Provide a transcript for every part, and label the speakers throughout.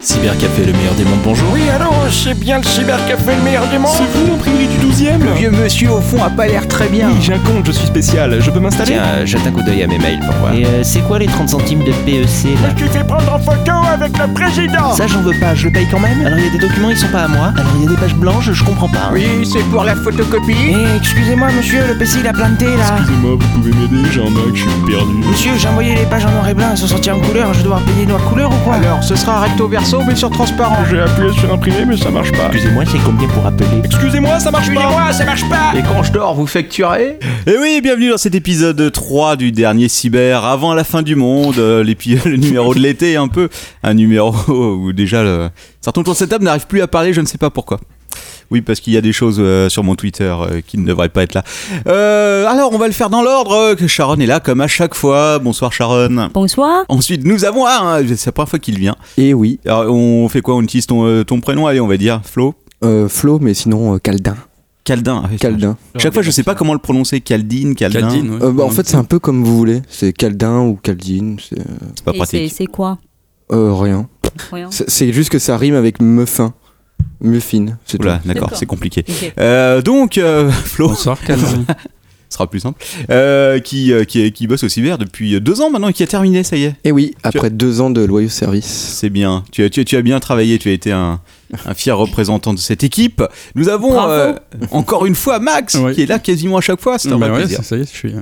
Speaker 1: Cybercafé, le meilleur des mondes, bonjour.
Speaker 2: Oui, allô, c'est bien le cybercafé le meilleur du monde
Speaker 3: vous l'imprimerie du 12 e
Speaker 4: Le vieux monsieur au fond a pas l'air très bien.
Speaker 3: Oui, j'ai un compte, je suis spécial, je peux m'installer
Speaker 5: Tiens, euh, jette un coup d'œil à mes mails pour voir.
Speaker 6: Et euh, c'est quoi les 30 centimes de PEC là
Speaker 2: Tu fais prendre en photo avec le président
Speaker 6: Oh. Ça j'en veux pas, je le paye quand même. Alors il y a des documents, ils sont pas à moi. Alors il y a des pages blanches, je comprends pas.
Speaker 4: Oui, c'est pour la
Speaker 6: Eh,
Speaker 4: photocopie.
Speaker 6: excusez-moi monsieur, le PC il a planté là.
Speaker 3: Excusez-moi, vous pouvez m'aider, j'ai un Mac, je suis perdu.
Speaker 6: Monsieur, j'ai envoyé les pages en noir et blanc, elles sont sorties en couleur, je vais devoir payer noir couleur ou quoi
Speaker 4: Alors, ce sera recto verso mais sur transparent.
Speaker 3: J'ai appuyé sur imprimer, mais ça marche pas.
Speaker 6: Excusez-moi, c'est combien pour appeler
Speaker 3: Excusez-moi, ça marche pas
Speaker 4: Excusez-moi, ça marche
Speaker 6: Ah.
Speaker 4: pas. Et quand je dors, vous facturez
Speaker 1: Et Eh oui, bienvenue dans cet épisode 3 du dernier Cyber, avant la fin du monde, euh, l'épi- le numéro de l'été un peu, un numéro où déjà le... certains autour de cette table n'arrivent plus à parler, je ne sais pas pourquoi. Oui, parce qu'il y a des choses euh, sur mon Twitter euh, qui ne devraient pas être là. Euh, alors, on va le faire dans l'ordre, euh, que Sharon est là comme à chaque fois. Bonsoir Sharon.
Speaker 7: Bonsoir.
Speaker 1: Ensuite, nous avons Ar, hein, c'est la première fois qu'il vient.
Speaker 8: Et Eh oui,
Speaker 1: Alors, on fait quoi On utilise ton, euh, ton prénom, allez, on va dire Flo
Speaker 8: euh, Flo, mais sinon euh, Caldin.
Speaker 1: Caldin. Ah oui,
Speaker 8: Caldin.
Speaker 1: Chaque fois, je sais pas comment le prononcer. Caldine, Caldin.
Speaker 9: Caldine, ouais.
Speaker 8: Euh, bah, en fait, c'est un peu comme vous voulez. C'est Caldin ou Caldine. C'est euh,
Speaker 1: C'est pas
Speaker 7: Et c'est-
Speaker 1: pratique.
Speaker 7: c'est quoi
Speaker 8: euh, rien.
Speaker 7: Voyons.
Speaker 8: C'est c'est juste que ça rime avec meufin. Muffin, c'est tout.
Speaker 1: Oula, d'accord,
Speaker 7: D'accord.
Speaker 1: c'est compliqué.
Speaker 7: Ok.
Speaker 1: Euh, donc, euh, Flo, ce
Speaker 9: Bonsoir, Calvin.
Speaker 1: sera plus simple, euh, qui, euh, qui, qui bosse au cyber depuis deux ans maintenant et qui a terminé, ça y est.
Speaker 8: Et Eh oui, après deux ans de loyaux service.
Speaker 1: C'est bien. Tu as, tu, as- tu as bien travaillé, tu as été un, un fier représentant de cette équipe. Nous avons
Speaker 7: Bravo.
Speaker 1: euh, encore une fois Max,
Speaker 9: Oui.
Speaker 1: qui est là quasiment à chaque fois. C'est un
Speaker 9: Bah
Speaker 1: vrai
Speaker 9: ouais,
Speaker 1: plaisir.
Speaker 9: ça, ça y est, je suis.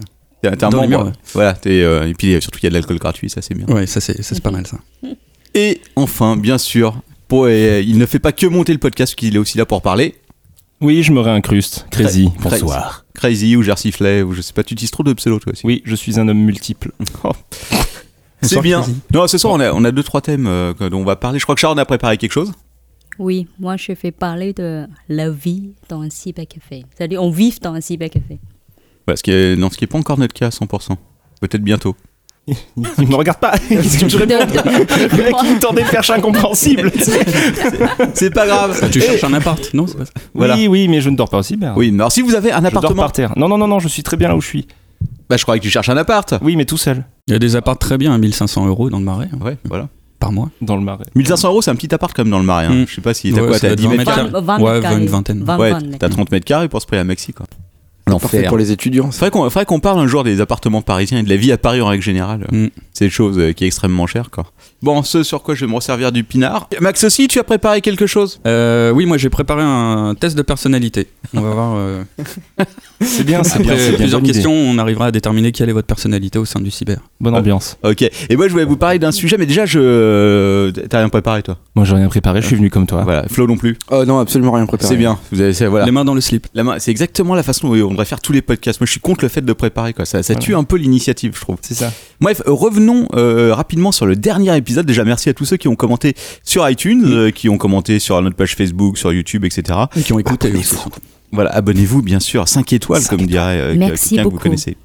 Speaker 1: T'es un- t'es un
Speaker 9: dans les
Speaker 1: membre.
Speaker 9: murs,
Speaker 1: Voilà, t'es, euh, et puis euh, surtout, il y a de l'alcool gratuit, ça c'est bien.
Speaker 9: Ouais, ça c'est ça, c'est pas mal ça.
Speaker 1: Et enfin, bien sûr, pour, euh, il ne fait pas que monter le podcast, parce qu'il est aussi là pour parler.
Speaker 3: Oui, je me réincruste. Crazy,
Speaker 1: Crazy.
Speaker 3: bonsoir.
Speaker 1: Crazy ou Gersiflet, ou je sais pas, tu utilises trop de pseudo toi aussi.
Speaker 3: Oui, je suis un homme multiple.
Speaker 1: C'est
Speaker 9: Bonsoir,
Speaker 1: bien.
Speaker 9: Crazy.
Speaker 1: Non, ce soir, on a, on a deux, trois thèmes euh, que- dont on va parler. Je crois que Sharon a préparé quelque chose.
Speaker 7: Oui, moi je fais parler de la vie dans un cybercafé. C'est-à-dire on vit dans un cybercafé.
Speaker 1: Voilà, Bah, ce qui est, non, ce qui n'est pas encore notre cas à 100%. Peut-être bientôt.
Speaker 3: Il me regarde pas. Qu'est-ce que tu
Speaker 7: De-
Speaker 3: réponds
Speaker 7: de-
Speaker 3: Le mec, il me tend des perches incompréhensibles.
Speaker 1: C'est pas grave.
Speaker 6: Eh.
Speaker 9: Ah, tu cherches un appart Non, c'est pas ça.
Speaker 1: Voilà.
Speaker 3: Oui, oui, mais je ne dors pas aussi bien.
Speaker 1: Oui, mais alors si vous avez un
Speaker 3: Je dors
Speaker 1: appartement.
Speaker 3: par terre. Non, non, non, non, je suis très bien là où je suis.
Speaker 1: Bah, je croyais que tu cherches un appart.
Speaker 3: Oui, mais tout seul,
Speaker 9: Il y a des apparts très bien à 1500 euros dans le marais hein,
Speaker 1: Ouais, voilà.
Speaker 9: par mois.
Speaker 3: dans le marais.
Speaker 1: 1500 euros, c'est un petit appart quand même dans le marais. hein.
Speaker 9: Mm.
Speaker 1: Je sais pas si t'as
Speaker 9: Ouais,
Speaker 1: quoi,
Speaker 9: ça doit
Speaker 1: t'as 10 mètres
Speaker 9: être
Speaker 1: carrés.
Speaker 7: 20, 20
Speaker 9: Ouais,
Speaker 7: mètres carrés.
Speaker 9: une vingtaine.
Speaker 7: 20,
Speaker 1: Ouais,
Speaker 7: 20 mètres
Speaker 1: t'as
Speaker 7: carrés.
Speaker 1: 30 mètres carrés pour se payer un maxi quoi.
Speaker 8: Parfait pour les étudiants. ça.
Speaker 1: Faudrait qu'on faudrait qu'on parle un jour des appartements parisiens et de la vie à Paris en règle générale.
Speaker 9: Mm.
Speaker 1: C'est une chose euh, qui est extrêmement chère quoi. Bon, ce sur quoi je vais me resservir du pinard. Max aussi, tu as préparé quelque chose
Speaker 9: Euh, oui, moi j'ai préparé un test de personnalité. On va voir. euh,
Speaker 3: C'est bien,
Speaker 6: Ah,
Speaker 3: c'est bien.
Speaker 9: après
Speaker 3: c'est bien,
Speaker 9: plusieurs
Speaker 3: bonne idée.
Speaker 9: questions, on arrivera à déterminer quelle est votre personnalité au sein du cyber.
Speaker 3: Bonne ambiance.
Speaker 1: Ok. Et moi, je voulais vous parler d'un sujet, mais déjà, je. T'as rien préparé, toi.
Speaker 3: Moi, j'ai rien préparé, je suis venu comme toi.
Speaker 1: Voilà. Flo non plus.
Speaker 8: Oh non, absolument rien préparé.
Speaker 1: C'est bien. Vous avez. c'est- Voilà.
Speaker 9: Les mains dans le slip.
Speaker 1: La main, c'est exactement la façon dont on devrait faire tous les podcasts. Moi, je suis contre le fait de préparer, quoi. Ça, ça
Speaker 3: Voilà.
Speaker 1: tue un peu l'initiative, je trouve.
Speaker 3: C'est ça.
Speaker 1: Bref, revenons euh, rapidement sur le dernier épisode. Déjà, merci à tous ceux qui ont commenté sur iTunes, euh, qui ont commenté sur notre page Facebook, sur YouTube, etc.
Speaker 9: Et qui ont écouté.
Speaker 8: Abonnez-vous.
Speaker 9: surtout.
Speaker 1: Voilà, abonnez-vous bien sûr, 5 étoiles
Speaker 8: Cinq
Speaker 1: comme dirait euh,
Speaker 7: Merci
Speaker 1: quelqu'un que vous
Speaker 7: beaucoup.
Speaker 1: connaissez.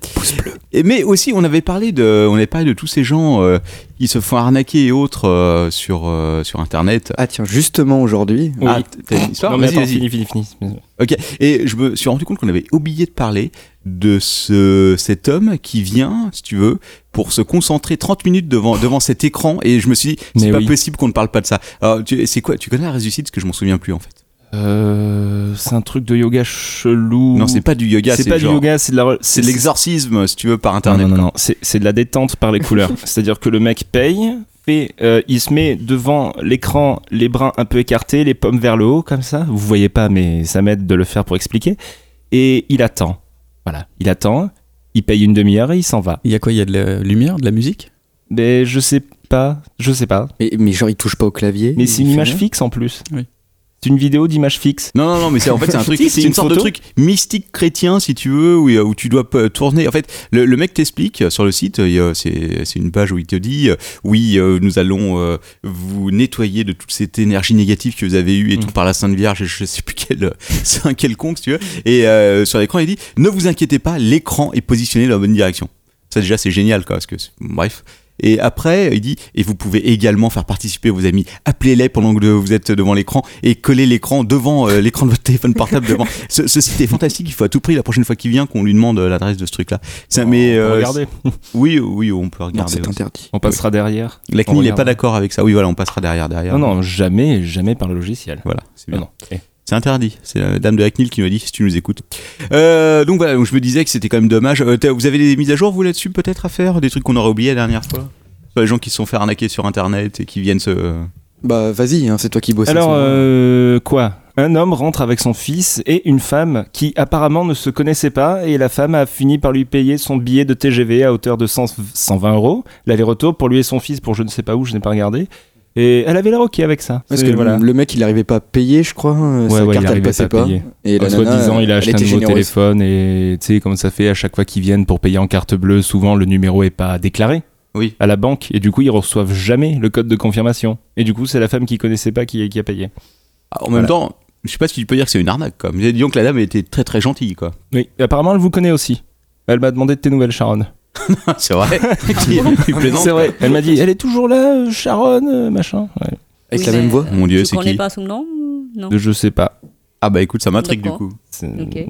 Speaker 1: Et mais aussi on avait parlé de on avait parlé de tous ces gens euh, qui se font arnaquer et autres euh, sur euh, sur internet.
Speaker 8: Ah tiens, justement aujourd'hui,
Speaker 3: Oui.
Speaker 1: Ah, t'as une histoire
Speaker 3: non, mais
Speaker 1: Vas-y,
Speaker 3: attends,
Speaker 1: vas-y.
Speaker 3: fini, fini, fini. Mais-
Speaker 1: OK, et je me suis rendu compte qu'on avait oublié de parler de ce cet homme qui vient, si tu veux, pour se concentrer 30 minutes devant devant cet écran et je me suis dit c'est
Speaker 3: Mais
Speaker 1: pas
Speaker 3: oui.
Speaker 1: possible qu'on ne parle pas de ça. Alors tu c'est quoi Tu connais la réussite parce que je m'en souviens plus en fait.
Speaker 3: Euh, c'est un truc de yoga chelou.
Speaker 1: Non, c'est pas du yoga,
Speaker 3: C'est pas du
Speaker 1: genre-
Speaker 3: yoga, c'est de la. re-
Speaker 1: C'est de l'exorcisme, si tu veux, par
Speaker 3: Non,
Speaker 1: internet.
Speaker 3: non, non, non, c'est c'est de la détente par les couleurs. C'est-à-dire que le mec paye, fait, euh, il se met devant l'écran, les bras un peu écartés, les pommes vers le haut, comme ça. Vous voyez pas, mais ça m'aide de le faire pour expliquer. Et il attend. Voilà, il attend, il paye une demi-heure et il s'en va.
Speaker 9: Il y a quoi Il y a de la lumière, de la musique
Speaker 3: Mais je sais pas, je sais pas.
Speaker 8: mais, mais genre il touche pas au clavier.
Speaker 3: Mais
Speaker 8: il
Speaker 3: c'est une
Speaker 8: fait
Speaker 3: image
Speaker 8: rien.
Speaker 3: fixe en plus.
Speaker 9: Oui.
Speaker 3: C'est une vidéo d'image fixe.
Speaker 1: Non, non, non, mais c'est en fait c'est un truc,
Speaker 3: Si,
Speaker 1: c'est
Speaker 3: c'est
Speaker 1: une,
Speaker 3: une
Speaker 1: sorte de
Speaker 3: photo.
Speaker 1: truc mystique chrétien, si tu veux, où, où tu dois euh, tourner. En fait, le, le mec t'explique euh, sur le site, il y a- c'est c'est une page où il te dit, euh, oui, euh, nous allons euh, vous nettoyer de toute cette énergie négative que vous avez eue et tout par la Sainte Vierge, et je sais plus quel, euh, c'est un quelconque, si tu veux. Et euh, sur l'écran, il dit, ne vous inquiétez pas, l'écran est positionné dans la bonne direction. Ça déjà, c'est génial, quoi, parce que c'est- bref. Et après, il dit et vous pouvez également faire participer vos amis. Appelez-les pendant que vous êtes devant l'écran et collez l'écran devant euh, l'écran de votre téléphone portable devant. Ce, ce site est fantastique. Il faut à tout prix la prochaine fois qu'il vient qu'on lui demande euh, l'adresse de ce truc-là. Ça, mais euh,
Speaker 3: Regardez,
Speaker 1: oui, oui, on peut
Speaker 8: Non,
Speaker 1: regarder.
Speaker 8: c'est
Speaker 1: oui.
Speaker 8: interdit.
Speaker 3: on passera derrière.
Speaker 1: La
Speaker 3: On
Speaker 1: CNIL n'est
Speaker 3: regarde.
Speaker 1: pas d'accord avec ça. Oui, voilà, on passera derrière, derrière.
Speaker 3: Non, non, jamais, jamais par le logiciel.
Speaker 1: Voilà, c'est bien.
Speaker 3: Non, non. Eh,
Speaker 1: C'est interdit. C'est la dame de la CNIL qui m'a dit si tu nous écoutes. Euh, donc voilà, donc je me disais que c'était quand même dommage. Euh, t'as- vous avez des mises à jour, vous là-dessus, peut-être à faire Des trucs qu'on aurait oublié la dernière fois Sur Les gens qui se sont fait arnaquer sur internet et qui viennent se.
Speaker 8: Bah vas-y, hein, c'est toi qui bosses.
Speaker 3: Alors,
Speaker 8: en ce moment.
Speaker 3: euh, quoi Un homme rentre avec son fils et une femme qui apparemment ne se connaissait pas et la femme a fini par lui payer son billet de TGV à hauteur de 100 120 euros, l'aller-retour pour lui et son fils pour je ne sais pas où, je n'ai pas regardé. Et elle avait l'air ok avec ça.
Speaker 8: Parce
Speaker 3: C'est-
Speaker 8: que le mec il arrivait pas à payer, je crois. hein,
Speaker 3: Ouais,
Speaker 8: sa
Speaker 3: ouais, il
Speaker 8: carte elle
Speaker 3: arrivait
Speaker 8: passait
Speaker 3: pas à
Speaker 8: pas.
Speaker 3: payer.
Speaker 8: Et la
Speaker 3: En
Speaker 8: nana,
Speaker 3: soi-disant, il a
Speaker 8: elle
Speaker 3: acheté un
Speaker 8: était
Speaker 3: nouveau
Speaker 8: généreuse.
Speaker 3: téléphone et tu sais, comme ça fait à chaque fois qu'ils viennent pour payer en carte bleue, souvent le numéro est pas déclaré
Speaker 1: Oui.
Speaker 3: à la banque et du coup, ils reçoivent jamais le code de confirmation. Et du coup, c'est la femme qui connaissait pas qui, qui a payé.
Speaker 1: Ah, En même temps, je sais pas si tu peux dire que c'est une arnaque, quoi. Mais disons que la dame était très très gentille, quoi.
Speaker 3: Oui, et apparemment, elle vous connaît aussi. Elle m'a demandé de tes nouvelles, Sharon.
Speaker 1: c'est vrai. qui, qui plaisante.
Speaker 3: C'est vrai. Elle m'a dit, elle est toujours là, euh, Sharon, euh, machin. Ouais.
Speaker 8: Avec
Speaker 7: Oui,
Speaker 8: la
Speaker 7: mais,
Speaker 8: même voix.
Speaker 7: euh,
Speaker 1: Mon Dieu, c'est
Speaker 7: Tu connais
Speaker 1: qui
Speaker 7: pas son nom ou Non.
Speaker 3: De- Je sais pas.
Speaker 1: Ah bah écoute, ça m'intrigue du coup.
Speaker 3: C'est-
Speaker 7: Ok.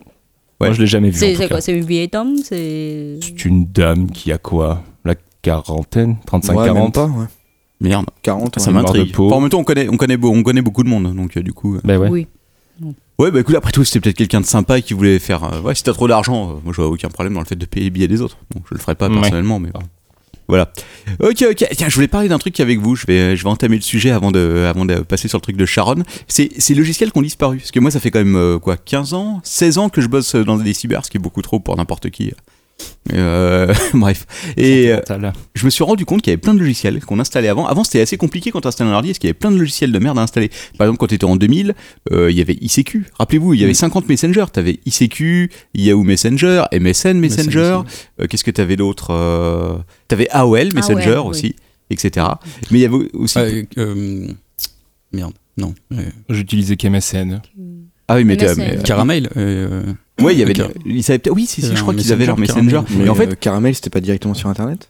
Speaker 3: Moi, je l'ai jamais vue.
Speaker 7: C'est
Speaker 3: en tout
Speaker 7: c'est
Speaker 3: cas.
Speaker 7: quoi C'est une vieille dame C'est.
Speaker 3: C'est une dame qui a quoi La quarantaine
Speaker 8: Ouais,
Speaker 3: 35-40
Speaker 8: même pas, ouais.
Speaker 1: Merde,
Speaker 8: 40.
Speaker 1: ça
Speaker 8: ouais.
Speaker 3: m'a- barre de
Speaker 1: m'intrigue.
Speaker 3: peau.
Speaker 1: Enfin, en même temps, on connaît, on, connaît, beau- on connaît beaucoup de monde, donc euh, du coup. euh.
Speaker 3: Bah ouais.
Speaker 7: Oui.
Speaker 1: Ouais, bah écoute, après tout, c'était peut-être quelqu'un de sympa et qui voulait faire. euh, ouais, si t'as trop d'argent, euh, moi j'aurais aucun problème dans le fait de payer les billets des autres. Bon, je le ferai pas
Speaker 3: Ouais.
Speaker 1: personnellement, mais bon. voilà. Ok, ok. Tiens, je voulais parler d'un truc avec vous. Je vais, je vais entamer le sujet avant de, avant de passer sur le truc de Sharon. C'est ces logiciels qui ont disparu. Parce que moi, ça fait quand même euh, quoi, 15 ans, 16 ans que je bosse dans des cyber, ce qui est beaucoup trop pour n'importe qui. Euh, bref. Et. euh,
Speaker 3: Sentimentale.
Speaker 1: je me suis rendu compte qu'il y avait plein de logiciels qu'on installait avant. Avant, c'était assez compliqué quand tu installais un ordi, parce qu'il y avait plein de logiciels de merde à installer. Par exemple, quand tu étais en 2000, euh, il y avait ICQ. Rappelez-vous, il y avait 50 Messenger. Tu avais ICQ, Yahoo Messenger, MSN Messenger.
Speaker 9: Messenger.
Speaker 1: Euh, Qu'est-ce que tu avais d'autre euh, Tu avais AOL Messenger
Speaker 7: AOL, oui.
Speaker 1: aussi, etc. Mais il y avait aussi.
Speaker 9: Euh, euh, merde, non. euh,
Speaker 3: J'utilisais qu'MSN.
Speaker 7: Euh,
Speaker 1: ah oui, mais. t'as-
Speaker 7: MSN.
Speaker 1: mais-
Speaker 9: Caramel. euh,
Speaker 1: ouais, il y avait.
Speaker 9: Car-
Speaker 1: Ils savaient peut-être- oui, si, si,
Speaker 9: Il y
Speaker 1: je
Speaker 9: a
Speaker 1: crois
Speaker 9: un
Speaker 1: qu'ils avaient leur
Speaker 9: Messenger,
Speaker 1: Messenger.
Speaker 9: Caramel.
Speaker 1: Mais en fait.
Speaker 8: euh, Caramel, c'était pas directement sur internet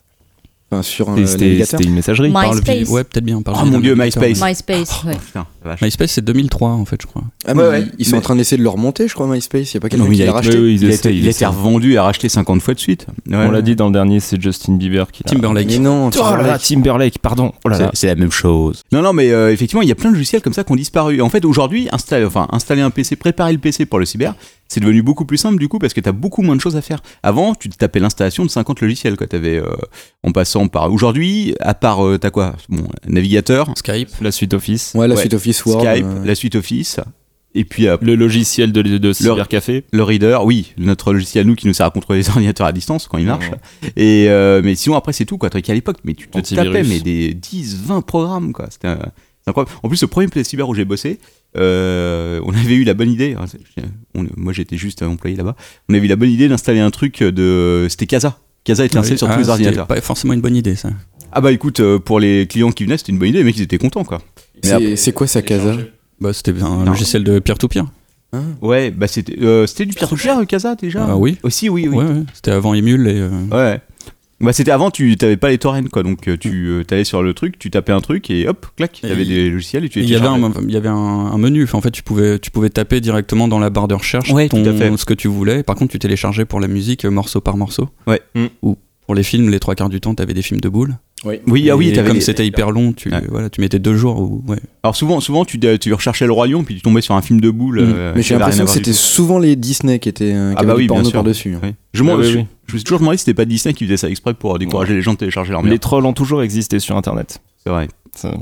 Speaker 8: Enfin, sur euh, un
Speaker 3: Et C'était
Speaker 8: navigateur
Speaker 3: c'était une messagerie.
Speaker 7: My-
Speaker 9: par le
Speaker 7: MySpace.
Speaker 9: vieil- Ouais, peut-être bien. on parle
Speaker 1: Oh
Speaker 9: bien
Speaker 1: mon
Speaker 9: d'un
Speaker 1: dieu,
Speaker 9: navigateur,
Speaker 1: MySpace.
Speaker 7: MySpace, ouais.
Speaker 1: Oh, Putain, la vache.
Speaker 9: mais- MySpace, c'est 2003 en fait, je crois.
Speaker 8: Ah, mais
Speaker 1: Ouais,
Speaker 8: ouais, ils sont
Speaker 1: mais-
Speaker 8: en train d'essayer de le remonter, je crois, MySpace. Il y a pas
Speaker 1: Non,
Speaker 8: quelqu'un
Speaker 1: mais
Speaker 8: qui
Speaker 1: il y
Speaker 8: l'a
Speaker 1: a-
Speaker 8: racheté.
Speaker 3: Oui, oui, ils
Speaker 1: Il a
Speaker 3: essaient,
Speaker 1: été,
Speaker 3: ils
Speaker 1: il a
Speaker 3: essaient.
Speaker 1: été revendu et racheté 50 fois de suite. Ouais.
Speaker 3: On l'a dit dans le dernier, c'est Justin Bieber qui l'a-
Speaker 9: Timberlake.
Speaker 8: Mais non,
Speaker 3: Oh là là,
Speaker 8: Timberlake.
Speaker 3: Timberlake, pardon. Oh là
Speaker 1: C'est-
Speaker 3: là.
Speaker 1: C'est la même chose. Non, non, mais euh, effectivement, il y a plein de logiciels comme ça qui ont disparu. En fait, aujourd'hui, installer, enfin, installer un PC, préparer le PC pour le cyber, c'est devenu beaucoup plus simple du coup parce que t'as beaucoup moins de choses à faire. Avant, tu te tapais l'installation de 50 logiciels. Quoi. T'avais, euh, en passant par. Aujourd'hui, à part, euh, t'as quoi Bon, navigateur,
Speaker 9: Skype.
Speaker 3: La suite Office.
Speaker 8: Ouais, la
Speaker 1: Ouais.
Speaker 8: suite Office Word.
Speaker 1: Skype,
Speaker 8: euh,
Speaker 1: la suite Office, et puis euh,
Speaker 3: Le logiciel de, de Cybercafé.
Speaker 1: le Reader, oui, notre logiciel, nous, qui nous sert à contrôler les ordinateurs à distance quand ils marchent. Et, euh, mais sinon, après, c'est tout, quoi. Truc à l'époque, mais tu te
Speaker 3: Antivirus.
Speaker 1: tapais mais des 10, 20 programmes, quoi. C'était euh, c'est incroyable. En plus, le premier PC cyber où j'ai bossé, euh, on avait eu la bonne idée. hein, c'est- on- moi, j'étais juste employé là-bas. On avait eu la bonne idée d'installer un truc de. C'était Casa. Casa était installé sur
Speaker 9: Ah,
Speaker 1: tous les
Speaker 9: c'était
Speaker 1: ordinateurs.
Speaker 9: Pas forcément une bonne idée, ça.
Speaker 1: Ah bah écoute, euh, pour les clients qui venaient, c'était une bonne idée, mais ils étaient contents, quoi. Mais après-
Speaker 8: C'est c'est quoi sa casa
Speaker 9: Bah, c'était un
Speaker 1: Non.
Speaker 9: logiciel de peer-to-peer.
Speaker 1: Ouais, bah c'était euh, c'était du peer-to-peer, Casa, déjà
Speaker 9: Ah oui.
Speaker 1: Aussi, oui, oui. Ah,
Speaker 9: Ouais, ouais, c'était avant Emule et. euh,
Speaker 1: Ouais. Bah c'était avant, tu t'avais pas les torrents quoi, donc euh, tu euh, t'allais sur le truc, tu tapais un truc et hop, clac, il y
Speaker 9: Et
Speaker 1: avait
Speaker 9: il-
Speaker 1: des logiciels et tu les
Speaker 9: Il y avait,
Speaker 1: téléchargeais.
Speaker 9: un, il y avait un, un menu, Enfin, en fait tu pouvais, tu pouvais taper directement dans la barre de recherche
Speaker 1: Ouais,
Speaker 9: ton-
Speaker 1: tout à fait.
Speaker 9: ce que tu voulais. Par contre tu téléchargeais pour la musique euh, morceau par morceau.
Speaker 1: Ouais.
Speaker 3: Mm.
Speaker 9: Ou pour les films, les trois quarts du temps t'avais des films de boules.
Speaker 1: Oui, ah oui,
Speaker 9: Et
Speaker 1: t'avais
Speaker 9: comme
Speaker 1: les-
Speaker 9: c'était hyper long, tu,
Speaker 1: Ouais.
Speaker 9: voilà, tu mettais deux jours. Ou, ouais.
Speaker 1: Alors souvent, souvent tu, tu recherchais le royaume puis tu tombais sur un film de boule.
Speaker 9: Mm.
Speaker 1: euh,
Speaker 8: Mais j'ai l'impression que c'était souvent les Disney qui étaient. euh, qui
Speaker 1: Ah bah
Speaker 8: avaient du
Speaker 1: oui, bien
Speaker 8: porno
Speaker 1: sûr.
Speaker 8: par-dessus. hein.
Speaker 1: Je, m'en-
Speaker 3: Ah oui,
Speaker 1: je-
Speaker 3: oui.
Speaker 1: je me suis toujours demandé si c'était pas Disney qui faisait ça exprès pour décourager les gens de télécharger leur
Speaker 3: Les
Speaker 1: merde.
Speaker 3: trolls ont toujours existé sur Internet.
Speaker 1: C'est vrai.
Speaker 3: Ça-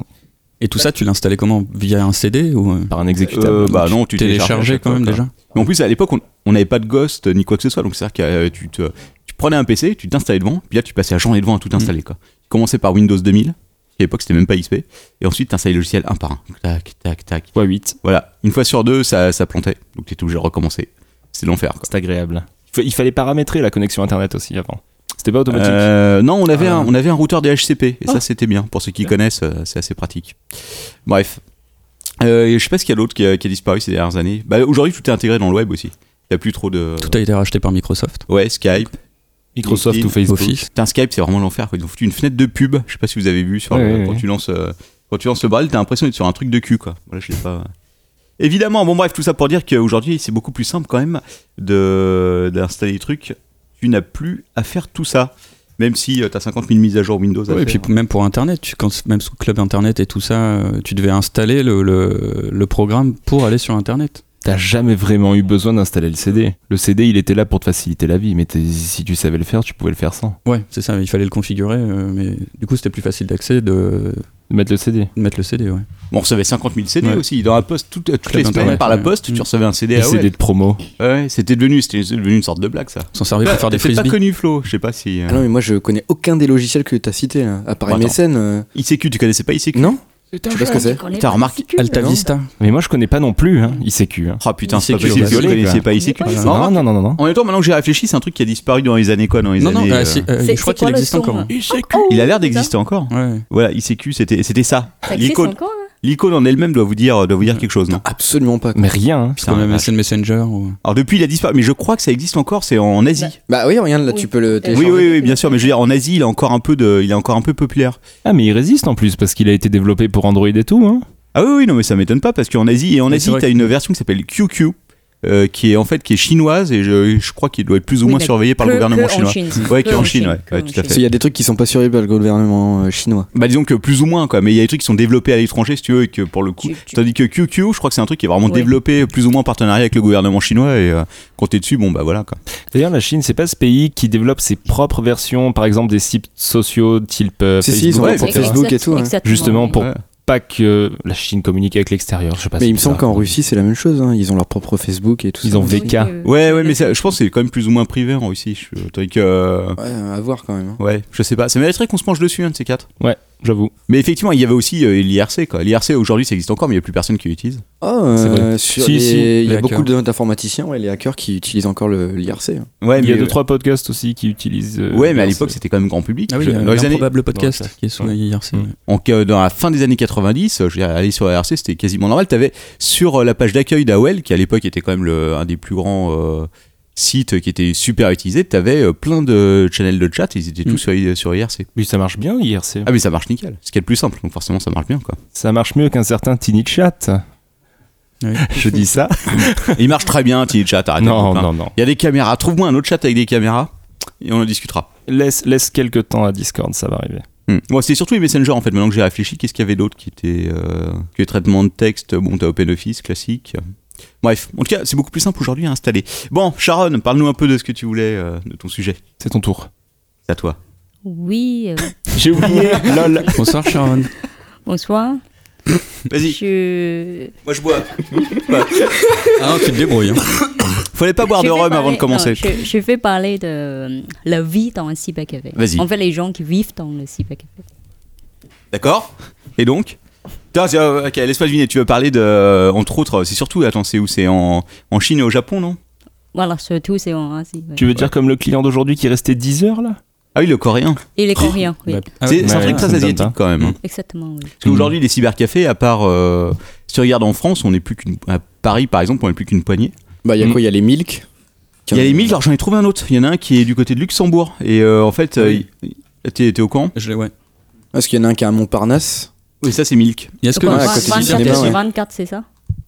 Speaker 9: Et tout ça, tu l'installais comment Via un CD ou euh,
Speaker 3: Par un exécutable.
Speaker 1: Euh, bah non, tu téléchargeais à
Speaker 9: téléchargé
Speaker 1: chaque
Speaker 9: quand
Speaker 1: fois,
Speaker 9: même
Speaker 1: quoi.
Speaker 9: déjà
Speaker 1: Mais en plus, à l'époque, on- on n'avait pas de Ghost euh, ni quoi que ce soit, donc c'est-à-dire que euh, tu, te, tu prenais un PC, tu t'installais devant, puis là tu passais la journée devant à tout installer. Quoi. Tu commençais par Windows 2000, qui à l'époque c'était même pas XP, et ensuite tu installais le logiciel un par un. Tac, tac, tac.
Speaker 3: Fois 8
Speaker 1: Voilà, une fois sur deux, ça, ça plantait, donc t'étais obligé de recommencer. C'est l'enfer. quoi.
Speaker 3: c'est agréable. Il, fa- il fallait paramétrer la connexion Internet aussi avant. C'était pas automatique.
Speaker 1: Euh, non, on avait, un, on avait un routeur DHCP, et ça c'était bien. Pour ceux qui connaissent, euh, c'est assez pratique. Bref. Euh, et je sais pas ce qu'il y a d'autre qui, a- qui a disparu ces dernières années. Bah, Aujourd'hui, tout est intégré dans le web aussi. Il n'y a plus trop de.
Speaker 9: Tout a été racheté par Microsoft.
Speaker 1: Ouais, Skype.
Speaker 3: Microsoft ou
Speaker 1: LinkedIn,
Speaker 3: Facebook.
Speaker 9: Office.
Speaker 1: Putain, Skype, c'est vraiment l'enfer. quoi. Ils ont foutu une fenêtre de pub. Je sais pas si vous avez vu sur
Speaker 3: Ouais,
Speaker 1: le-
Speaker 3: ouais,
Speaker 1: quand,
Speaker 3: ouais.
Speaker 1: Tu lances, euh, quand tu lances le baril, t'as l'impression d'être sur un truc de cul, quoi. Voilà, je l'ai pas. Évidemment, bon, bref, tout ça pour dire qu'aujourd'hui, c'est beaucoup plus simple quand même de- d'installer des trucs. Tu n'as plus à faire tout ça. Même si euh, t'as 50 000 mises à jour Windows à
Speaker 9: Ouais, et puis
Speaker 1: faire.
Speaker 9: même pour Internet, tu- quand, même sous Club Internet et tout ça, euh, tu devais installer le, le- le programme pour aller sur Internet.
Speaker 3: T'as jamais vraiment eu besoin d'installer le CD. Le CD, il était là pour te faciliter la vie, mais t'es- si tu savais le faire, tu pouvais le faire sans.
Speaker 9: Ouais, c'est ça, il fallait le configurer, euh, mais du coup c'était plus facile d'accès de
Speaker 3: Mettre le CD.
Speaker 9: de mettre le CD, ouais.
Speaker 1: Bon, on recevait 50 000 CD
Speaker 9: Ouais.
Speaker 1: aussi. Dans la poste, toutes, toutes les
Speaker 9: Club
Speaker 1: semaines,
Speaker 9: Internet,
Speaker 1: par la
Speaker 9: ouais.
Speaker 1: poste, tu
Speaker 9: Mm.
Speaker 1: recevais un CD.
Speaker 3: Les
Speaker 1: Ah ouais.
Speaker 3: CD de promo.
Speaker 1: Ouais, c'était devenu, c'était devenu une sorte de blague, ça.
Speaker 9: On s'en servait pour faire des
Speaker 1: T'as peut-être
Speaker 9: frisbees.
Speaker 1: pas connu Flo, je sais pas si. euh,
Speaker 8: Ah non, mais moi je connais aucun des logiciels que t'as cités, là, à part
Speaker 1: Bon, attends.
Speaker 8: MSN. euh,
Speaker 1: ICQ, tu connaissais pas ICQ
Speaker 8: Non Je sais pas ce que c'est.
Speaker 1: T'as remarqué
Speaker 9: Alta Vista.
Speaker 3: Mais moi, je connais pas non plus, hein, ICQ. hein.
Speaker 1: Ah putain, c'est pas
Speaker 9: ICQ,
Speaker 1: possible que vous
Speaker 3: désolé,
Speaker 1: connaissiez
Speaker 3: quoi.
Speaker 1: pas ICQ.
Speaker 7: Mais pas
Speaker 3: Non,
Speaker 1: Non,
Speaker 3: non, non, non, non.
Speaker 1: En même temps, maintenant que j'y réfléchi, c'est un truc qui a disparu dans les années quoi, dans les
Speaker 9: Non, non,
Speaker 1: années.
Speaker 9: euh,
Speaker 1: euh,
Speaker 9: si, euh,
Speaker 7: C'est-
Speaker 9: je crois qu'il
Speaker 7: c'est quoi le
Speaker 9: existe
Speaker 7: son,
Speaker 9: encore. hein.
Speaker 7: Oh,
Speaker 1: Il a l'air d'exister encore.
Speaker 9: Ouais.
Speaker 1: Voilà, ICQ, c'était c'était ça.
Speaker 7: Ça existe
Speaker 1: L'icône
Speaker 7: encore hein
Speaker 1: l'icône en elle-même doit vous dire doit vous dire quelque chose, non
Speaker 8: Absolument pas. quoi.
Speaker 3: Mais rien. hein.
Speaker 9: C'est comme
Speaker 1: la
Speaker 9: MSN Messenger. ou-
Speaker 1: Alors depuis, il a disparu, mais je crois que ça existe encore. C'est en Asie.
Speaker 8: Bah oui, regarde là,
Speaker 7: Oui.
Speaker 8: tu peux le
Speaker 1: Oui,
Speaker 8: télécharger.
Speaker 1: oui, oui, bien sûr. Mais je veux dire, en Asie, il est encore un peu de, il est encore un peu populaire.
Speaker 3: Ah, mais il résiste en plus, parce qu'il a été développé pour Android et tout. Hein.
Speaker 1: Ah oui, oui, non, mais ça m'étonne pas parce qu'en Asie et en
Speaker 9: Mais
Speaker 1: Asie,
Speaker 9: c'est vrai
Speaker 1: t'as
Speaker 9: que-
Speaker 1: une version qui s'appelle QQ. euh, qui est en fait qui est chinoise et je, je crois qu'il doit être plus ou
Speaker 7: Oui,
Speaker 1: moins
Speaker 7: mais
Speaker 1: surveillé par le
Speaker 7: que-
Speaker 1: gouvernement
Speaker 7: que en
Speaker 1: chinois.
Speaker 7: Chine.
Speaker 1: Ouais,
Speaker 7: Que
Speaker 1: qui est en
Speaker 7: en
Speaker 1: Chine,
Speaker 7: Chine,
Speaker 1: ouais,
Speaker 7: que
Speaker 1: ouais,
Speaker 7: en
Speaker 1: tout à
Speaker 7: Chine.
Speaker 1: fait.
Speaker 8: Parce qu'il y a des trucs qui sont pas surveillés par le gouvernement euh, chinois.
Speaker 1: Bah disons que plus ou moins quoi, mais il y a des trucs qui sont développés à l'étranger si tu veux et que pour le coup.
Speaker 7: Tu- tu-
Speaker 1: Tandis que QQ, je crois que c'est un truc qui est vraiment
Speaker 7: Ouais.
Speaker 1: développé plus ou moins en partenariat avec le gouvernement chinois et euh, quand t'es dessus, bon bah voilà quoi.
Speaker 3: D'ailleurs, la Chine, c'est pas ce pays qui développe ses propres versions, par exemple des sites sociaux, type euh,
Speaker 8: Si, si,
Speaker 3: Facebook,
Speaker 8: ils ont
Speaker 1: ouais,
Speaker 8: pour
Speaker 1: exact-
Speaker 8: Facebook et tout. hein.
Speaker 7: Exactement,
Speaker 3: justement
Speaker 7: oui.
Speaker 3: pour
Speaker 1: Ouais.
Speaker 3: pas que la Chine communique avec l'extérieur. Je sais pas.
Speaker 8: Mais
Speaker 3: Ah, c'est
Speaker 8: il me semble
Speaker 3: bizarre.
Speaker 8: qu'en Russie c'est la même chose. hein. Ils ont leur propre Facebook et tout
Speaker 3: Ils
Speaker 8: ça.
Speaker 3: ont
Speaker 7: Oui,
Speaker 3: VK.
Speaker 7: euh,
Speaker 1: Ouais ouais mais ça- je pense que c'est quand même plus ou moins privé en Russie. Je, tandis que euh,
Speaker 8: Ouais, à voir quand même. hein.
Speaker 1: ouais, je sais pas. Ça mériterait qu'on se penche dessus un de ces quatre.
Speaker 3: Ouais, j'avoue.
Speaker 1: Mais effectivement, il y avait aussi euh, l'IRC quoi. L'IRC aujourd'hui ça existe encore, mais il y a plus personne qui l'utilise.
Speaker 8: Oh,
Speaker 3: C'est
Speaker 8: euh,
Speaker 3: vrai.
Speaker 8: sur
Speaker 3: Si,
Speaker 8: les-
Speaker 3: si,
Speaker 8: il y
Speaker 9: les
Speaker 8: a beaucoup
Speaker 9: hackers.
Speaker 8: de- d'informaticiens, ouais, les hackers qui utilisent encore le- l'IRC. hein.
Speaker 1: Ouais,
Speaker 3: il y a
Speaker 1: mais,
Speaker 3: deux trois podcasts aussi qui utilisent. euh,
Speaker 1: euh, Ouais, mais à
Speaker 3: leur-
Speaker 1: l'époque c'était quand même grand public.
Speaker 9: Ah oui,
Speaker 1: Je-
Speaker 9: il y a
Speaker 1: dans les
Speaker 9: un
Speaker 1: années,
Speaker 9: probable
Speaker 3: Ouais.
Speaker 9: podcast qui est sur IRC.
Speaker 3: Mm.
Speaker 9: ouais.
Speaker 1: Donc, euh, dans la fin des années 90, euh, je veux dire, aller sur ARC, c'était quasiment normal. Tu avais sur euh, la page d'accueil d'AOL, qui à l'époque était quand même le- un des plus grands euh, sites qui était super utilisé, tu avais plein de channels de chat, ils étaient tous
Speaker 9: Mm.
Speaker 1: sur, I- sur IRC.
Speaker 3: Mais ça marche bien IRC.
Speaker 1: Ah, mais ça marche nickel. Ce qui est le plus simple, donc forcément ça marche bien. quoi.
Speaker 3: Ça marche mieux qu'un certain Tiny Chat.
Speaker 9: Oui.
Speaker 3: Je dis ça.
Speaker 1: Et il marche très bien, Tiny Chat, arrête.
Speaker 3: non,
Speaker 1: hein.
Speaker 3: non, non.
Speaker 1: Il y a des caméras. Trouve-moi un autre chat avec des caméras et on en discutera.
Speaker 3: Laisse, laisse quelques temps à Discord, ça va arriver.
Speaker 1: Hmm. Bon, c'est surtout les messengers en fait. Maintenant que j'ai réfléchi, qu'est-ce qu'il y avait d'autre qui était euh, que les traitements de texte Bon, t'as OpenOffice classique. Bref, en tout cas, c'est beaucoup plus simple aujourd'hui à installer. Bon, Sharon, parle-nous un peu de ce que tu voulais, euh, de ton sujet.
Speaker 3: C'est ton tour.
Speaker 1: C'est à toi.
Speaker 7: Oui, euh,
Speaker 3: J'ai oublié. Lol.
Speaker 9: Bonsoir Sharon.
Speaker 7: bonsoir.
Speaker 1: Vas-y,
Speaker 7: Je...
Speaker 1: moi je bois.
Speaker 9: Ah non, tu te débrouilles. hein.
Speaker 1: Fallait pas boire
Speaker 7: je
Speaker 1: de
Speaker 7: vais
Speaker 1: rhum
Speaker 7: parler-
Speaker 1: avant de
Speaker 7: non,
Speaker 1: commencer.
Speaker 7: je, je vais parler de euh, la vie dans un cybercafé.
Speaker 1: Vas-y.
Speaker 7: En fait, les gens qui vivent dans le cybercafé.
Speaker 1: D'accord Et donc Putain, c'est- euh, ok, laisse-moi deviner, tu veux parler de. euh, entre autres, c'est surtout, attends, c'est où C'est en, en Chine et au Japon, non
Speaker 7: Voilà, surtout, c'est en Asie. ouais.
Speaker 3: Tu veux dire comme le client d'aujourd'hui qui est resté 10 heures là
Speaker 1: Ah oui, le coréen.
Speaker 7: Et les Coréens, oui.
Speaker 9: Bah, ah
Speaker 1: c'est
Speaker 9: ouais.
Speaker 1: c'est un
Speaker 3: ouais,
Speaker 1: truc
Speaker 3: ça me
Speaker 1: très
Speaker 3: donne
Speaker 1: asiatique
Speaker 3: pas.
Speaker 1: quand même. hein.
Speaker 7: Exactement, oui.
Speaker 8: Mhm.
Speaker 1: Parce qu'aujourd'hui, les cybercafés, à part. euh, si tu regardes en France, on n'est plus qu'une. À Paris, par exemple, on n'est plus qu'une poignée.
Speaker 8: Bah il y a
Speaker 3: Mm.
Speaker 8: quoi Il y a les Milk.
Speaker 1: Il y a les 1000, alors j'en ai trouvé un autre. Il y en a un qui est du côté de Luxembourg. Et euh, en fait, euh, il- t'es t'es au camp
Speaker 9: Je l'ai, ouais.
Speaker 8: Parce qu'il y en a un qui est à Montparnasse.
Speaker 1: Oui, ça c'est Milk.
Speaker 9: Est-ce que
Speaker 8: Ouais,
Speaker 9: le-
Speaker 8: à côté
Speaker 9: c'est-
Speaker 8: du
Speaker 7: 24,
Speaker 9: c'est-
Speaker 8: cinéma, ouais.
Speaker 7: 24, c'est ça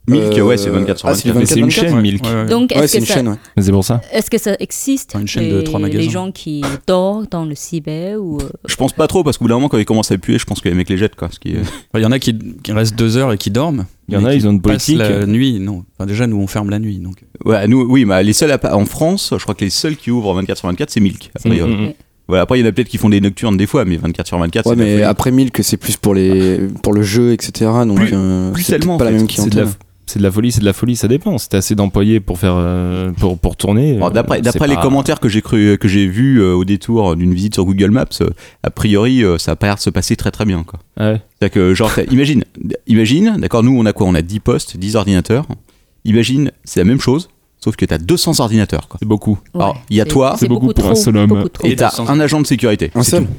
Speaker 1: Milk,
Speaker 8: Euh,
Speaker 1: ouais, c'est 24 sur
Speaker 8: ah, c'est
Speaker 1: 24.
Speaker 3: Mais c'est une
Speaker 8: 24,
Speaker 3: chaîne,
Speaker 9: ouais,
Speaker 3: Milk.
Speaker 9: ouais, ouais.
Speaker 7: Donc,
Speaker 8: Ouais,
Speaker 7: est-ce
Speaker 8: c'est
Speaker 7: que,
Speaker 8: une
Speaker 7: ça-
Speaker 8: chaîne. ouais.
Speaker 3: Mais c'est pour ça.
Speaker 7: est-ce que ça existe
Speaker 9: Enfin, une chaîne de
Speaker 7: les-
Speaker 9: trois
Speaker 7: Les
Speaker 9: magasins.
Speaker 7: gens qui dorment dans le cyber ou... euh,
Speaker 1: Je pense pas trop parce qu'au bout d'un moment, quand ils commencent à puer, je pense que les mecs les jettent quoi. Ce qui est-
Speaker 9: Il y en a qui, qui restent deux heures et qui dorment.
Speaker 3: Il y en a, ils ont une
Speaker 9: passent
Speaker 3: politique.
Speaker 9: la nuit. Non, Enfin, déjà nous on ferme la nuit. Donc
Speaker 1: Ouais, nous, oui, mais les seuls à pa- en France, je crois que les seuls qui ouvrent 24 sur 24, c'est Milk. Après,
Speaker 3: Mm,
Speaker 1: euh,
Speaker 3: mm, mm.
Speaker 1: voilà, après, il y en a peut-être qui font des nocturnes des fois, mais 24 sur 24,
Speaker 8: Mhm. Ouais,
Speaker 1: c'est de la
Speaker 8: mais
Speaker 1: folie.
Speaker 8: après Milk, c'est plus pour les pour le jeu, etc. Donc
Speaker 1: Plus-
Speaker 8: euh,
Speaker 1: plus
Speaker 8: c'est peut-être
Speaker 1: tellement, en
Speaker 8: pas la
Speaker 1: fait.
Speaker 8: même
Speaker 3: C'est de la
Speaker 8: clientèle.
Speaker 3: c'est de la folie, c'est de la folie, ça dépend. Si t'as assez d'employés pour faire euh, pour pour tourner.
Speaker 1: Bon,
Speaker 3: euh,
Speaker 1: d'après
Speaker 3: c'est
Speaker 1: d'après les
Speaker 3: pas-
Speaker 1: commentaires que j'ai cru que j'ai vu au détour d'une visite sur Google Maps, euh, a priori, euh, ça a pas l'air de se passer très très bien quoi.
Speaker 3: Ouais.
Speaker 1: C'est-à-dire que, genre, t'as- imagine, imagine, d'accord, nous on a quoi On a 10 postes, 10 ordinateurs. Imagine, c'est la même chose, sauf que t'as 200 ordinateurs, quoi.
Speaker 3: C'est beaucoup.
Speaker 1: Alors, il y a
Speaker 7: c'est-
Speaker 1: toi,
Speaker 3: C'est beaucoup pour un
Speaker 7: trop,
Speaker 3: seul homme.
Speaker 7: beaucoup trop.
Speaker 1: Et t'as un agent de sécurité.
Speaker 8: Un
Speaker 1: C'est
Speaker 8: seul
Speaker 1: tout.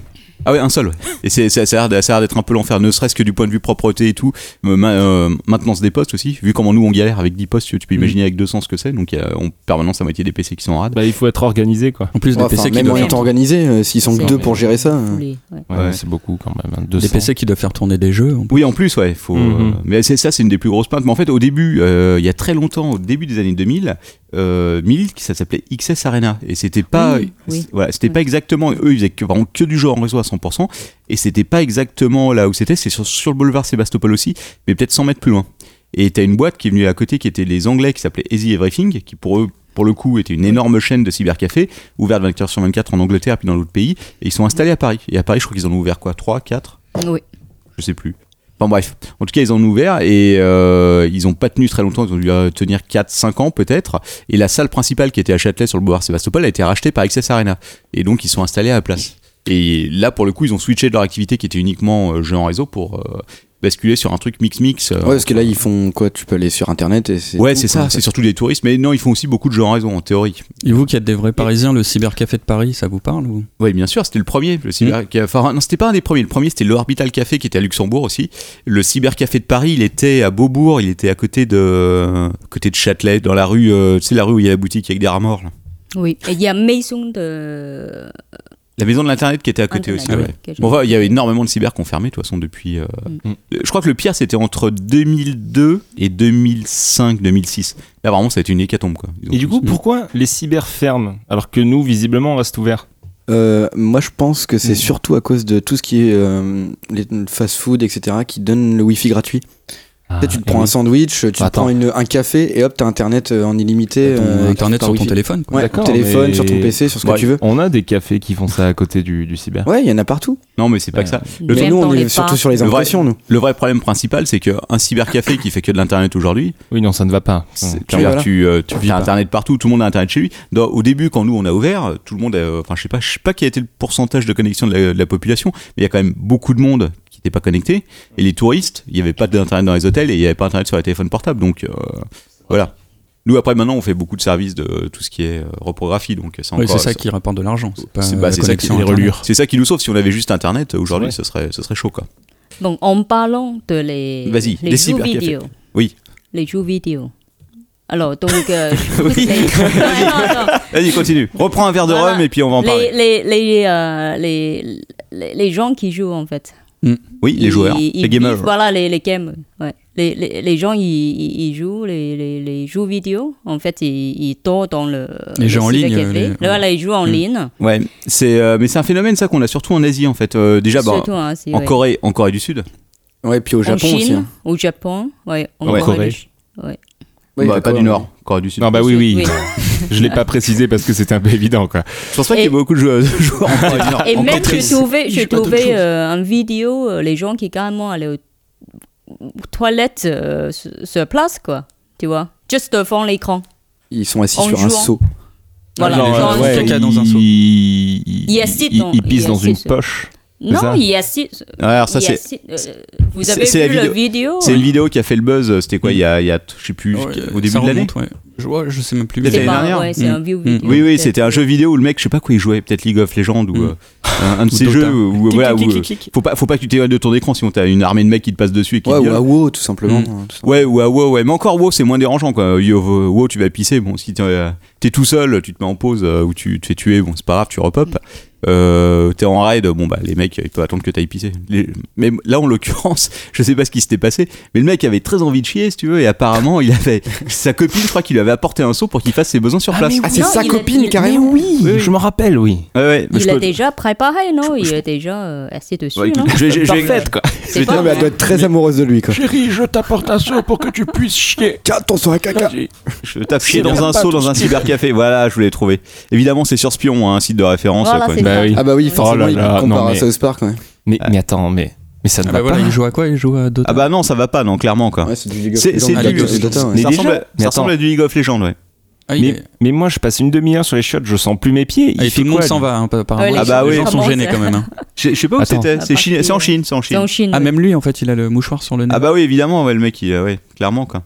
Speaker 1: Ah ouais, un seul. ouais. Et c'est, c'est- ça a l'air d- ça a l'air d'être un peu l'enfer, ne serait-ce que du point de vue propreté et tout. Mais ma- euh, maintenance des postes aussi, vu comment nous on galère avec 10 postes, tu tu peux imaginer avec 200 ce que c'est. Donc il y a en permanence la moitié des PC qui sont en rade.
Speaker 3: Bah, il faut être organisé, quoi.
Speaker 9: En plus,
Speaker 8: Ouais,
Speaker 9: des
Speaker 8: enfin,
Speaker 9: PC, qui
Speaker 8: même en
Speaker 9: doivent,
Speaker 7: doivent-
Speaker 8: étant organisé, euh, s'ils sont que
Speaker 7: C'est-
Speaker 8: deux pour gérer ça.
Speaker 7: Tous
Speaker 8: euh,
Speaker 7: les- ouais.
Speaker 3: Ouais,
Speaker 1: Ouais.
Speaker 3: c'est beaucoup quand même. hein,
Speaker 9: des
Speaker 3: 200.
Speaker 9: PC qui doivent faire tourner des jeux. on-
Speaker 1: Oui, en plus, ouais. Faut,
Speaker 3: Mhm.
Speaker 1: euh, mais c'est ça, c'est une des plus grosses plaintes. Mais en fait, au début, euh, il y a très longtemps, au début des années 2000, euh, 1000, ça s'appelait XS Arena. Et c'était pas,
Speaker 7: Oui, oui.
Speaker 1: voilà, c'était pas exactement, eux, ils faisaient que, par contre, que du jeu en réseau à 100%. Et c'était pas exactement là où c'était, c'est sur, sur le boulevard Sébastopol aussi, mais peut-être 100 mètres plus loin. Et t'as une boîte qui est venue à côté, qui était les Anglais, qui s'appelait Easy Everything, qui pour eux, pour le coup, était une énorme chaîne de cybercafé, ouverte 24 sur 24 en Angleterre, puis dans d'autres pays. Et ils sont installés à Paris. Et à Paris, je crois qu'ils en ont ouvert quoi 3, 4
Speaker 7: Oui.
Speaker 1: je sais plus. Enfin bref, en tout cas ils en ont ouvert et euh, ils ont pas tenu très longtemps, ils ont dû euh, tenir 4-5 ans peut-être. Et la salle principale qui était à Châtelet sur le boulevard Sébastopol a été rachetée par XS Arena. Et donc ils sont installés à la place. Et là pour le coup ils ont switché de leur activité qui était uniquement euh, jeu en réseau pour euh, basculer sur un truc mix-mix. euh,
Speaker 8: Ouais, parce que là, ils font quoi Tu peux aller sur internet et c'est.
Speaker 1: ouais
Speaker 8: tout,
Speaker 1: c'est
Speaker 8: quoi.
Speaker 1: ça, c'est surtout des touristes. Mais non ils font aussi beaucoup de jeux en réseau en théorie.
Speaker 9: Et vous qui êtes des vrais Parisiens, le cybercafé de Paris, ça vous parle ou
Speaker 1: Oui, bien sûr, c'était le premier. Le cyber... enfin, non, c'était pas un des premiers. Le premier, c'était l'Orbital Café qui était à Luxembourg aussi. Le Cybercafé de Paris, il était à Beaubourg, il était à côté de, côté de Châtelet, dans la rue, euh, tu sais, la rue où il y a la boutique avec des ramors. là.
Speaker 7: Oui. Et il y a maison de.
Speaker 1: La maison de l'Internet qui était à
Speaker 3: Ah,
Speaker 1: côté
Speaker 7: Internet,
Speaker 1: aussi. ouais.
Speaker 7: quelque chose.
Speaker 1: Bon, enfin, il y avait énormément de cyber qui ont fermé, de toute façon, depuis. euh,
Speaker 3: Mm.
Speaker 1: Je crois que le pire, c'était entre 2002 et 2005-2006. Là, vraiment, ça a été une hécatombe, quoi. Ils ont
Speaker 3: Et du coup,
Speaker 1: tous-
Speaker 3: pourquoi les cyber ferment alors que nous, visiblement, on reste ouverts
Speaker 8: Euh, moi, je pense que c'est surtout à cause de tout ce qui est euh, les fast-food, etc., qui donne le wifi gratuit. Tu sais, tu te prends un sandwich, tu te
Speaker 3: Attends.
Speaker 8: prends une- un café, et hop, t'as internet euh, en illimité.
Speaker 9: Ton
Speaker 8: euh,
Speaker 9: Internet
Speaker 8: par
Speaker 9: sur ton
Speaker 8: wifi.
Speaker 9: téléphone. quoi.
Speaker 8: Ouais,
Speaker 3: D'accord,
Speaker 8: téléphone,
Speaker 3: mais-
Speaker 8: sur ton PC, sur ce que
Speaker 3: Ouais,
Speaker 8: tu veux.
Speaker 3: Bah, On a des cafés qui font ça à côté du, du cyber.
Speaker 8: Ouais, il y en a partout.
Speaker 1: Non, mais
Speaker 3: Bah,
Speaker 1: c'est pas que ça. Le
Speaker 8: Mais
Speaker 7: Même
Speaker 8: nous,
Speaker 7: dans
Speaker 8: on
Speaker 7: les
Speaker 8: est surtout
Speaker 7: parcs.
Speaker 8: sur les
Speaker 1: Le vrai-
Speaker 8: impressions, nous.
Speaker 1: Le vrai problème principal, c'est qu'un cybercafé qui fait que de l'Internet aujourd'hui,
Speaker 3: Oui, non, ça ne va pas.
Speaker 1: C'est-
Speaker 3: Mm.
Speaker 1: tu, veux dire,
Speaker 8: voilà.
Speaker 1: tu, euh, tu
Speaker 8: vis
Speaker 1: as
Speaker 8: pas.
Speaker 1: internet partout, tout le monde a internet chez lui. Dans- au début, quand nous on a ouvert, euh, tout le monde, euh, enfin je sais pas, je sais pas quel était le pourcentage de connexion de la, de la population, mais il y a quand même beaucoup de monde qui n'était pas connecté. Et les touristes, il n'y avait pas d'internet dans les hôtels et il n'y avait pas internet sur les téléphones portables. Donc euh, voilà. Nous après maintenant on fait beaucoup de services de euh, tout ce qui est euh, reprographie, donc c'est
Speaker 9: Oui,
Speaker 1: encore- euh,
Speaker 9: c'est ça qui rapporte de l'argent. C'est pas
Speaker 1: c'est- bah,
Speaker 9: la
Speaker 1: c'est ça qui
Speaker 9: connexion
Speaker 1: les
Speaker 9: Internet.
Speaker 1: relure. C'est ça qui nous sauve. Si on avait juste internet euh, aujourd'hui,
Speaker 3: Ouais.
Speaker 1: ce serait, ce serait chaud quoi.
Speaker 7: Donc, en parlant de les,
Speaker 1: Vas-y, les
Speaker 7: les jeux
Speaker 1: cybercafés.
Speaker 7: vidéo.
Speaker 1: Oui.
Speaker 7: Les jeux vidéo. Alors, donc. euh, je-
Speaker 1: Oui.
Speaker 7: les- Attends, attends.
Speaker 1: Vas-y continue. Reprends un verre de
Speaker 7: Voilà.
Speaker 1: rhum et puis on va en
Speaker 7: les,
Speaker 1: parler.
Speaker 7: les, les, euh, les, les, les gens qui jouent, en fait.
Speaker 1: Oui, les
Speaker 7: Ils-
Speaker 1: joueurs,
Speaker 7: ils-
Speaker 1: les
Speaker 7: ils-
Speaker 1: gamers.
Speaker 7: Voilà, les, les gamers. ouais. Les, les, les gens, ils, ils, ils jouent les, les, les jeux vidéo. En fait, ils, ils tournent dans le.
Speaker 9: Les
Speaker 7: le
Speaker 9: jeux en ligne,
Speaker 7: cybercafé.
Speaker 9: euh, les-
Speaker 7: Voilà, ils jouent en
Speaker 9: Mm.
Speaker 7: ligne.
Speaker 1: Ouais, c'est euh, mais c'est un phénomène ça qu'on a surtout en Asie en fait. Euh, déjà bah,
Speaker 7: Surtout en Asie,
Speaker 1: en
Speaker 7: ouais.
Speaker 1: Corée, en Corée du Sud.
Speaker 8: Ouais, puis au
Speaker 7: en
Speaker 8: Japon
Speaker 7: Chine,
Speaker 8: aussi. hein.
Speaker 7: au Japon, ouais, en
Speaker 1: Ouais.
Speaker 7: Corée.
Speaker 3: Corée.
Speaker 7: du Sud. Ouais.
Speaker 8: Ouais,
Speaker 1: bah,
Speaker 8: d'accord.
Speaker 1: pas du Nord, Corée du Sud.
Speaker 3: Non, bah oui, oui.
Speaker 7: Oui.
Speaker 3: Je l'ai pas précisé parce que c'était un peu évident, quoi.
Speaker 1: Je pense pas qu'il y ait
Speaker 7: Et-
Speaker 1: beaucoup de jeux- de joueurs en Corée du Nord.
Speaker 7: Et
Speaker 1: En
Speaker 7: même,
Speaker 1: Corée-
Speaker 7: j'ai trouvé, j'ai
Speaker 8: pas d'autre
Speaker 7: trouvé
Speaker 8: chose.
Speaker 7: euh, en vidéo euh, les gens qui carrément allaient aux toilettes euh, se, se placent, quoi. Tu vois Juste devant l'écran.
Speaker 8: Ils sont assis
Speaker 7: En
Speaker 8: sur un
Speaker 7: jouant.
Speaker 8: seau.
Speaker 7: Voilà.
Speaker 9: Genre,
Speaker 7: Genre,
Speaker 9: euh, ouais,
Speaker 7: ils-
Speaker 9: caca dans un seau.
Speaker 3: Il,
Speaker 7: Il assiste dans-
Speaker 3: il pisse
Speaker 7: il
Speaker 3: dans une
Speaker 7: assiste.
Speaker 3: poche.
Speaker 7: Non,
Speaker 3: ça
Speaker 7: il assiste.
Speaker 1: Ouais, alors Ah, ça
Speaker 7: il
Speaker 1: c'est
Speaker 7: assiste, euh, vous
Speaker 1: c'est-
Speaker 7: avez
Speaker 1: c'est
Speaker 7: vu
Speaker 1: la
Speaker 7: la
Speaker 1: vidéo-
Speaker 7: vidéo,
Speaker 1: c'est une vidéo qui a fait le buzz. euh, C'était quoi il y a, il y a je sais plus
Speaker 9: Ouais,
Speaker 1: au début
Speaker 9: ça
Speaker 1: de l'année.
Speaker 9: remonte, ouais. Je vois, je sais même plus.
Speaker 1: C'était
Speaker 7: C'est
Speaker 1: l'année
Speaker 7: pas-
Speaker 1: dernière
Speaker 7: ouais, c'est
Speaker 9: Mm.
Speaker 7: un vieux
Speaker 9: Mm.
Speaker 7: vidéo.
Speaker 1: Oui oui
Speaker 7: peut-être.
Speaker 1: c'était un jeu vidéo où le mec je sais pas quoi il jouait peut-être League of Legends ou
Speaker 9: Mm.
Speaker 1: euh, un, un de
Speaker 9: Ou
Speaker 1: ces
Speaker 9: Dota.
Speaker 1: jeux où
Speaker 9: Tic,
Speaker 1: voilà
Speaker 9: tic,
Speaker 1: où,
Speaker 9: tic,
Speaker 1: euh,
Speaker 9: tic, tic.
Speaker 1: faut pas faut pas que tu t'éloignes de ton écran sinon t'as une armée de mecs qui te passe dessus et qui
Speaker 8: Ouais,
Speaker 1: te
Speaker 8: ou
Speaker 1: violent.
Speaker 8: à WoW, tout simplement. hein, tout simplement.
Speaker 1: Ouais, ou à WoW, ouais. Mais encore WoW, c'est moins dérangeant, quoi. Yo, WoW, tu vas pisser. Bon, si t'es euh, t'es tout seul, tu te mets en pause euh, ou tu te fais tuer, bon, c'est pas grave, tu repopes. Euh, t'es en raid, bon, bah, les mecs, ils peuvent attendre que t'ailles pisser. Les- Mais là, en l'occurrence, je sais pas ce qui s'était passé, mais le mec avait très envie de chier, si tu veux, et apparemment, il avait sa copine, je crois qu'il lui avait apporté un seau pour qu'il fasse ses besoins sur place.
Speaker 8: Ah, c'est
Speaker 7: Non,
Speaker 8: sa
Speaker 7: il a-
Speaker 8: copine,
Speaker 7: il-
Speaker 8: carrément.
Speaker 3: Oui, je me rappelle, oui.
Speaker 1: Ouais, ouais, mais je
Speaker 7: Il est
Speaker 1: peux-
Speaker 7: déjà préparé, non Il est déjà euh, assis dessus,
Speaker 1: Ouais, écoute,
Speaker 7: non
Speaker 1: je- je- je-
Speaker 3: quoi.
Speaker 7: C'est
Speaker 8: Non,
Speaker 7: pas
Speaker 8: mais elle doit
Speaker 7: vrai.
Speaker 8: être très amoureuse de lui, quoi.
Speaker 2: Chérie, je t'apporte un seau pour que tu puisses chier.
Speaker 8: Tiens, ton seau à caca.
Speaker 2: Vas-y.
Speaker 1: je tape chier dans un seau, dans un cybercafé. Voilà, je voulais trouver. Évidemment, c'est sur Spion, hein, un site de référence.
Speaker 7: Voilà,
Speaker 1: quoi.
Speaker 7: c'est
Speaker 3: Bah
Speaker 7: ça.
Speaker 3: oui.
Speaker 8: Ah bah oui,
Speaker 7: Oh
Speaker 8: forcément,
Speaker 3: là
Speaker 8: il
Speaker 3: là, non,
Speaker 8: compare à
Speaker 3: mais-
Speaker 8: South Park. Ouais,
Speaker 3: Mais, mais attends, mais, mais ça ne
Speaker 9: Ah
Speaker 3: va
Speaker 9: bah voilà,
Speaker 3: pas.
Speaker 9: il joue à quoi Il joue à Dota.
Speaker 1: Ah bah non, ça va pas, non, clairement, quoi.
Speaker 8: ouais c'est du League of
Speaker 1: C'est
Speaker 8: Legends.
Speaker 1: c'est
Speaker 8: Ah,
Speaker 1: du
Speaker 8: League of Legends, ouais.
Speaker 1: mais
Speaker 3: Ça
Speaker 1: déjà,
Speaker 3: ressemble-
Speaker 1: ça
Speaker 3: mais
Speaker 1: ressemble
Speaker 3: attends.
Speaker 1: à du League of Legends, ouais.
Speaker 9: Ah, il
Speaker 3: Mais,
Speaker 9: est-
Speaker 3: mais moi, je passe une demi-heure sur les shots, je sens plus mes pieds.
Speaker 9: ah,
Speaker 3: il
Speaker 9: et tout
Speaker 3: fait
Speaker 9: le monde
Speaker 3: quoi,
Speaker 9: s'en
Speaker 3: lui
Speaker 9: va hein, par- apparemment.
Speaker 7: Ouais,
Speaker 1: les
Speaker 9: Les gens- les
Speaker 1: gens
Speaker 9: gens sont
Speaker 7: commencent.
Speaker 9: gênés quand même. hein.
Speaker 1: Je, je sais pas où
Speaker 3: Attends.
Speaker 1: c'était.
Speaker 7: Ah,
Speaker 1: C'est
Speaker 7: parti,
Speaker 1: Chine- c'est en
Speaker 7: ouais.
Speaker 1: Chine, c'est en
Speaker 7: C'est
Speaker 1: Chine.
Speaker 7: en Chine.
Speaker 9: Ah
Speaker 7: ouais.
Speaker 9: même lui en fait il a le mouchoir sur le nez.
Speaker 1: Ah bah oui, évidemment, ouais, le mec, il, euh, ouais, clairement quoi.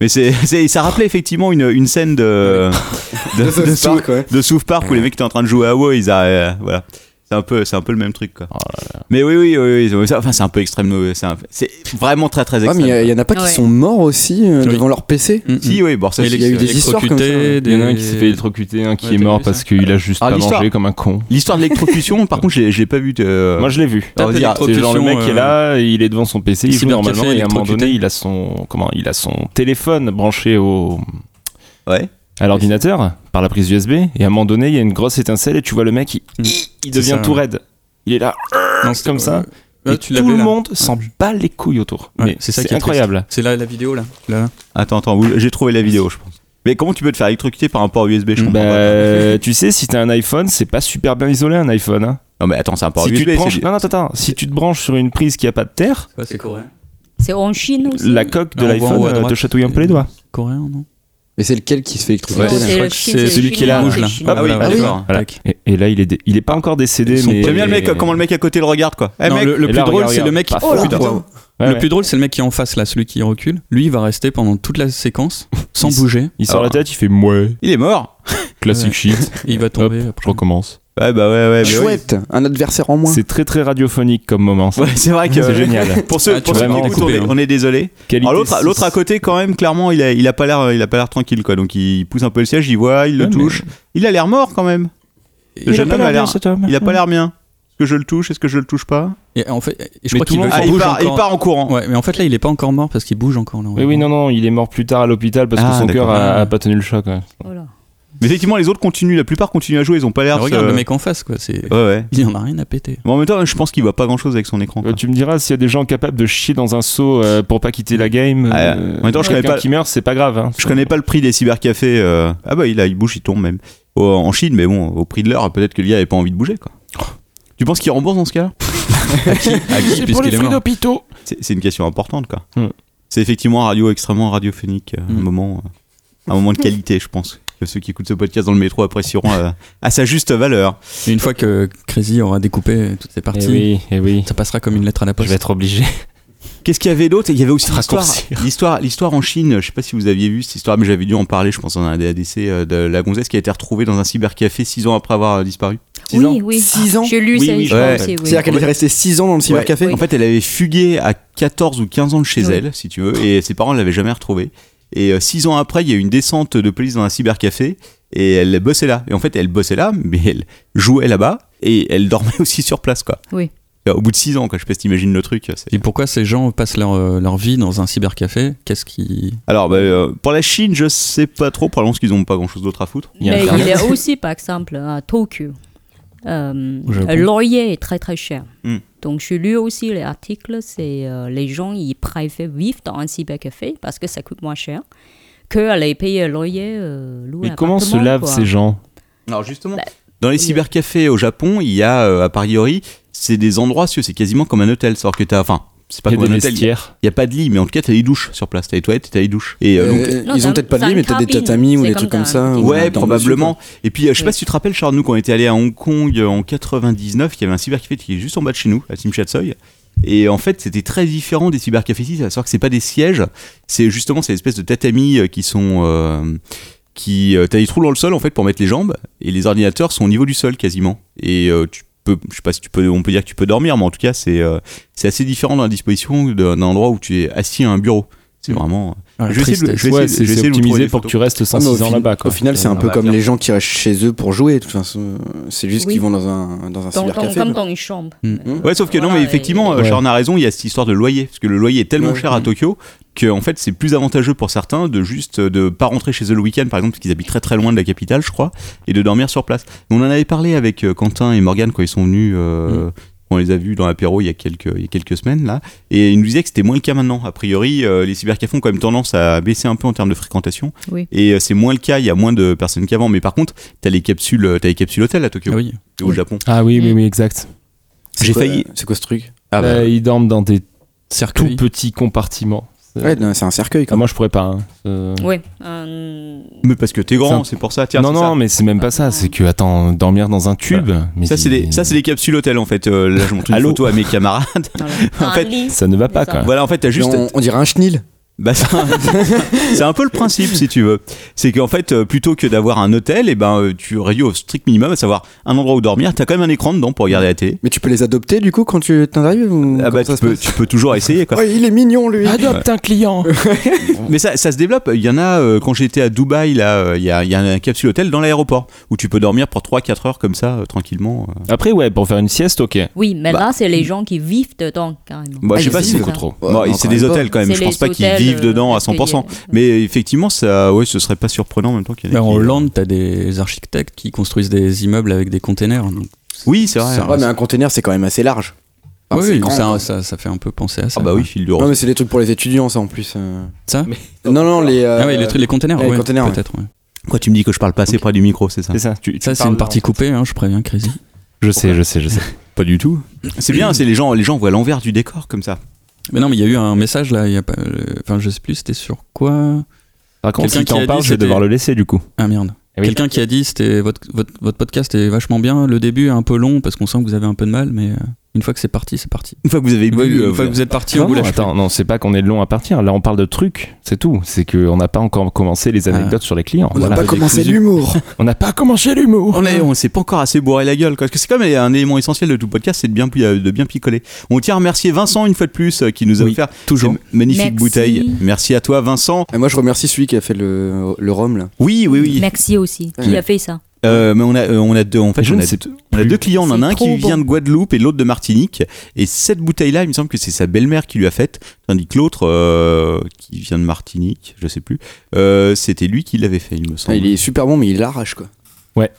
Speaker 1: Mais c'est, c'est- ça rappelait effectivement une, une scène de de,
Speaker 8: De South
Speaker 1: de Sou-
Speaker 8: Park, ouais.
Speaker 1: de South Park où les mecs étaient en train de jouer à WoW, ils a, euh, voilà. C'est un peu, c'est un peu le même truc quoi. Mais oui, oui, oui, oui, oui, ça- enfin c'est un peu extrême, euh, c'est un- c'est vraiment très très
Speaker 8: Ah,
Speaker 1: extrême.
Speaker 8: mais il y, en a pas qui
Speaker 7: Ouais.
Speaker 8: sont morts aussi euh,
Speaker 9: Oui.
Speaker 8: devant leur PC
Speaker 9: mm,
Speaker 1: Si, oui, bon ça
Speaker 9: Et
Speaker 1: c'est-
Speaker 8: il y a eu des histoires comme ça.
Speaker 9: électrocutés,
Speaker 3: Il y en a un qui
Speaker 9: des-
Speaker 3: s'est fait électrocuter, un qui
Speaker 9: Ouais,
Speaker 3: est
Speaker 9: t'as
Speaker 3: mort
Speaker 9: vu ça
Speaker 3: parce qu'il a juste
Speaker 1: Ah,
Speaker 3: pas
Speaker 1: l'histoire. Euh.
Speaker 3: mangé comme un con.
Speaker 1: L'histoire de l'électrocution, par contre, j'ai j'ai pas vu. De...
Speaker 3: Moi je l'ai vu.
Speaker 1: Alors,
Speaker 9: Tape
Speaker 1: dire,
Speaker 3: C'est genre le mec
Speaker 9: électrocution,
Speaker 3: qui est là, il est devant son PC, il joue
Speaker 9: cybercafé
Speaker 3: normalement et à un moment
Speaker 9: électrocuté.
Speaker 3: donné il a son comment il a son téléphone branché au
Speaker 1: Ouais.
Speaker 3: à l'ordinateur par la prise USB et à un moment donné il y a une grosse étincelle et tu vois le mec il, il
Speaker 9: Mm. C'est
Speaker 3: devient
Speaker 9: ça,
Speaker 3: tout
Speaker 9: ouais.
Speaker 3: raide. Il est là
Speaker 9: Non,
Speaker 3: c'est comme
Speaker 9: c'était-
Speaker 3: ça.
Speaker 9: Ouais,
Speaker 3: et
Speaker 9: tu
Speaker 3: tout
Speaker 9: l'avais
Speaker 3: le
Speaker 9: là.
Speaker 3: monde s'en bat les couilles autour.
Speaker 9: Ouais,
Speaker 3: Mais
Speaker 9: c'est ça qui
Speaker 3: c'est
Speaker 9: est triste.
Speaker 3: incroyable.
Speaker 9: C'est là la vidéo là. là.
Speaker 1: Attends, attends, vous- j'ai trouvé la vidéo, je pense. Mais comment tu peux te faire électrocuter par un port USB Je comprends pas.
Speaker 3: Bah, tu sais, si t'as un iPhone, c'est pas super bien isolé un iPhone. hein.
Speaker 1: Non, mais attends, c'est un port
Speaker 3: Si tu
Speaker 1: USB.
Speaker 3: te
Speaker 1: c'est-
Speaker 3: branches, non, non, attends, attends. si tu te branches sur une prise qui a pas de terre,
Speaker 9: c'est coréen.
Speaker 7: C'est en Chine aussi.
Speaker 3: la coque de
Speaker 9: Là, Ah, on voit en
Speaker 3: l'iPhone
Speaker 9: haut à
Speaker 3: euh, te
Speaker 9: droite.
Speaker 3: chatouille un peu les doigts.
Speaker 9: Coréen, non
Speaker 8: Mais c'est lequel qui se fait
Speaker 7: Non,
Speaker 8: électrocuter
Speaker 9: Ouais.
Speaker 8: là
Speaker 9: je
Speaker 7: c'est
Speaker 9: crois
Speaker 7: le
Speaker 9: que
Speaker 7: Chine,
Speaker 9: c'est
Speaker 7: c'est
Speaker 9: celui
Speaker 7: le
Speaker 9: qui est là,
Speaker 7: chinois,
Speaker 9: rouge, là.
Speaker 7: c'est le
Speaker 1: Ah oui,
Speaker 7: chinois.
Speaker 9: Voilà,
Speaker 1: ah
Speaker 9: voilà.
Speaker 1: oui.
Speaker 3: Voilà. Et, et là, il est, dé- il est pas encore décédé,
Speaker 9: Ils sont
Speaker 3: mais.
Speaker 1: J'aime bien le mec, comment le mec à côté le regarde quoi. Eh,
Speaker 9: Non,
Speaker 1: mec,
Speaker 9: le, le
Speaker 3: Et
Speaker 9: plus
Speaker 3: là,
Speaker 9: drôle,
Speaker 3: regarde,
Speaker 9: c'est le mec.
Speaker 3: regarde.
Speaker 9: Oh,
Speaker 3: Oh,
Speaker 9: putain.
Speaker 3: putain.
Speaker 8: Eh
Speaker 3: Ouais,
Speaker 9: le
Speaker 3: ouais.
Speaker 9: plus drôle, c'est le mec qui est en face là, celui qui recule. Lui, il va rester pendant toute la séquence sans
Speaker 3: Il-
Speaker 9: bouger.
Speaker 3: Il
Speaker 1: Ah.
Speaker 3: sort la tête, il fait mouais,
Speaker 1: il est mort.
Speaker 3: classique shit,
Speaker 9: Et il va tomber.
Speaker 3: je recommence.
Speaker 1: Ouais, bah ouais,
Speaker 8: ben
Speaker 1: ouais. mais oui.
Speaker 8: Chouette, un adversaire en moins.
Speaker 3: C'est très très radiophonique comme moment. ça.
Speaker 1: Ouais, c'est vrai que
Speaker 3: C'est génial.
Speaker 1: Pour
Speaker 9: Ah,
Speaker 1: ceux,
Speaker 9: tu
Speaker 1: pour
Speaker 9: vas
Speaker 1: ceux qui
Speaker 3: vraiment
Speaker 1: écoutent, on
Speaker 9: couper,
Speaker 1: est,
Speaker 9: hein.
Speaker 1: on est désolé.
Speaker 3: Qualité
Speaker 1: Alors l'autre,
Speaker 3: six.
Speaker 1: l'autre à côté, quand même, clairement, il a, il a pas l'air, il a pas l'air tranquille quoi. Donc il pousse un peu le siège, il voit, il le
Speaker 3: Ouais,
Speaker 1: touche. Il a l'air mort quand même. Le
Speaker 3: Il a
Speaker 1: jeune
Speaker 3: pas
Speaker 1: homme a
Speaker 3: l'air bien,
Speaker 1: l'air,
Speaker 3: cet homme.
Speaker 1: il a pas l'air bien. Est-ce que je le touche Est-ce que je le touche pas
Speaker 9: Et en fait, et je
Speaker 3: Mais
Speaker 9: crois
Speaker 3: tout
Speaker 9: qu'il
Speaker 3: le
Speaker 9: veut-
Speaker 3: monde
Speaker 1: Ah,
Speaker 9: il
Speaker 1: il
Speaker 9: bouge
Speaker 1: part, il
Speaker 9: encore.
Speaker 1: part en courant.
Speaker 9: Ouais, mais en fait là, il est pas encore mort parce qu'il bouge encore. Là,
Speaker 3: Oui, oui, non, non, il est mort plus tard à l'hôpital parce
Speaker 1: Ah,
Speaker 3: que son cœur
Speaker 9: d'accord.
Speaker 3: a, a pas tenu le choc. ouais.
Speaker 7: Voilà.
Speaker 1: Mais effectivement, les autres continuent. La plupart continuent à jouer. Ils ont pas l'air.
Speaker 9: Regarde
Speaker 1: euh,
Speaker 9: le mec en face, quoi. C'est.
Speaker 1: Ouais, ouais.
Speaker 9: Il en a rien à péter.
Speaker 1: Bon, en même temps, je pense qu'il voit pas grand chose avec son écran. quoi.
Speaker 3: Euh, tu me diras s'il y a des gens capables de chier dans un seau euh, pour pas quitter la game. euh,
Speaker 1: Ah, en même temps, je connais
Speaker 3: quelqu'un
Speaker 1: pas-
Speaker 3: qui meurt, c'est pas grave. hein.
Speaker 1: Je connais pas le prix des cybercafés. euh, Ah bah il, a, il bouge, il tombe même. Au- en Chine, mais bon, au prix de l'heure, peut-être que le gars avait pas envie de bouger quoi.
Speaker 3: Oh.
Speaker 1: Tu penses qu'il rembourse dans ce cas-là
Speaker 9: À qui
Speaker 2: C'est pour les
Speaker 9: Puisqu'il est
Speaker 2: fruits
Speaker 9: mort.
Speaker 2: d'hôpitaux.
Speaker 1: c'est, c'est une question importante quoi.
Speaker 3: Hmm.
Speaker 1: C'est effectivement radio extrêmement radiophonique, euh,
Speaker 3: Mm.
Speaker 1: un
Speaker 9: Hmm.
Speaker 1: moment, euh, un moment de qualité, je pense. Que ceux qui écoutent ce podcast dans le métro apprécieront euh, à sa juste valeur.
Speaker 9: Et Une fois que Crazy aura découpé toutes ses
Speaker 3: Eh
Speaker 9: parties,
Speaker 3: oui, eh oui.
Speaker 9: ça passera comme une lettre à la poste.
Speaker 3: être obligé.
Speaker 1: Qu'est-ce qu'il y avait d'autre Il y avait aussi l'histoire,
Speaker 3: Raccourcir.
Speaker 1: l'histoire, l'histoire en Chine. Je sais pas si vous aviez vu cette histoire, mais j'avais dû en parler, je pense, dans un DADC euh, de la gonzesse qui a été retrouvée dans un cybercafé six ans après avoir euh, disparu.
Speaker 7: Oui, oui.
Speaker 8: Six ans
Speaker 7: J'ai lu
Speaker 1: Oui,
Speaker 7: ça,
Speaker 1: oui,
Speaker 7: je crois
Speaker 1: ouais.
Speaker 7: aussi, oui.
Speaker 8: C'est-à-dire qu'elle est restée 6 ans dans le cybercafé
Speaker 7: Oui.
Speaker 1: En fait, elle avait fugué à 14 ou 15 ans de chez
Speaker 7: Oui.
Speaker 1: elle, si tu veux, et ses parents ne l'avaient jamais retrouvée. Et euh, six ans après, il y a eu une descente de police dans un cybercafé, et elle bossait là. Et en fait, elle bossait là, mais elle jouait là-bas, et elle dormait aussi sur place, quoi.
Speaker 7: Oui.
Speaker 1: Euh, Au bout de six ans, quoi, je sais pas si t'imagines le truc. c'est-
Speaker 9: Et pourquoi ces gens passent leur, euh, leur vie dans un cybercafé Qu'est-ce qui.
Speaker 1: Alors, bah, euh, pour la Chine, je sais pas trop, probablement parce qu'ils ont pas grand-chose d'autre à foutre.
Speaker 3: Il y a
Speaker 7: Mais il
Speaker 3: Internet.
Speaker 7: y a aussi, par exemple, à Tokyo, euh,
Speaker 9: Au Japon.
Speaker 7: le loyer est très très cher.
Speaker 1: Hmm.
Speaker 7: Donc, j'ai lu aussi les articles, c'est euh, les gens, ils préfèrent vivre dans un cybercafé parce que ça coûte moins cher que aller payer un loyer, euh, louer
Speaker 3: Mais
Speaker 7: un
Speaker 3: comment se
Speaker 7: appartement,
Speaker 3: lavent
Speaker 7: quoi.
Speaker 3: ces gens
Speaker 1: Alors justement,
Speaker 7: Bah,
Speaker 1: dans les
Speaker 7: oui.
Speaker 1: cybercafés au Japon, il y a euh, à priori, c'est des endroits, c'est quasiment comme un hôtel, sauf que t'as, enfin, c'est pas
Speaker 3: Il y a
Speaker 1: comme
Speaker 3: des
Speaker 1: un hôtel, il y a-
Speaker 3: vestiaires.
Speaker 1: il y a pas de lit, mais en tout cas t'as des douches sur place, t'as des toilettes, et t'as des douches. Et euh, donc,
Speaker 8: Euh,
Speaker 7: Non,
Speaker 8: Ils
Speaker 7: c'est
Speaker 8: ont
Speaker 7: un-
Speaker 8: peut-être pas de
Speaker 7: c'est
Speaker 8: lit,
Speaker 7: un
Speaker 8: mais t'as des
Speaker 7: camping,
Speaker 8: tatamis ou
Speaker 7: c'est
Speaker 8: des
Speaker 7: comme
Speaker 8: trucs
Speaker 7: ça,
Speaker 8: comme ça.
Speaker 7: un
Speaker 8: ou
Speaker 7: camping.
Speaker 1: Ouais,
Speaker 8: dans- dans-
Speaker 1: probablement. Et puis, euh, je sais
Speaker 7: Oui.
Speaker 1: pas si tu te rappelles, Charles, nous, quand on était allé à Hong Kong euh, en 99, il y avait un cybercafé qui est juste en bas de chez nous, à Sim Sha Tsui. Et en fait, c'était très différent des cybercafés ici, à savoir que c'est pas des sièges, c'est justement ces espèces de tatamis euh, qui sont. euh, qui, euh, t'as des trous dans le sol en fait pour mettre les jambes et les ordinateurs sont au niveau du sol quasiment et euh, tu peux je sais pas si tu peux on peut dire que tu peux dormir mais en tout cas c'est euh, c'est assez différent dans la disposition d'un endroit où tu es assis à un bureau c'est vraiment
Speaker 9: Ah, la
Speaker 1: je vais essayer de-
Speaker 9: tristesse.
Speaker 1: je vais
Speaker 3: Ouais,
Speaker 1: essayer-
Speaker 3: c'est
Speaker 1: je vais
Speaker 3: c'est
Speaker 1: essayer de vous trouver
Speaker 3: optimisé
Speaker 1: des
Speaker 3: pour que
Speaker 1: photos.
Speaker 3: tu restes
Speaker 8: Ah, mais
Speaker 3: 5-6
Speaker 8: au
Speaker 3: ans
Speaker 8: fin-
Speaker 3: là-bas. quoi.
Speaker 8: Au final, c'est
Speaker 1: Ça
Speaker 8: un peu
Speaker 1: va
Speaker 8: comme
Speaker 1: bien.
Speaker 8: les gens qui restent chez eux pour jouer. De toute façon, c'est juste
Speaker 7: Oui.
Speaker 8: qu'ils vont dans un dans un
Speaker 7: Dans- dans-
Speaker 8: cybercafé.
Speaker 7: comme
Speaker 8: quoi.
Speaker 7: dans une chambre.
Speaker 3: Hmm.
Speaker 9: Mm.
Speaker 7: Euh,
Speaker 1: Ouais, sauf que non,
Speaker 7: voilà,
Speaker 1: mais effectivement,
Speaker 7: et-
Speaker 1: euh, Sharon a raison, il y a cette histoire de loyer. Parce que le loyer est tellement
Speaker 8: Ouais.
Speaker 1: cher à Tokyo que en fait, c'est plus avantageux pour certains de juste euh, de pas rentrer chez eux le week-end, par exemple, parce qu'ils habitent très très loin de la capitale, je crois, et de dormir sur place. Mais on en avait parlé avec euh, Quentin et Morgane quand ils sont venus. euh, On les a vus dans l'apéro il, y a quelques- il y a quelques semaines, là. Et ils nous disaient que c'était moins le cas maintenant. A priori, euh, les cybercafés ont quand même tendance à baisser un peu en termes de fréquentation.
Speaker 7: Oui.
Speaker 1: Et euh, c'est moins le cas, il y a moins de personnes qu'avant. Mais par contre, t'as les capsules, euh, t'as les capsules hôtels à Tokyo,
Speaker 9: Ah oui.
Speaker 1: au Japon.
Speaker 3: Ah oui, oui, oui, exact.
Speaker 8: C'est
Speaker 1: J'ai
Speaker 8: quoi-
Speaker 1: failli-
Speaker 8: C'est quoi ce truc
Speaker 9: Ah bah,
Speaker 3: Euh, Ils dorment dans des tout
Speaker 9: cercueil.
Speaker 3: petits compartiments.
Speaker 8: Ouais, non, c'est un cercueil.
Speaker 3: Ah,
Speaker 8: Quoi.
Speaker 3: moi, je pourrais pas. hein. Euh,
Speaker 7: Oui. euh,
Speaker 1: Mais parce que t'es
Speaker 3: C'est
Speaker 1: grand,
Speaker 3: un-
Speaker 1: c'est pour ça. Tiens,
Speaker 3: non,
Speaker 1: c'est
Speaker 3: non,
Speaker 1: ça.
Speaker 3: mais c'est même pas ça. C'est que, attends, dormir dans un tube. mais
Speaker 1: Ça, c'est des, ça, c'est des capsules hôtels en fait. Euh, là, je montre une
Speaker 3: Allô
Speaker 1: photo à mes camarades.
Speaker 7: voilà.
Speaker 1: En
Speaker 7: Un
Speaker 1: fait,
Speaker 7: lit.
Speaker 3: Ça ne va pas,
Speaker 7: C'est
Speaker 3: quoi.
Speaker 1: voilà, en fait, t'as
Speaker 8: Juste,
Speaker 1: juste.
Speaker 8: on, on dirait un chenil.
Speaker 1: Bah, c'est un- c'est un peu le principe, si tu veux. C'est qu'en fait, euh, plutôt que d'avoir un hôtel, et ben, euh, tu réduis au strict minimum, à savoir un endroit où dormir. T'as quand même un écran dedans pour regarder la télé.
Speaker 8: Mais tu peux les adopter du coup quand tu t'arrives ou
Speaker 1: Ah
Speaker 8: comment
Speaker 1: bah, tu
Speaker 8: ça se
Speaker 1: peux,
Speaker 8: passe Ah,
Speaker 1: tu peux toujours essayer, quoi.
Speaker 8: Ouais, il est mignon lui.
Speaker 2: Adopte un client.
Speaker 1: Mais ça, ça se développe. Il y en a, euh, quand j'étais à Dubaï, là, euh, il y, a, il y a un capsule hôtel dans l'aéroport où tu peux dormir pour 3-4 heures comme ça, euh, tranquillement. euh.
Speaker 3: Après, ouais, pour faire une sieste, ok.
Speaker 7: Oui, mais
Speaker 1: Bah.
Speaker 7: là, c'est les gens qui vivent dedans, carrément.
Speaker 1: Bah, je sais
Speaker 8: ils
Speaker 1: pas si
Speaker 8: vivent.
Speaker 1: c'est
Speaker 7: beaucoup
Speaker 3: trop.
Speaker 1: Bon,
Speaker 8: Ouais,
Speaker 1: c'est
Speaker 8: quand
Speaker 1: des
Speaker 8: même
Speaker 1: hôtels quand même,
Speaker 7: C'est
Speaker 1: je
Speaker 7: les
Speaker 1: pense pas qu'ils
Speaker 7: hôtels,
Speaker 1: vivent dedans à
Speaker 7: euh,
Speaker 1: 100%.
Speaker 7: payés.
Speaker 1: Mais effectivement, ça, ouais, ce serait pas surprenant en même temps qu'il y en a
Speaker 9: Bah, en
Speaker 1: qui- euh,
Speaker 9: Hollande, t'as des architectes qui construisent des immeubles avec des containers. hein, donc-
Speaker 1: Oui, c'est vrai.
Speaker 9: Ça-
Speaker 1: hein.
Speaker 8: Ouais, mais un container c'est quand même assez large. Enfin,
Speaker 9: oui,
Speaker 8: Ah, c'est
Speaker 9: oui,
Speaker 8: grand, hein.
Speaker 9: ça,
Speaker 8: quoi.
Speaker 9: ça, ça fait un peu penser à ça.
Speaker 1: Ah bah oui, fil du
Speaker 8: Non
Speaker 1: rose.
Speaker 8: mais c'est des trucs pour les étudiants ça en plus. euh.
Speaker 9: Ça
Speaker 8: Non non les. euh,
Speaker 9: Ah oui, les, trucs- les containers,
Speaker 8: les
Speaker 9: ouais,
Speaker 8: containers, ouais.
Speaker 9: peut-être. ouais.
Speaker 1: Quoi, tu me dis que je parle pas assez près du micro, c'est ça
Speaker 3: C'est ça. Tu, tu
Speaker 9: Ça, c'est
Speaker 3: parles
Speaker 9: une partie
Speaker 3: en-
Speaker 9: coupée, hein, je préviens, Crazy.
Speaker 3: Je sais, je sais, je sais.
Speaker 1: Pas du tout. C'est bien, c'est les gens, les gens voient l'envers du décor comme ça.
Speaker 9: Mais non, mais il y a eu un message là, il y a pas, euh, enfin je sais plus, c'était sur quoi
Speaker 3: Par contre,
Speaker 9: Quelqu'un
Speaker 3: si
Speaker 9: qui a
Speaker 3: t'en
Speaker 9: dit,
Speaker 3: parles, je vais
Speaker 9: c'était-
Speaker 3: devoir le laisser du coup.
Speaker 9: Ah merde.
Speaker 3: Ah oui.
Speaker 9: Quelqu'un qui a dit c'était votre, votre, votre podcast est vachement bien, le début est un peu long parce qu'on sent que vous avez un peu de mal, mais euh, une fois que c'est parti, c'est parti.
Speaker 1: Une fois que vous avez
Speaker 9: Une
Speaker 1: bu,
Speaker 9: fois, une
Speaker 1: euh,
Speaker 9: fois que
Speaker 1: vous-
Speaker 9: vous êtes parti,
Speaker 3: Non,
Speaker 9: on vous
Speaker 3: non,
Speaker 9: lâche
Speaker 3: attends, non, c'est pas qu'on est long à partir. Là, on parle de trucs, c'est tout. C'est qu'on n'a pas encore commencé les anecdotes sur les clients.
Speaker 8: On n'a
Speaker 3: Voilà.
Speaker 8: pas commencé l'humour.
Speaker 3: On n'a pas
Speaker 2: Pas commencer l'humour.
Speaker 1: on est- on s'est pas encore assez bourré la gueule. quoi. Parce que c'est comme un élément essentiel de tout podcast, c'est de bien, de bien picoler. On tient à remercier Vincent une fois de plus euh, qui nous a
Speaker 9: Oui,
Speaker 1: offert
Speaker 9: toujours.
Speaker 1: une magnifique
Speaker 7: Merci.
Speaker 1: bouteille. Merci à toi, Vincent.
Speaker 8: Et moi je remercie celui qui a fait le, le rhum là.
Speaker 1: Oui, oui, oui.
Speaker 7: Merci aussi. Qui
Speaker 8: Ouais.
Speaker 7: a fait ça
Speaker 1: Euh, mais on a, euh, on a deux. En fait,
Speaker 3: Je
Speaker 1: on
Speaker 3: ne
Speaker 1: a,
Speaker 3: sais
Speaker 1: on a deux clients. On en a
Speaker 7: C'est
Speaker 1: un qui
Speaker 7: trop
Speaker 1: vient
Speaker 7: bon.
Speaker 1: de Guadeloupe et l'autre de Martinique. Et cette bouteille-là, il me semble que c'est sa belle-mère qui lui a faite, tandis que l'autre, euh, qui vient de Martinique, je sais plus, euh, c'était lui qui l'avait fait, il me
Speaker 8: Ah,
Speaker 1: semble.
Speaker 8: il est super bon mais il l'arrache quoi.
Speaker 9: Ouais.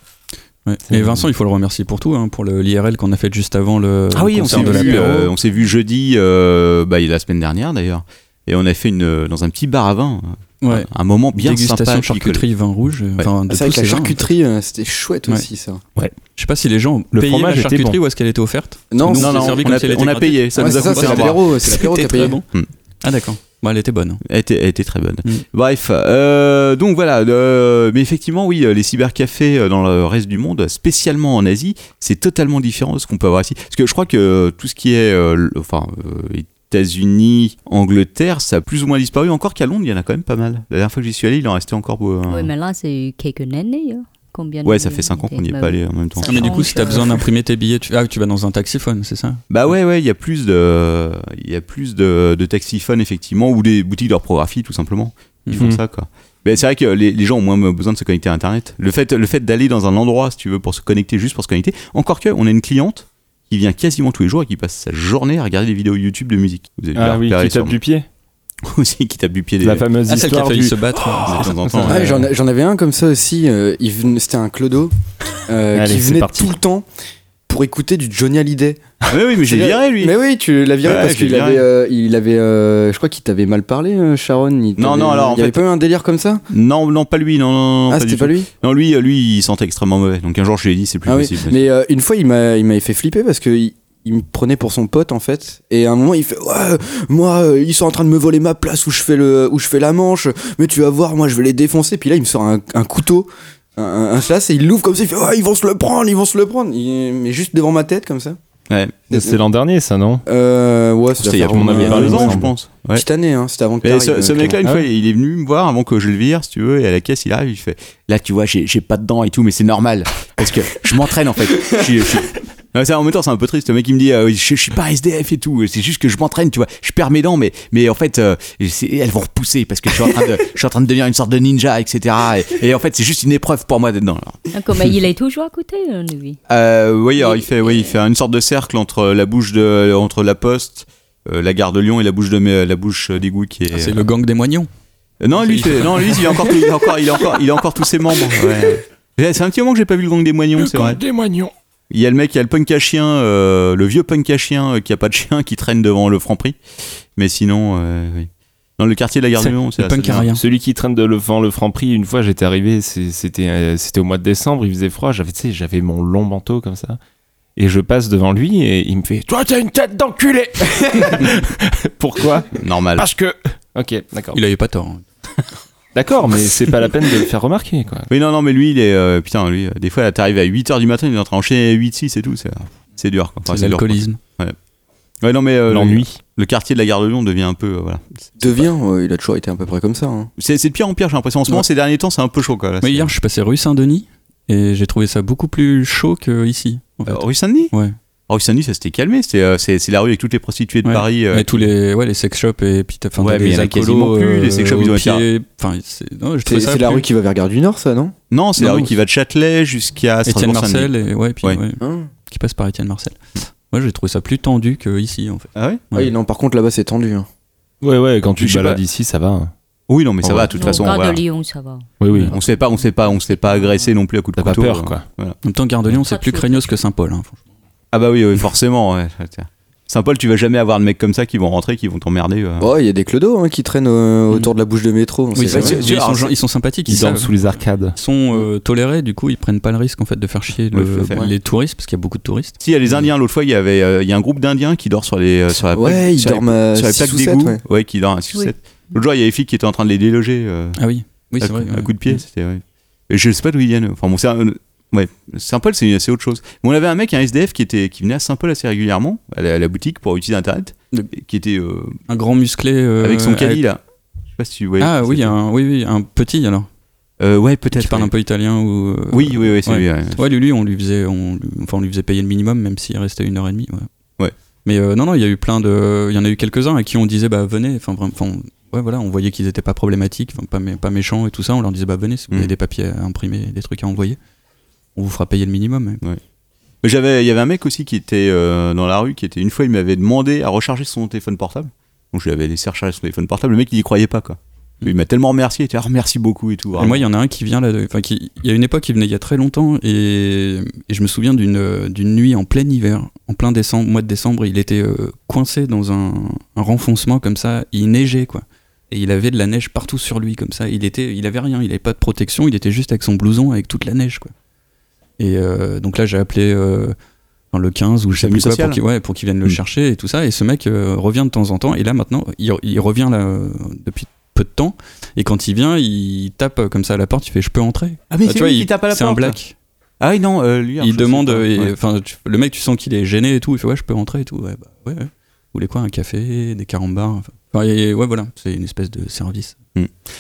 Speaker 9: Et Vincent, il faut le remercier pour tout, hein, pour le- l'IRL qu'on a fait juste avant le,
Speaker 1: Ah
Speaker 9: le
Speaker 1: oui, on
Speaker 9: concert
Speaker 1: s'est
Speaker 9: de
Speaker 1: vu,
Speaker 9: l'apéro.
Speaker 1: euh, on s'est vu jeudi, euh, bah, la semaine dernière d'ailleurs. Et on a fait une, euh, dans un petit bar à vin,
Speaker 9: ouais.
Speaker 1: un moment ah, bien
Speaker 9: Dégustation
Speaker 1: sympa. à
Speaker 9: de charcuterie, vin rouge, euh,
Speaker 1: Ouais.
Speaker 9: enfin de
Speaker 8: Ah, c'est
Speaker 9: tous
Speaker 8: vrai que
Speaker 9: ces
Speaker 8: la
Speaker 9: vins.
Speaker 8: charcuterie euh, c'était chouette
Speaker 9: Ouais.
Speaker 8: aussi ça.
Speaker 9: Je sais pas si les gens
Speaker 3: Le
Speaker 9: payaient
Speaker 3: fromage
Speaker 9: la
Speaker 3: était
Speaker 9: charcuterie ou est-ce qu'elle était offerte
Speaker 8: Non,
Speaker 9: Nous,
Speaker 1: picoler. Non, non,
Speaker 9: s'est servi
Speaker 1: on
Speaker 9: comme
Speaker 1: a,
Speaker 9: si elle était
Speaker 1: on a
Speaker 9: gratuite.
Speaker 1: payé, ça
Speaker 8: Ouais,
Speaker 1: nous a
Speaker 8: c'est ça,
Speaker 1: coûté
Speaker 8: c'est
Speaker 1: un bras.
Speaker 8: l'apéro, c'est l'apéro qui a payé.
Speaker 9: très bon.
Speaker 1: Mm.
Speaker 9: Ah d'accord. Bah, elle était bonne.
Speaker 1: Elle était, elle était très bonne.
Speaker 9: Mm.
Speaker 1: Bref, euh, donc voilà. euh, mais effectivement, oui, euh, les cybercafés euh, dans le reste du monde, spécialement en Asie, c'est totalement différent de ce qu'on peut avoir ici. Parce que je crois que euh, tout ce qui est, euh, l- enfin, euh, États-Unis, Angleterre, ça a plus ou moins disparu. Encore qu'à Londres, il y en a quand même pas mal. La dernière fois que j'y suis allé, il en restait encore. euh,
Speaker 7: Oui, mais là, c'est quelques années. hein. Combien
Speaker 1: ouais,
Speaker 7: de-
Speaker 1: ça fait 5 ans qu'on n'y est
Speaker 7: Bah
Speaker 1: pas
Speaker 7: oui.
Speaker 1: allé en même temps.
Speaker 7: Ça
Speaker 9: Ah, mais du coup, si t'as
Speaker 7: change,
Speaker 9: besoin d'imprimer tes billets, tu... Ah, tu vas dans un taxiphone, c'est ça Ah,
Speaker 1: Bah ouais, ouais, il y a plus de, il y a plus de, de taxiphones effectivement ou des boutiques d'orthographie tout simplement. Ils font
Speaker 3: Mhm.
Speaker 1: ça quoi. Mais c'est vrai que les, les gens ont moins besoin de se connecter à Internet. Le fait, le fait d'aller dans un endroit, si tu veux, pour se connecter, juste pour se connecter. Encore que, on a une cliente qui vient quasiment tous les jours et qui passe sa journée à regarder des vidéos YouTube de musique. Vous avez dû la
Speaker 3: Ah oui,
Speaker 1: repérer
Speaker 3: qui tape
Speaker 1: sûrement.
Speaker 3: du pied.
Speaker 1: aussi, qui tape du pied des.
Speaker 3: La fameuse
Speaker 9: Ah, celle qui a
Speaker 3: histoire
Speaker 9: failli
Speaker 3: du.
Speaker 9: se battre.
Speaker 1: de temps en temps.
Speaker 9: Ouais.
Speaker 8: Ah, j'en, j'en avais un comme ça aussi. euh, il venait- c'était un clodo euh,
Speaker 3: Allez,
Speaker 8: qui
Speaker 3: c'est
Speaker 8: venait
Speaker 3: parti.
Speaker 8: tout le temps pour écouter du Johnny Hallyday.
Speaker 1: Mais oui, mais j'ai viré lui.
Speaker 8: Mais oui, tu l'as viré
Speaker 1: Ouais,
Speaker 8: parce
Speaker 1: je l'ai
Speaker 8: qu'il
Speaker 1: viré.
Speaker 8: avait, euh, il avait, euh, je crois qu'il t'avait mal parlé, euh, Sharon. il
Speaker 1: Non,
Speaker 8: t'avait-
Speaker 1: non, alors, en
Speaker 8: il y avait
Speaker 1: fait-
Speaker 8: pas eu un délire comme ça.
Speaker 1: Non, non, pas lui. Non, non, non,
Speaker 8: ah,
Speaker 1: pas du
Speaker 8: c'était pas
Speaker 1: tout.
Speaker 8: lui.
Speaker 1: Non, lui, euh, lui, il sentait extrêmement mauvais. Donc un jour, je lui ai dit, c'est plus
Speaker 8: Ah oui.
Speaker 1: possible.
Speaker 8: Mais euh, une fois, il m'a, il m'avait fait flipper parce que. Il, il me prenait pour son pote en fait et à un moment il fait ouais moi euh, ils sont en train de me voler ma place où je fais le où je fais la manche mais tu vas voir moi je vais les défoncer puis là il me sort un, un couteau un, un un slas et il l'ouvre comme ça il fait ouais ils vont se le prendre ils vont se le prendre Il- mais juste devant ma tête comme ça
Speaker 1: Ouais.
Speaker 3: C'est l'an dernier, ça, non
Speaker 8: euh, ouais ça doit
Speaker 1: C'était il y a
Speaker 8: faire
Speaker 1: plus
Speaker 8: au moins
Speaker 1: de
Speaker 8: deux
Speaker 1: deux
Speaker 8: ans,
Speaker 1: ans, je
Speaker 8: je
Speaker 1: pense. Ouais.
Speaker 8: Petite année, hein, c'était avant que
Speaker 1: Mais
Speaker 8: t'arrives,
Speaker 1: ce, ce
Speaker 8: euh,
Speaker 1: mec-là, une
Speaker 3: Ah
Speaker 1: fois,
Speaker 3: ouais.
Speaker 1: il est venu me voir avant que je le vire, si tu veux, et à la caisse, il arrive, il fait Là, tu vois, j'ai j'ai pas de dents et tout, mais c'est normal, parce que je m'entraîne en fait. Je suis- je suis- Non, c'est- en même temps, c'est un peu triste. Le mec, il me dit euh, je, je suis pas SDF et tout, c'est juste que je m'entraîne, tu vois. Je perds mes dents, mais, mais en fait, euh, c'est- elles vont repousser parce que je suis, en train de, je suis en train de devenir une sorte de ninja, etc. Et, et en fait, c'est juste une épreuve pour moi d'être dedans. Alors,
Speaker 7: Ah, comme il est toujours à côté, euh, lui.
Speaker 1: euh, oui, alors, il fait, oui, il fait une sorte de cercle entre la bouche de, entre la poste, euh, la gare de Lyon et la bouche de mes- la bouche d'égout qui est.
Speaker 9: Ah, C'est le gang des moignons.
Speaker 1: Euh, Non, lui, c'est- non, lui, il a encore, il a encore, il a encore, il a encore tous ses membres. ouais. Et C'est un petit moment que j'ai pas vu le gang des moignons, c'est vrai.
Speaker 2: Témoignons.
Speaker 1: Il y a le mec, il y a le punk à chien, euh, le vieux punk à chien euh, qui a pas de chien, qui traîne devant le Franprix. Mais sinon, euh, oui. Dans le quartier de la Gare de
Speaker 3: C'est-
Speaker 1: Lyon, c'est
Speaker 9: le
Speaker 1: assez
Speaker 9: punk à
Speaker 1: bien.
Speaker 9: rien.
Speaker 3: Celui qui traîne de- devant le franc prix, une fois j'étais arrivé, c'est- c'était euh, c'était au mois de décembre, il faisait froid, j'avais tu sais, j'avais mon long manteau comme ça. Et je passe devant lui et il me fait
Speaker 2: Toi, t'as une tête d'enculé.
Speaker 3: Pourquoi Ah,
Speaker 1: Normal.
Speaker 2: Parce que.
Speaker 3: Ok, d'accord.
Speaker 9: Il avait pas tort. hein.
Speaker 3: D'accord, mais c'est pas la peine de le faire remarquer quoi.
Speaker 1: Oui, non, non, mais lui, il est. euh, putain, lui, euh, des fois, là, t'arrives à 8h du matin, il est en train d'enchaîner 8-6 et tout. C'est, c'est dur, quoi. Enfin,
Speaker 9: C'est
Speaker 1: dur, quoi.
Speaker 9: l'alcoolisme.
Speaker 1: Ouais, non, mais euh, le,
Speaker 3: l'ennui.
Speaker 1: le quartier de la gare de Lyon devient un peu. euh, voilà.
Speaker 8: Devient, euh, il a toujours été à peu près comme ça. hein.
Speaker 1: C'est c'est de pire en pire, j'ai l'impression. En ce
Speaker 9: Ouais.
Speaker 1: moment, ces derniers temps, c'est un peu chaud. Quoi, là.
Speaker 9: Mais hier, je suis passé rue Saint-Denis et j'ai trouvé ça beaucoup plus chaud qu'ici. En fait.
Speaker 1: Euh, rue Saint-Denis
Speaker 9: Ouais.
Speaker 1: Ah, Rue Saint-Denis, ça s'était calmé. C'est euh, c'est- c'est la rue avec toutes les prostituées de
Speaker 9: Ouais.
Speaker 1: Paris. euh,
Speaker 9: Mais tous les, ouais, les sex shops et puis t'as enfin,
Speaker 1: Ouais,
Speaker 9: t'as
Speaker 1: mais il y
Speaker 9: des
Speaker 1: en a quasiment
Speaker 9: alcoolos.
Speaker 1: plus, les sex shops, ils
Speaker 9: au
Speaker 1: ont été-
Speaker 9: pied. Enfin, c'est non, je
Speaker 8: C'est
Speaker 9: trouvais ça
Speaker 8: c'est la
Speaker 9: plus-
Speaker 8: rue qui va vers Gare du Nord, ça, non
Speaker 1: Non, c'est la
Speaker 9: Non,
Speaker 1: rue
Speaker 9: non,
Speaker 1: qui va de Châtelet jusqu'à
Speaker 9: Étienne
Speaker 1: Strasbourg-Saint-Denis.
Speaker 9: Marcel et ouais, puis,
Speaker 1: Ouais.
Speaker 9: ouais,
Speaker 8: Hein
Speaker 9: qui passe par Étienne Marcel. Moi, j'ai trouvé ça plus tendu qu'ici en fait.
Speaker 1: Ah ouais
Speaker 9: Ouais.
Speaker 8: Oui, non, par contre, là-bas, c'est tendu. hein.
Speaker 3: Ouais, ouais, quand tu
Speaker 1: Je
Speaker 3: te
Speaker 1: sais
Speaker 3: balades
Speaker 1: pas.
Speaker 3: ici, ça va. hein.
Speaker 1: Oui, non, mais ça
Speaker 3: Ouais.
Speaker 1: va, de toute façon.
Speaker 7: Au
Speaker 1: voilà.
Speaker 7: de Lyon, ça va.
Speaker 3: Oui, oui.
Speaker 1: Oh, On ne s'est pas, on s'est pas, on s'est pas agressé non plus à coups de
Speaker 3: T'as pas
Speaker 1: couteau.
Speaker 3: peur,
Speaker 1: euh.
Speaker 3: quoi.
Speaker 9: En même temps, Gare de Lyon, c'est
Speaker 7: Pas
Speaker 9: plus
Speaker 7: chaud.
Speaker 9: craignos que Saint-Paul. hein, franchement.
Speaker 1: Ah bah oui, oui, forcément. ouais. Tiens. Saint-Paul, tu vas jamais avoir de mecs comme ça qui vont rentrer, qui vont t'emmerder. euh.
Speaker 8: Oh, il y a des clodos hein, qui traînent euh, autour de la bouche de métro. on sait
Speaker 9: Oui, c'est
Speaker 8: jamais.
Speaker 9: vrai. Mais
Speaker 1: ah,
Speaker 9: ils, sont, gen- ils sont sympathiques, ils,
Speaker 3: Qui dorment
Speaker 9: savent.
Speaker 3: sous les arcades.
Speaker 9: Ils sont euh, tolérés, du coup, ils prennent pas le risque en fait de faire chier le-
Speaker 1: Mm. Ouais, faut faire.
Speaker 9: les touristes parce qu'il y a beaucoup de touristes.
Speaker 1: Si, il y a les Indiens. L'autre fois, il y avait, euh, il y a un groupe d'Indiens qui dort sur les, euh, sur la plaque-
Speaker 8: Ouais, ils
Speaker 1: sur les-
Speaker 8: dorment à
Speaker 1: sur les
Speaker 8: 6
Speaker 1: plaques
Speaker 8: ou 7,
Speaker 1: d'égout.
Speaker 8: ouais.
Speaker 1: Ouais, qui dorment à six ou
Speaker 7: Oui.
Speaker 1: sept. L'autre jour, il y a les filles qui étaient en train de les déloger. euh,
Speaker 9: Ah oui, oui,
Speaker 1: à,
Speaker 9: c'est vrai.
Speaker 1: à
Speaker 9: ouais. Mm.
Speaker 1: coup de pied, c'était. ouais. Et je sais pas d'où ils viennent. Enfin bon, c'est un- euh, ouais, Saint-Paul, c'est c'est autre chose. Mais on avait un mec, un SDF, qui était, qui venait à Saint-Paul assez régulièrement à la, à la boutique pour utiliser Internet,
Speaker 9: Le-
Speaker 1: et qui était euh,
Speaker 9: Un grand musclé euh,
Speaker 1: avec son
Speaker 9: avec-
Speaker 1: caddie là. Je sais pas si tu vois.
Speaker 9: Ah oui, un, oui, oui, un petit alors.
Speaker 1: Euh, ouais, peut-être.
Speaker 9: Qui parle un peu italien ou. euh,
Speaker 1: Oui, oui, oui, c'est
Speaker 9: ouais.
Speaker 1: lui. ouais.
Speaker 9: Ouais, lui, lui, on lui faisait, on, lui- enfin, on lui faisait payer le minimum, même s'il restait une heure et demie. Ouais.
Speaker 1: Ouais.
Speaker 9: Mais euh, non, non, il y a eu plein de, il y en a eu quelques uns à qui on disait, bah venez, enfin, vraiment, enfin, ouais, voilà, on voyait qu'ils étaient pas problématiques, enfin, pas, mé- pas méchants et tout ça. On leur disait, bah venez, si vous
Speaker 1: Mm.
Speaker 9: avez des papiers à imprimer, des trucs à envoyer, on vous fera payer le minimum. Et-
Speaker 1: Mais J'avais, il y avait un mec aussi qui était euh, dans la rue, qui était une fois, il m'avait demandé à recharger son téléphone portable. Donc je lui avais laissé recharger son téléphone portable. Le mec, il y croyait pas quoi. Il m'a tellement remercié, il était ah, merci beaucoup et tout.
Speaker 9: Mm. Et
Speaker 1: vraiment.
Speaker 9: moi, il y en a un qui vient là, de- enfin, qui, il y a une époque, il venait il y a très longtemps, et, et je me souviens d'une euh, d'une nuit en plein hiver, en plein décembre, mois de décembre, il était euh, coincé dans un, un renfoncement comme ça, il neigeait quoi, et il avait de la neige partout sur lui comme ça, il était, il avait rien, il avait pas de protection, il était juste avec son blouson avec toute la neige quoi. Et euh, donc là, j'ai appelé euh, enfin, le 15 ou je sais
Speaker 1: Salut
Speaker 9: plus quoi
Speaker 1: social.
Speaker 9: pour qu'il ouais, pour qu'il vienne le
Speaker 1: Mm.
Speaker 9: chercher et tout ça, et ce mec euh, revient de temps en temps, et là maintenant, il, il revient là euh, depuis peu de temps. Et quand il vient, il tape euh, comme ça à la porte, il fait je peux entrer.
Speaker 1: ah
Speaker 9: Bah,
Speaker 1: mais c'est
Speaker 9: tu vois,
Speaker 1: lui
Speaker 9: il-
Speaker 1: qui tape à la
Speaker 9: C'est un
Speaker 1: porte.
Speaker 9: black.
Speaker 1: Ah oui, non, euh, lui. alors,
Speaker 9: Il
Speaker 1: je sais
Speaker 9: demande,
Speaker 1: pas.
Speaker 9: euh, et-
Speaker 1: Ouais.
Speaker 9: enfin tu- le mec tu sens qu'il est gêné et tout, il fait ouais je peux entrer et tout. Ouais, bah, ouais, ouais. Vous voulez quoi un café, des carambars. enfin. Enfin, et- ouais voilà, c'est une espèce de service.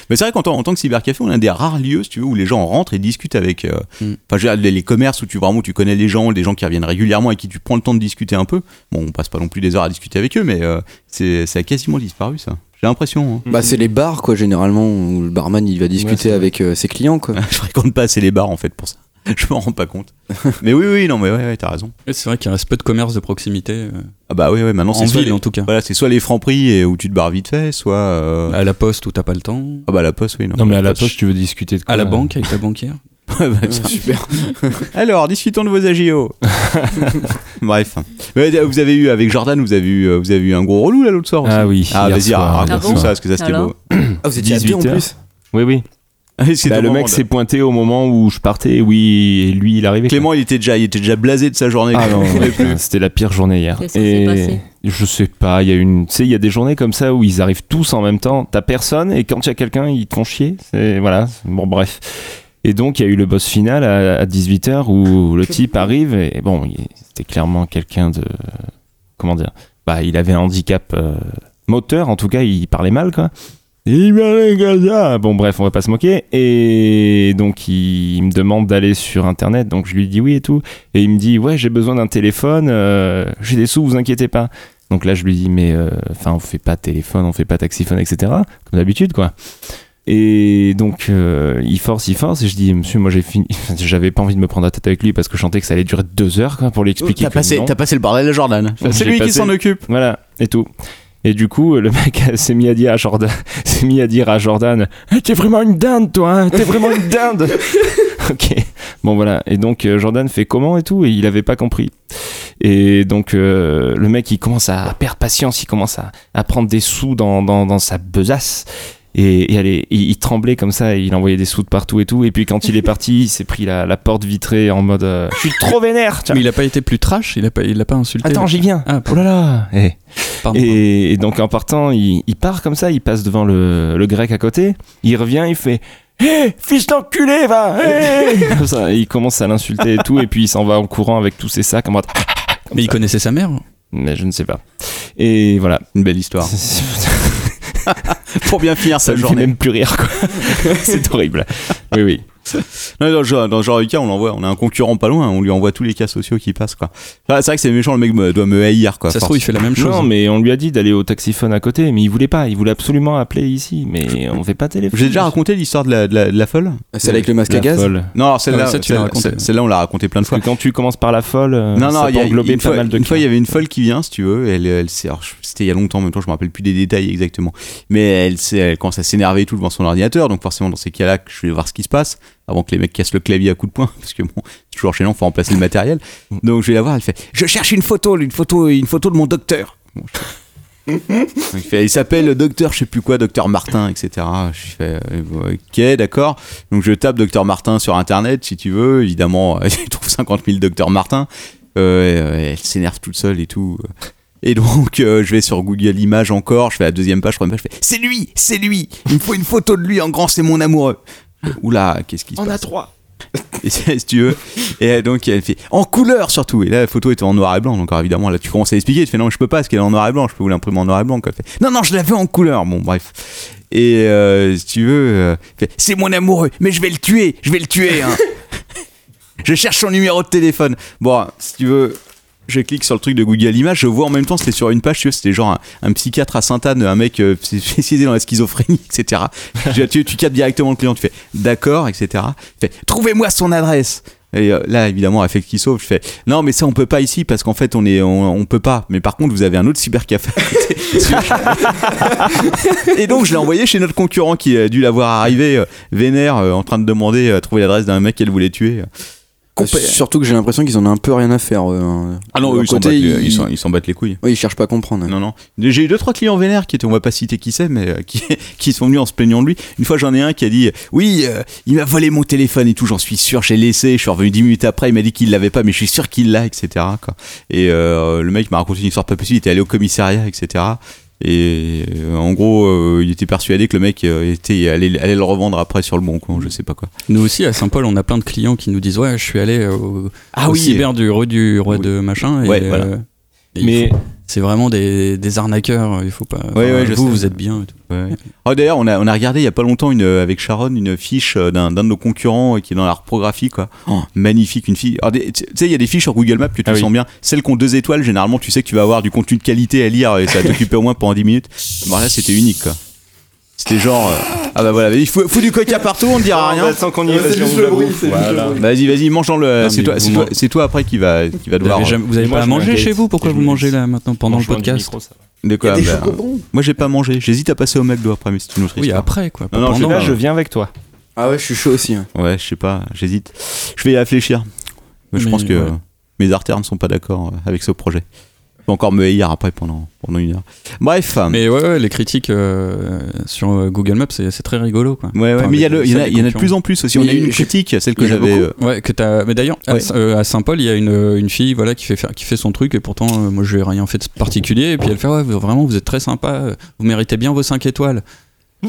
Speaker 1: Mais c'est vrai qu'en tant, en tant que cybercafé, on a un des rares lieux, si tu veux, où les gens rentrent et discutent avec. euh,
Speaker 9: Mm.
Speaker 1: Enfin, je veux dire, les, les commerces où tu vraiment tu connais les gens, les gens qui reviennent régulièrement et qui tu prends le temps de discuter un peu. Bon, on passe pas non plus des heures à discuter avec eux, mais euh, c'est ça a quasiment disparu ça. J'ai l'impression. hein.
Speaker 8: Bah, c'est les bars, quoi, généralement, où le barman, il va discuter
Speaker 3: c'est vrai.
Speaker 8: avec euh, ses clients, quoi.
Speaker 1: je fréquente pas assez les bars en fait pour ça. Je m'en rends pas compte. mais oui, oui, non, mais ouais, ouais t'as raison.
Speaker 9: Et C'est vrai qu'il reste peu de commerce de proximité euh,
Speaker 1: Ah bah oui, ouais, maintenant
Speaker 9: en
Speaker 1: c'est soit
Speaker 9: ville
Speaker 1: les,
Speaker 9: en tout cas. Bah.
Speaker 1: voilà, c'est soit les francs prix et où tu te barres vite fait, soit euh,
Speaker 9: À la poste où t'as pas le temps.
Speaker 1: ah bah la poste, oui non.
Speaker 3: Non, mais à la poche, tu veux discuter de quoi hein.
Speaker 9: À la
Speaker 3: là
Speaker 9: banque avec la banquière.
Speaker 1: Ouais, bah, tiens.
Speaker 8: Super.
Speaker 1: Alors, discutons de vos agios. Bref, Mais, euh, vous avez eu avec Jordan, vous avez eu, euh, vous avez eu un gros relou là l'autre soir. aussi.
Speaker 3: Ah oui.
Speaker 1: Ah,
Speaker 3: hier
Speaker 1: vas-y,
Speaker 3: soir.
Speaker 1: raconte
Speaker 7: Ah
Speaker 1: nous
Speaker 7: bon
Speaker 1: ça, parce que ça c'était
Speaker 7: Alors
Speaker 1: beau.
Speaker 8: Ah, vous étiez à
Speaker 3: 18
Speaker 8: deux, en
Speaker 3: heures.
Speaker 8: plus
Speaker 3: Oui, oui.
Speaker 1: C'était
Speaker 3: Bah,
Speaker 1: au
Speaker 3: le
Speaker 1: moment
Speaker 3: mec
Speaker 1: de-
Speaker 3: s'est pointé au moment où je partais et oui, et lui il arrivait.
Speaker 1: Clément, il était, déjà, il était déjà blasé de sa journée.
Speaker 3: Ah non,
Speaker 1: Il pouvait
Speaker 3: ouais,
Speaker 1: plus.
Speaker 3: putain, c'était la pire journée hier.
Speaker 7: Qu'est-ce qui s'est passé
Speaker 3: je sais pas, il y a une, tu sais, il y a des journées comme ça où ils arrivent tous en même temps. T'as personne et quand il y a quelqu'un, ils te font chier. C'est voilà, bon bref. Et donc il y a eu le boss final à, 18h où le type arrive et bon, il- c'était clairement quelqu'un de, comment dire, bah il avait un handicap euh, moteur en tout cas, il parlait mal quoi. Il parlait comme ça. Bon bref, on va pas se moquer. Et donc il me demande d'aller sur internet, donc je lui dis oui et tout. Et il me dit ouais j'ai besoin d'un téléphone, euh, j'ai des sous, vous inquiétez pas. Donc là je lui dis mais euh, enfin on fait pas téléphone, on fait pas taxiphone, etc. Comme d'habitude quoi. Et donc euh, il force, il force et je dis monsieur moi j'ai fini, j'avais pas envie de me prendre la tête avec lui parce que je sentais que ça allait durer deux heures quoi pour lui expliquer.
Speaker 1: Oh, T'as
Speaker 3: que
Speaker 1: passé,
Speaker 3: non.
Speaker 1: t'as passé le bordel à Jordan.
Speaker 3: Donc,
Speaker 1: c'est
Speaker 3: j'ai
Speaker 1: lui qui
Speaker 3: passé-
Speaker 1: s'en occupe.
Speaker 3: Voilà, et tout. Et du coup, le mec s'est mis à dire à Jordan, s'est mis à dire à Jordan, Eh, t'es vraiment une dinde, toi, hein, t'es vraiment une dinde. ok. Bon voilà. Et donc euh, Jordan fait comment et tout, et il avait pas compris. Et donc euh, le mec, il commence à perdre patience, il commence à, à prendre des sous dans, dans, dans sa besace. Et, et aller- il, il tremblait comme ça, et il envoyait des sous de partout et tout. Et puis quand il est parti, il s'est pris la, la porte vitrée en mode euh, Je suis trop vénère tiens.
Speaker 9: Mais il a pas été plus trash, il a pas, il a pas insulté.
Speaker 3: Attends, j'y viens
Speaker 9: Ah,
Speaker 3: Oh là là Eh.
Speaker 9: pardon.
Speaker 3: Et, et donc en partant, il, il part comme ça, il passe devant le, le grec à côté, il revient, il fait Hé, fils d'enculé, va hé Comme ça, et Il commence à l'insulter et tout, et puis il s'en va en courant avec tous ses sacs en mode
Speaker 9: Mais il connaissait sa mère.
Speaker 3: mais je ne sais pas. Et voilà.
Speaker 1: Une belle histoire. Pour bien finir
Speaker 3: Ça
Speaker 1: sa
Speaker 3: me fait
Speaker 1: journée.
Speaker 3: même plus rire, quoi. c'est horrible. Oui, oui.
Speaker 1: Non, dans, genre- dans genre Lucas, on l'envoie, on a un concurrent pas loin, on lui envoie tous les cas sociaux qui passent quoi. Enfin, c'est vrai que c'est méchant, le mec me- doit me haïr quoi.
Speaker 9: Ça se
Speaker 1: force.
Speaker 9: trouve, il fait la même chose.
Speaker 3: Non, mais on lui a dit d'aller au taxiphone à côté, mais il voulait pas. Il voulait absolument appeler ici, mais on fait pas téléphone.
Speaker 1: J'ai déjà raconté l'histoire de la, de la- de la folle
Speaker 8: Ah, Celle avec le masque à
Speaker 3: la
Speaker 8: gaz
Speaker 3: folle.
Speaker 1: Non, alors celle-là,
Speaker 9: Ah, ça, tu l'as
Speaker 1: celle-
Speaker 9: raconté.
Speaker 1: celle- celle-là, on l'a raconté plein de fois.
Speaker 3: Parce que quand tu commences par la folle, euh,
Speaker 1: Non, non,
Speaker 3: ça
Speaker 1: il y
Speaker 3: peut
Speaker 1: a
Speaker 3: englober
Speaker 1: une
Speaker 3: pas
Speaker 1: fois,
Speaker 3: mal de
Speaker 1: une
Speaker 3: cas.
Speaker 1: fois, il y avait une folle qui vient, si tu veux. Elle, elle s'est, alors, je- c'était il y a longtemps, en même temps, je me rappelle plus des détails exactement. Mais elle, s'est- elle commence à s'énerver et tout devant son ordinateur. Donc, forcément, dans ces cas-là, que je vais voir ce qui se passe avant que les mecs cassent le clavier à coups de poing. Parce que bon, c'est toujours chez faut remplacer le matériel. Donc, je vais la voir. Elle fait, je cherche une photo, une photo, une photo de mon docteur. Bon, je- Donc, il, fait, il s'appelle docteur, je sais plus quoi, docteur Martin, etc. Je fais, euh, ok, d'accord. Donc je tape Dr Martin sur internet si tu veux, évidemment, je trouve 50 000 Dr Martin. Euh, et, euh, elle s'énerve toute seule et tout. Et donc euh, je vais sur Google Images encore, je fais la deuxième page, troisième page, je fais c'est lui, c'est lui, il me faut une photo de lui en grand, c'est mon amoureux. Euh, Oula, qu'est-ce qui se passe
Speaker 2: trois.
Speaker 1: et c'est- si tu veux. Et euh, donc elle fait en couleur surtout. Et là la photo était en noir et blanc. Donc alors, évidemment là tu commences à expliquer. Tu fais non je peux pas parce qu'elle est en noir et blanc. Je peux vous l'imprimer en noir et blanc. Quoi. Elle fait, non non je la veux en couleur. Bon bref. Et euh, si tu veux, euh, elle fait, c'est mon amoureux. Mais je vais le tuer. Je vais le tuer. hein. je cherche son numéro de téléphone. Bon si tu veux. Je clique sur le truc de Google Images, je vois en même temps, c'était sur une page, tu vois, c'était genre un, un psychiatre à Sainte-Anne, un mec euh, spécialisé dans la schizophrénie, etc. Je dis, tu, tu captes directement le client, tu fais d'accord, etc. Tu fais, trouvez-moi son adresse. Et euh, là, évidemment, avec qui sauve, je fais non, mais ça on peut pas ici parce qu'en fait on est on, on peut pas. Mais par contre, vous avez un autre cybercafé. à côté. et donc je l'ai envoyé chez notre concurrent qui a dû l'avoir arrivé euh, vénère euh, en train de demander euh, à trouver l'adresse d'un mec qu'elle voulait tuer.
Speaker 8: Euh, Surtout que j'ai l'impression qu'ils en ont un peu rien à faire. euh, hein.
Speaker 1: Ah
Speaker 8: De leur côté, ils,
Speaker 1: battent les couilles.
Speaker 8: ouais, ils cherchent pas à comprendre. hein.
Speaker 1: Non, non. J'ai eu deux, trois clients vénères qui étaient, on va pas citer qui c'est, mais euh, qui, qui sont venus en se plaignant de lui. Une fois, j'en ai un qui a dit Oui, euh, il m'a volé mon téléphone et tout, j'en suis sûr, j'ai laissé. Je suis revenu 10 minutes après, il m'a dit qu'il l'avait pas, mais je suis sûr qu'il l'a, etc. quoi. Et euh, le mec m'a raconté une histoire pas possible, il était allé au commissariat, etc. Et euh, en gros, euh, il était persuadé que le mec euh, était allait, allait le revendre après sur le bon coin, je sais pas quoi.
Speaker 9: Nous aussi, à Saint-Paul, on a plein de clients qui nous disent Ouais, je suis allé au,
Speaker 1: Ah
Speaker 9: au
Speaker 8: eh
Speaker 1: oui.
Speaker 8: ben,
Speaker 9: cyber du roi du roi de machin. Et,
Speaker 1: Ouais, voilà.
Speaker 9: euh, et
Speaker 3: Mais
Speaker 9: c'est vraiment des, des arnaqueurs. Il faut pas.
Speaker 1: Ouais, ouais, je
Speaker 9: vous,
Speaker 1: sais.
Speaker 9: vous êtes bien. et tout.
Speaker 1: Ouais. Ah, D'ailleurs, on a, on a regardé il y a pas longtemps une, euh, avec Sharon une fiche euh, d'un d'un de nos concurrents euh, qui est dans l'arprographie. quoi. Oh, magnifique, une fiche. Alors, des- Tu tu sais, il y a des fiches sur Google Maps que tu
Speaker 3: Ah oui.
Speaker 1: sens bien. Celles qui ont deux étoiles, généralement, tu sais que tu vas avoir du contenu de qualité à lire et ça va t'occuper au moins pendant 10 minutes. Bon, là, c'était unique. quoi. C'était genre. euh, ah bah voilà, il faut, faut du coca partout, on ne dira rien.
Speaker 3: sans qu'on y
Speaker 8: Ah,
Speaker 3: est, vas-y, on vous la bouffe. Voilà.
Speaker 1: Vas-y, vas-y, mange dans le.
Speaker 9: Non,
Speaker 1: C'est
Speaker 9: mais
Speaker 1: toi,
Speaker 9: vous
Speaker 1: c'est toi,
Speaker 9: man-
Speaker 1: c'est toi après qui va, qui va
Speaker 9: Vous
Speaker 1: devoir.
Speaker 9: avez, jamais- vous avez
Speaker 3: Moi,
Speaker 9: pas à
Speaker 3: je me
Speaker 9: manger
Speaker 3: laisse.
Speaker 9: chez vous Pourquoi
Speaker 3: Je
Speaker 9: vous
Speaker 3: me
Speaker 9: mangez
Speaker 3: laisse.
Speaker 9: là maintenant pendant le
Speaker 3: Franchement, du
Speaker 9: podcast
Speaker 3: micro, ça va.
Speaker 1: De quoi bah, Moi, j'ai pas mangé. J'hésite à passer au McDo après, mais c'est une autre
Speaker 9: Oui,
Speaker 1: histoire.
Speaker 9: après quoi. pas
Speaker 1: Non, non,
Speaker 9: pendant. euh,
Speaker 3: Là, je viens avec toi.
Speaker 8: Ah ouais, je suis chaud aussi. hein.
Speaker 1: Ouais, je sais pas, j'hésite. Je vais y réfléchir. Mais je
Speaker 9: Mais
Speaker 1: pense que
Speaker 9: ouais.
Speaker 1: euh, mes artères ne sont pas d'accord euh, avec ce projet. Je vais encore me haïr après pendant, pendant une heure. Bref. euh,
Speaker 9: Mais ouais, ouais, les critiques euh, sur euh, Google Maps, c'est c'est très rigolo quoi.
Speaker 1: ouais, ouais,
Speaker 9: Enfin,
Speaker 1: mais il y, a
Speaker 9: les-
Speaker 1: le- il y en a-
Speaker 9: les
Speaker 1: il y en a de
Speaker 9: concurrents.
Speaker 1: plus en plus aussi. On
Speaker 8: Mais
Speaker 1: a eu une
Speaker 8: je-
Speaker 1: critique, celle que
Speaker 8: il y en a
Speaker 1: j'avais.
Speaker 8: beaucoup.
Speaker 1: euh,
Speaker 9: Ouais, que t'as. Mais d'ailleurs, à,
Speaker 1: Ouais.
Speaker 9: Saint- euh, à Saint-Paul, il y a une, euh, une fille, voilà, qui fait faire- qui fait son truc, et pourtant, euh, moi, je n'ai rien fait de particulier. Et puis elle fait, ouais, vous- vraiment, vous êtes très sympa, euh, vous méritez bien vos 5 étoiles.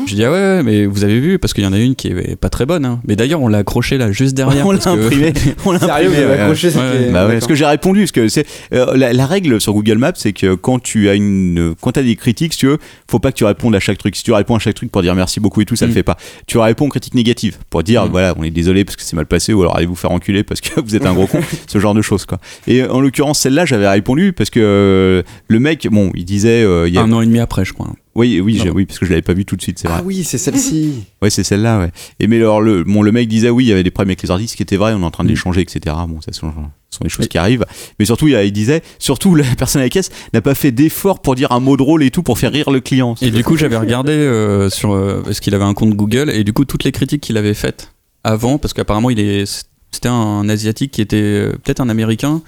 Speaker 9: Je dis, ah ouais, ouais, mais vous avez vu, parce qu'il y en a une qui est pas très bonne. hein. Mais d'ailleurs, on l'a accrochée là, juste derrière.
Speaker 1: on
Speaker 9: parce
Speaker 1: l'a
Speaker 9: que-
Speaker 1: imprimé. On l'a imprimé. ouais, ouais.
Speaker 9: c'était-
Speaker 1: Bah ouais, parce que j'ai répondu, parce que c'est euh, la, la règle sur Google Maps, c'est que quand tu as une, euh, quand t'as des critiques, si tu veux, faut pas que tu répondes à chaque truc. Si tu réponds à chaque truc pour dire merci beaucoup et tout, ça
Speaker 9: Mm.
Speaker 1: le fait pas. Tu réponds aux critiques négatives pour dire
Speaker 9: Mm.
Speaker 1: voilà, on est désolé parce que c'est mal passé ou alors allez vous faire enculer parce que vous êtes un gros con, ce genre de choses quoi. Et euh, en l'occurrence celle-là, j'avais répondu parce que euh, le mec, bon, il disait, euh, il y a-
Speaker 9: un an et demi après, je crois. hein.
Speaker 1: oui, oui,
Speaker 9: Ah, Non.
Speaker 1: j'ai- oui, parce que je l'avais pas vu tout de suite, c'est vrai.
Speaker 6: oui, c'est celle-ci.
Speaker 1: Ouais, c'est celle-là, ouais. Et mais alors, le, bon, le mec disait oui, il y avait des problèmes avec les artistes, ce qui était vrai, on est en train de les
Speaker 9: Mm.
Speaker 1: changer, etc. Bon, ça ce sont, ce sont des choses qui arrivent. Mais surtout, il, y a- il disait, surtout, la personne à la caisse n'a pas fait d'effort pour dire un mot drôle et tout pour faire rire le client.
Speaker 9: Et du coup, j'avais regardé euh, sur euh, parce qu'il avait un compte Google et du coup toutes les critiques qu'il avait faites avant, parce qu'apparemment il est c'était un asiatique qui était euh, peut-être un américain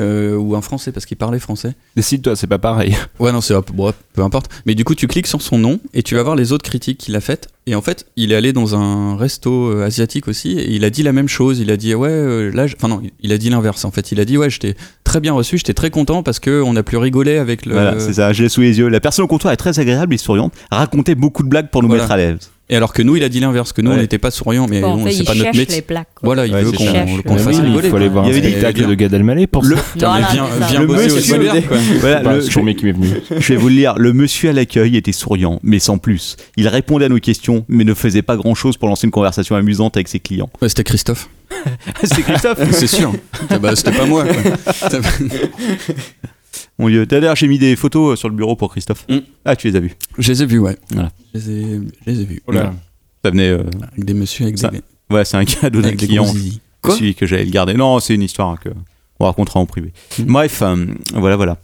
Speaker 9: euh, ou un français parce qu'il parlait français.
Speaker 3: Décide-toi, c'est pas pareil.
Speaker 9: Ouais non c'est bon, peu importe. Mais du coup tu cliques sur son nom et tu vas voir les autres critiques qu'il a faites et en fait il est allé dans un resto euh, asiatique aussi et il a dit la même chose. Il a dit ouais euh, là j'- enfin non il a dit l'inverse en fait. Il a dit ouais j'étais très bien reçu, j'étais très content parce que on a pu rigoler avec le.
Speaker 1: Voilà, c'est ça, je l'ai sous les yeux. La personne au comptoir est très agréable et souriante, racontait beaucoup de blagues pour nous
Speaker 9: Voilà.
Speaker 1: mettre à l'aise.
Speaker 9: Et alors que nous, il a dit l'inverse, que nous, on
Speaker 3: Ouais.
Speaker 9: n'était pas souriants, mais
Speaker 7: Bon, en
Speaker 9: on-
Speaker 7: fait,
Speaker 9: c'est
Speaker 7: ils
Speaker 9: pas notre
Speaker 7: cherchent
Speaker 9: métier.
Speaker 7: les plaques. quoi.
Speaker 9: Voilà, il
Speaker 3: Ouais,
Speaker 9: veut
Speaker 3: c'est
Speaker 9: qu'on
Speaker 7: cher.
Speaker 9: qu'on
Speaker 3: Mais
Speaker 9: fasse
Speaker 3: oui, il
Speaker 9: rigoler.
Speaker 3: faut aller voir
Speaker 1: Il y
Speaker 3: un
Speaker 1: avait des
Speaker 3: spectacle
Speaker 1: tags.
Speaker 3: de Gad Elmaleh pour ça.
Speaker 9: Putain, mais
Speaker 7: Voilà,
Speaker 9: viens,
Speaker 7: c'est ça.
Speaker 9: viens
Speaker 1: Le
Speaker 9: bosser au
Speaker 1: monsieur-
Speaker 9: Solaire, quoi.
Speaker 1: Voilà,
Speaker 3: Bah,
Speaker 1: le-
Speaker 3: C'est le mec qui m'est venu.
Speaker 1: Je vais vous le lire. Le monsieur à l'accueil était souriant, mais sans plus. Il répondait à nos questions, mais ne faisait pas grand-chose pour lancer une conversation amusante avec ses clients.
Speaker 9: Ouais, C'était Christophe.
Speaker 1: C'est Christophe
Speaker 9: C'est sûr. Ah bah, C'était pas moi. quoi.
Speaker 1: Mon dieu, d'ailleurs j'ai mis des photos euh, sur le bureau pour Christophe.
Speaker 9: Mm.
Speaker 1: Ah, tu les as vues.
Speaker 9: Je les ai vus, ouais.
Speaker 1: Voilà.
Speaker 9: Je les ai, je les ai vus.
Speaker 1: là. Ça venait. euh,
Speaker 9: Avec des messieurs, avec
Speaker 1: Ça,
Speaker 9: des,
Speaker 1: Ouais, c'est un cadeau d'un
Speaker 9: avec des
Speaker 1: client.
Speaker 9: gros zizis. Quoi
Speaker 1: Celui que j'allais le garder. Non, c'est une histoire que on racontera en privé.
Speaker 9: Mm.
Speaker 1: Bref, euh, voilà, voilà.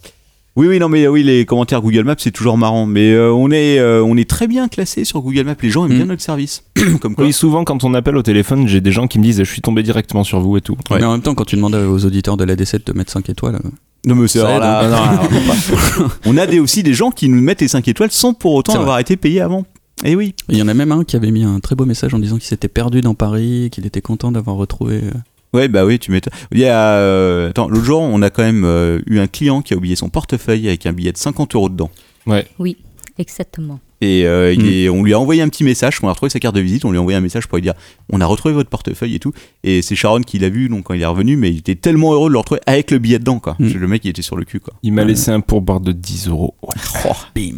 Speaker 1: Oui, oui, non, mais euh, oui, les commentaires Google Maps, c'est toujours marrant. Mais euh, on, est, euh, on est très bien classé sur Google Maps. Les gens aiment
Speaker 9: Mm.
Speaker 1: bien notre service. Comme quoi.
Speaker 3: Oui, souvent quand on appelle au téléphone, j'ai des gens qui me disent je suis tombé directement sur vous et tout.
Speaker 1: Ouais.
Speaker 9: Mais en même temps, quand tu demandes aux auditeurs de la D7 de mettre 5 étoiles, euh,
Speaker 1: Non, mais c'est
Speaker 9: Ça
Speaker 1: alors
Speaker 9: aide,
Speaker 1: là,
Speaker 9: hein.
Speaker 1: non, non, alors, non, pas. On a des, aussi des gens qui nous mettent les 5 étoiles sans pour autant
Speaker 9: C'est vrai.
Speaker 1: avoir été payés avant. Et oui.
Speaker 9: il y en a même un qui avait mis un très beau message en disant qu'il s'était perdu dans Paris, qu'il était content d'avoir retrouvé. euh,
Speaker 1: Ouais, bah oui, tu m'étonnes. Il y a. euh, Attends, l'autre jour, on a quand même euh, eu un client qui a oublié son portefeuille avec un billet de 50 euros dedans.
Speaker 7: Exactement.
Speaker 1: Et, euh, il
Speaker 9: Mm.
Speaker 1: est- on lui a envoyé un petit message, on a retrouvé sa carte de visite, on lui a envoyé un message pour lui dire on a retrouvé votre portefeuille et tout. Et c'est Sharon qui l'a vu donc quand il est revenu, mais il était tellement heureux de le retrouver avec le billet dedans quoi.
Speaker 9: Mm.
Speaker 1: Le mec il était sur le cul quoi.
Speaker 3: Il m'a laissé un pourboire de 10 euros.
Speaker 9: Eh.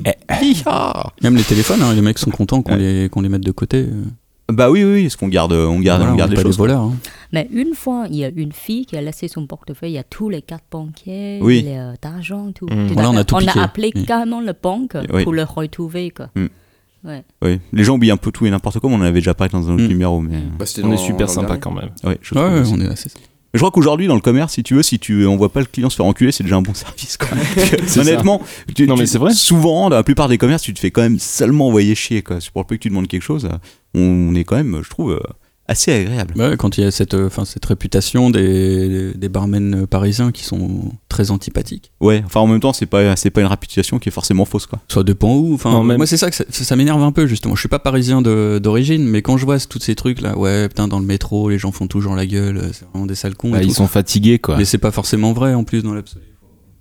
Speaker 9: Même les téléphones, hein, les mecs sont contents qu'on
Speaker 1: Ouais.
Speaker 9: les, qu'on les mette de côté. euh,
Speaker 1: Bah oui, oui, oui, parce qu'on garde, on garde,
Speaker 9: voilà,
Speaker 1: on
Speaker 9: on
Speaker 1: garde
Speaker 9: n'est
Speaker 1: les
Speaker 9: pas
Speaker 1: choses.
Speaker 9: des voleurs. hein.
Speaker 7: Mais une fois, il y a une fille qui a laissé son portefeuille à tous les cartes bancaires,
Speaker 1: Oui.
Speaker 7: les euh, d'argent, tout.
Speaker 3: Mm.
Speaker 7: Tu
Speaker 9: Voilà, on a tout
Speaker 7: on
Speaker 9: piqué.
Speaker 7: a appelé
Speaker 9: Oui.
Speaker 7: carrément la banque
Speaker 1: Oui.
Speaker 7: pour le retrouver. Quoi.
Speaker 1: Oui. Les gens oublient un peu tout et n'importe quoi, mais on en avait déjà parlé dans un autre
Speaker 9: Mm.
Speaker 1: numéro, mais
Speaker 8: Bah,
Speaker 3: On est super sympa quand même.
Speaker 1: ouais, je
Speaker 9: Ouais,
Speaker 1: trouve
Speaker 9: ouais,
Speaker 1: aussi.
Speaker 9: on est assez.
Speaker 1: Je crois qu'aujourd'hui dans le commerce, si tu veux, si tu on voit pas le client se faire enculer, c'est déjà un bon service quoi.
Speaker 3: C'est
Speaker 1: Honnêtement, tu-
Speaker 3: Non,
Speaker 1: tu-
Speaker 3: mais c'est vrai.
Speaker 1: Souvent, dans la plupart des commerces, tu te fais quand même seulement envoyer chier quoi. C'est Pour le peu que tu demandes quelque chose, on est quand même, je trouve, euh, assez agréable.
Speaker 9: Ouais, quand il y a cette, euh, 'fin, cette réputation des, des barmen parisiens qui sont très antipathiques.
Speaker 1: Ouais, enfin en même temps, c'est pas, c'est pas une réputation qui est forcément fausse, quoi.
Speaker 9: Soit dépend où. Enfin,
Speaker 3: Non, même-
Speaker 9: moi, c'est ça que ça, ça m'énerve un peu, justement. Je suis pas parisien de- d'origine, mais quand je vois tous ces trucs-là, ouais, putain, dans le métro, les gens font toujours la gueule, euh, c'est vraiment des sales cons. et
Speaker 3: Bah,
Speaker 9: tout.
Speaker 3: ils sont fatigués quoi.
Speaker 9: Mais c'est pas forcément vrai en plus dans l'absolu.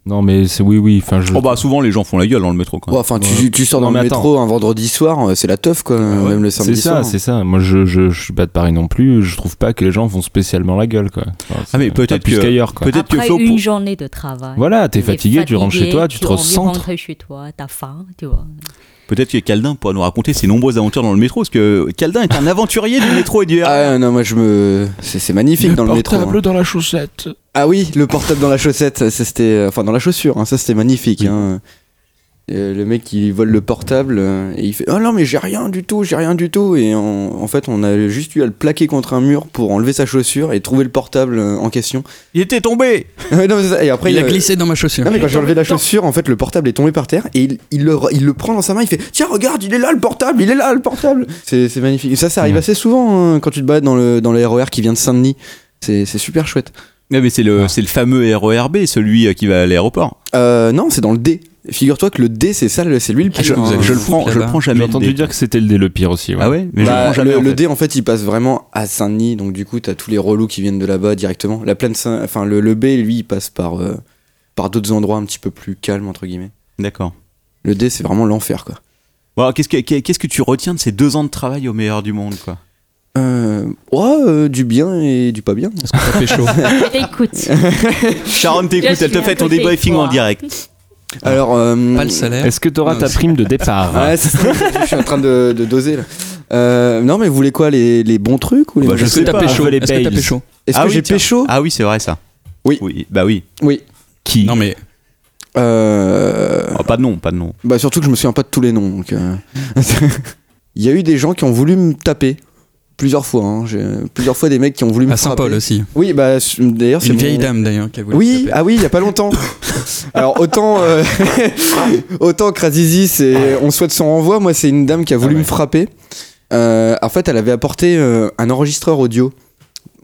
Speaker 3: Non mais c'est oui oui. Enfin je.
Speaker 1: Oh bah souvent les gens font la gueule dans le métro, quand
Speaker 8: Ouais,
Speaker 1: même.
Speaker 8: Enfin,
Speaker 3: Ouais.
Speaker 8: tu, tu sors dans
Speaker 3: Non,
Speaker 8: le
Speaker 3: mais attends.
Speaker 8: métro un vendredi soir, euh, c'est la teuf, quoi.
Speaker 3: Ouais,
Speaker 8: Même le
Speaker 3: Ah, c'est
Speaker 8: samedi
Speaker 3: ça,
Speaker 8: soir.
Speaker 3: c'est ça. Moi, je, je, je suis pas de Paris non plus. Je trouve pas que les gens font spécialement la gueule, quoi. Enfin, c'est-
Speaker 1: mais
Speaker 3: pas
Speaker 1: peut-être
Speaker 3: plus
Speaker 1: que-
Speaker 3: qu'ailleurs, quoi.
Speaker 1: Peut-être que
Speaker 7: Après
Speaker 1: Flo,
Speaker 7: une
Speaker 1: pour-
Speaker 7: journée de travail.
Speaker 3: Voilà, t'es
Speaker 7: t'es
Speaker 3: fatigué, tu rentres chez toi, tu te
Speaker 7: as envie de
Speaker 3: recentres.
Speaker 7: rentrer chez toi, t'as faim, tu vois.
Speaker 1: peut-être que Caldin pourra nous raconter ses nombreuses aventures dans le métro, parce que Caldin est un aventurier du métro et du RER.
Speaker 8: Ah non, moi je me. C'est c'est magnifique dans le métro. hein.
Speaker 2: dans la chaussette.
Speaker 8: Ah oui, le portable dans la chaussette, ça c'était. Enfin, dans la chaussure, hein, ça c'était magnifique. hein. Euh, le mec il vole le portable euh, et il fait Oh non, mais j'ai rien du tout, j'ai rien du tout. Et en, en fait, on a juste eu à le plaquer contre un mur pour enlever sa chaussure et trouver le portable euh, en question.
Speaker 1: Il était tombé
Speaker 8: Ouais, non, mais c'est ça. et après,
Speaker 9: il a
Speaker 8: euh,
Speaker 9: glissé dans ma chaussure.
Speaker 8: Non mais quand j'ai enlevé la chaussure, en fait le portable est tombé par terre et il, il le, il le prend dans sa main, il fait Tiens regarde, il est là le portable, il est là le portable C'est c'est magnifique. Et ça ça arrive assez souvent hein, quand tu te balades dans le, dans le RER qui vient de Saint-Denis. C'est c'est super chouette.
Speaker 1: Non mais c'est le, c'est le fameux RERB, celui euh, qui va à l'aéroport.
Speaker 8: Euh, non c'est dans le D. Figure-toi que le D c'est ça, le- c'est lui le
Speaker 9: Ah,
Speaker 8: pire.
Speaker 9: vous
Speaker 8: hein.
Speaker 9: avez-
Speaker 1: Je le prends, je le
Speaker 9: là-bas.
Speaker 1: prends jamais.
Speaker 3: J'ai
Speaker 1: le
Speaker 3: entendu
Speaker 1: dé.
Speaker 3: dire que c'était le dé le pire aussi. ouais.
Speaker 1: Ah ouais, mais je le
Speaker 8: Bah,
Speaker 1: prends jamais.
Speaker 8: le,
Speaker 1: en
Speaker 8: le
Speaker 1: fait.
Speaker 8: D en fait il passe vraiment à Saint-Denis donc du coup t'as tous les relous qui viennent de là-bas directement. La plaine Saint- enfin le, le B lui il passe par, euh, par d'autres endroits un petit peu plus calmes entre guillemets.
Speaker 1: D'accord.
Speaker 8: Le D c'est vraiment l'enfer quoi.
Speaker 1: Bon, alors, qu'est-ce que qu'est-ce que tu retiens de ces deux ans de travail au meilleur du monde, quoi
Speaker 8: Euh, ouais, euh, du bien et du pas bien.
Speaker 9: Parce que ça fait chaud.
Speaker 7: Écoute,
Speaker 1: Sharon t'écoute,
Speaker 7: Je
Speaker 1: elle te
Speaker 7: suis
Speaker 1: fait
Speaker 7: à
Speaker 1: ton
Speaker 7: côté de
Speaker 1: débriefing
Speaker 7: toi.
Speaker 1: en direct.
Speaker 8: Alors, euh,
Speaker 9: pas le salaire.
Speaker 3: Est-ce que t'auras
Speaker 9: Non,
Speaker 3: ta
Speaker 9: c'est-
Speaker 3: prime de départ
Speaker 8: ouais, c'est ça, je suis en train de, de doser là. Euh, non, mais vous voulez quoi les, les bons trucs ou les
Speaker 1: Bah,
Speaker 8: mauvais
Speaker 1: je
Speaker 9: Est-ce
Speaker 1: sais
Speaker 9: que t'as
Speaker 1: pas,
Speaker 9: pécho
Speaker 3: je les
Speaker 9: Est-ce que t'as
Speaker 3: paye.
Speaker 9: pécho
Speaker 8: Est-ce
Speaker 1: Ah
Speaker 8: que
Speaker 1: oui,
Speaker 8: j'ai
Speaker 1: tiens.
Speaker 8: pécho
Speaker 1: Ah oui, c'est vrai ça.
Speaker 8: Oui.
Speaker 1: Bah oui.
Speaker 8: Oui.
Speaker 3: Qui
Speaker 9: Non mais
Speaker 8: Euh,
Speaker 1: Oh, pas de nom, pas de nom.
Speaker 8: bah surtout que je me souviens pas de tous les noms. donc, euh, Il y a eu des gens qui ont voulu me taper plusieurs fois. hein. J'ai- Plusieurs fois des mecs qui ont voulu me
Speaker 9: à Saint-Paul
Speaker 8: frapper.
Speaker 9: aussi.
Speaker 8: Oui, bah su- d'ailleurs
Speaker 9: Ah,
Speaker 8: c'est
Speaker 9: Une
Speaker 8: mon-
Speaker 9: vieille dame d'ailleurs qui a voulu.
Speaker 8: Oui,
Speaker 9: taper.
Speaker 8: ah oui, il y a pas longtemps. Alors autant euh, autant Krasizi, c'est on souhaite son renvoi. Moi, c'est une dame qui a
Speaker 9: Ah
Speaker 8: voulu me frapper. Euh, en fait, elle avait apporté euh, un enregistreur audio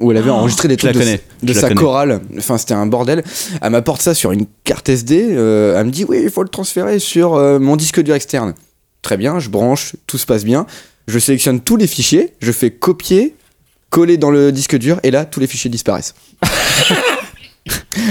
Speaker 8: où elle avait
Speaker 9: Ah.
Speaker 8: enregistré des
Speaker 1: Je la
Speaker 8: trucs de,
Speaker 1: connais.
Speaker 8: de
Speaker 1: je la
Speaker 8: sa
Speaker 1: connais.
Speaker 8: chorale. Enfin, c'était un bordel. Elle m'apporte ça sur une carte SD. euh, elle me dit oui, il faut le transférer sur euh, mon disque dur externe. Très bien, je branche, tout se passe bien. Je sélectionne tous les fichiers, je fais copier, coller dans le disque dur, et là, tous les fichiers disparaissent.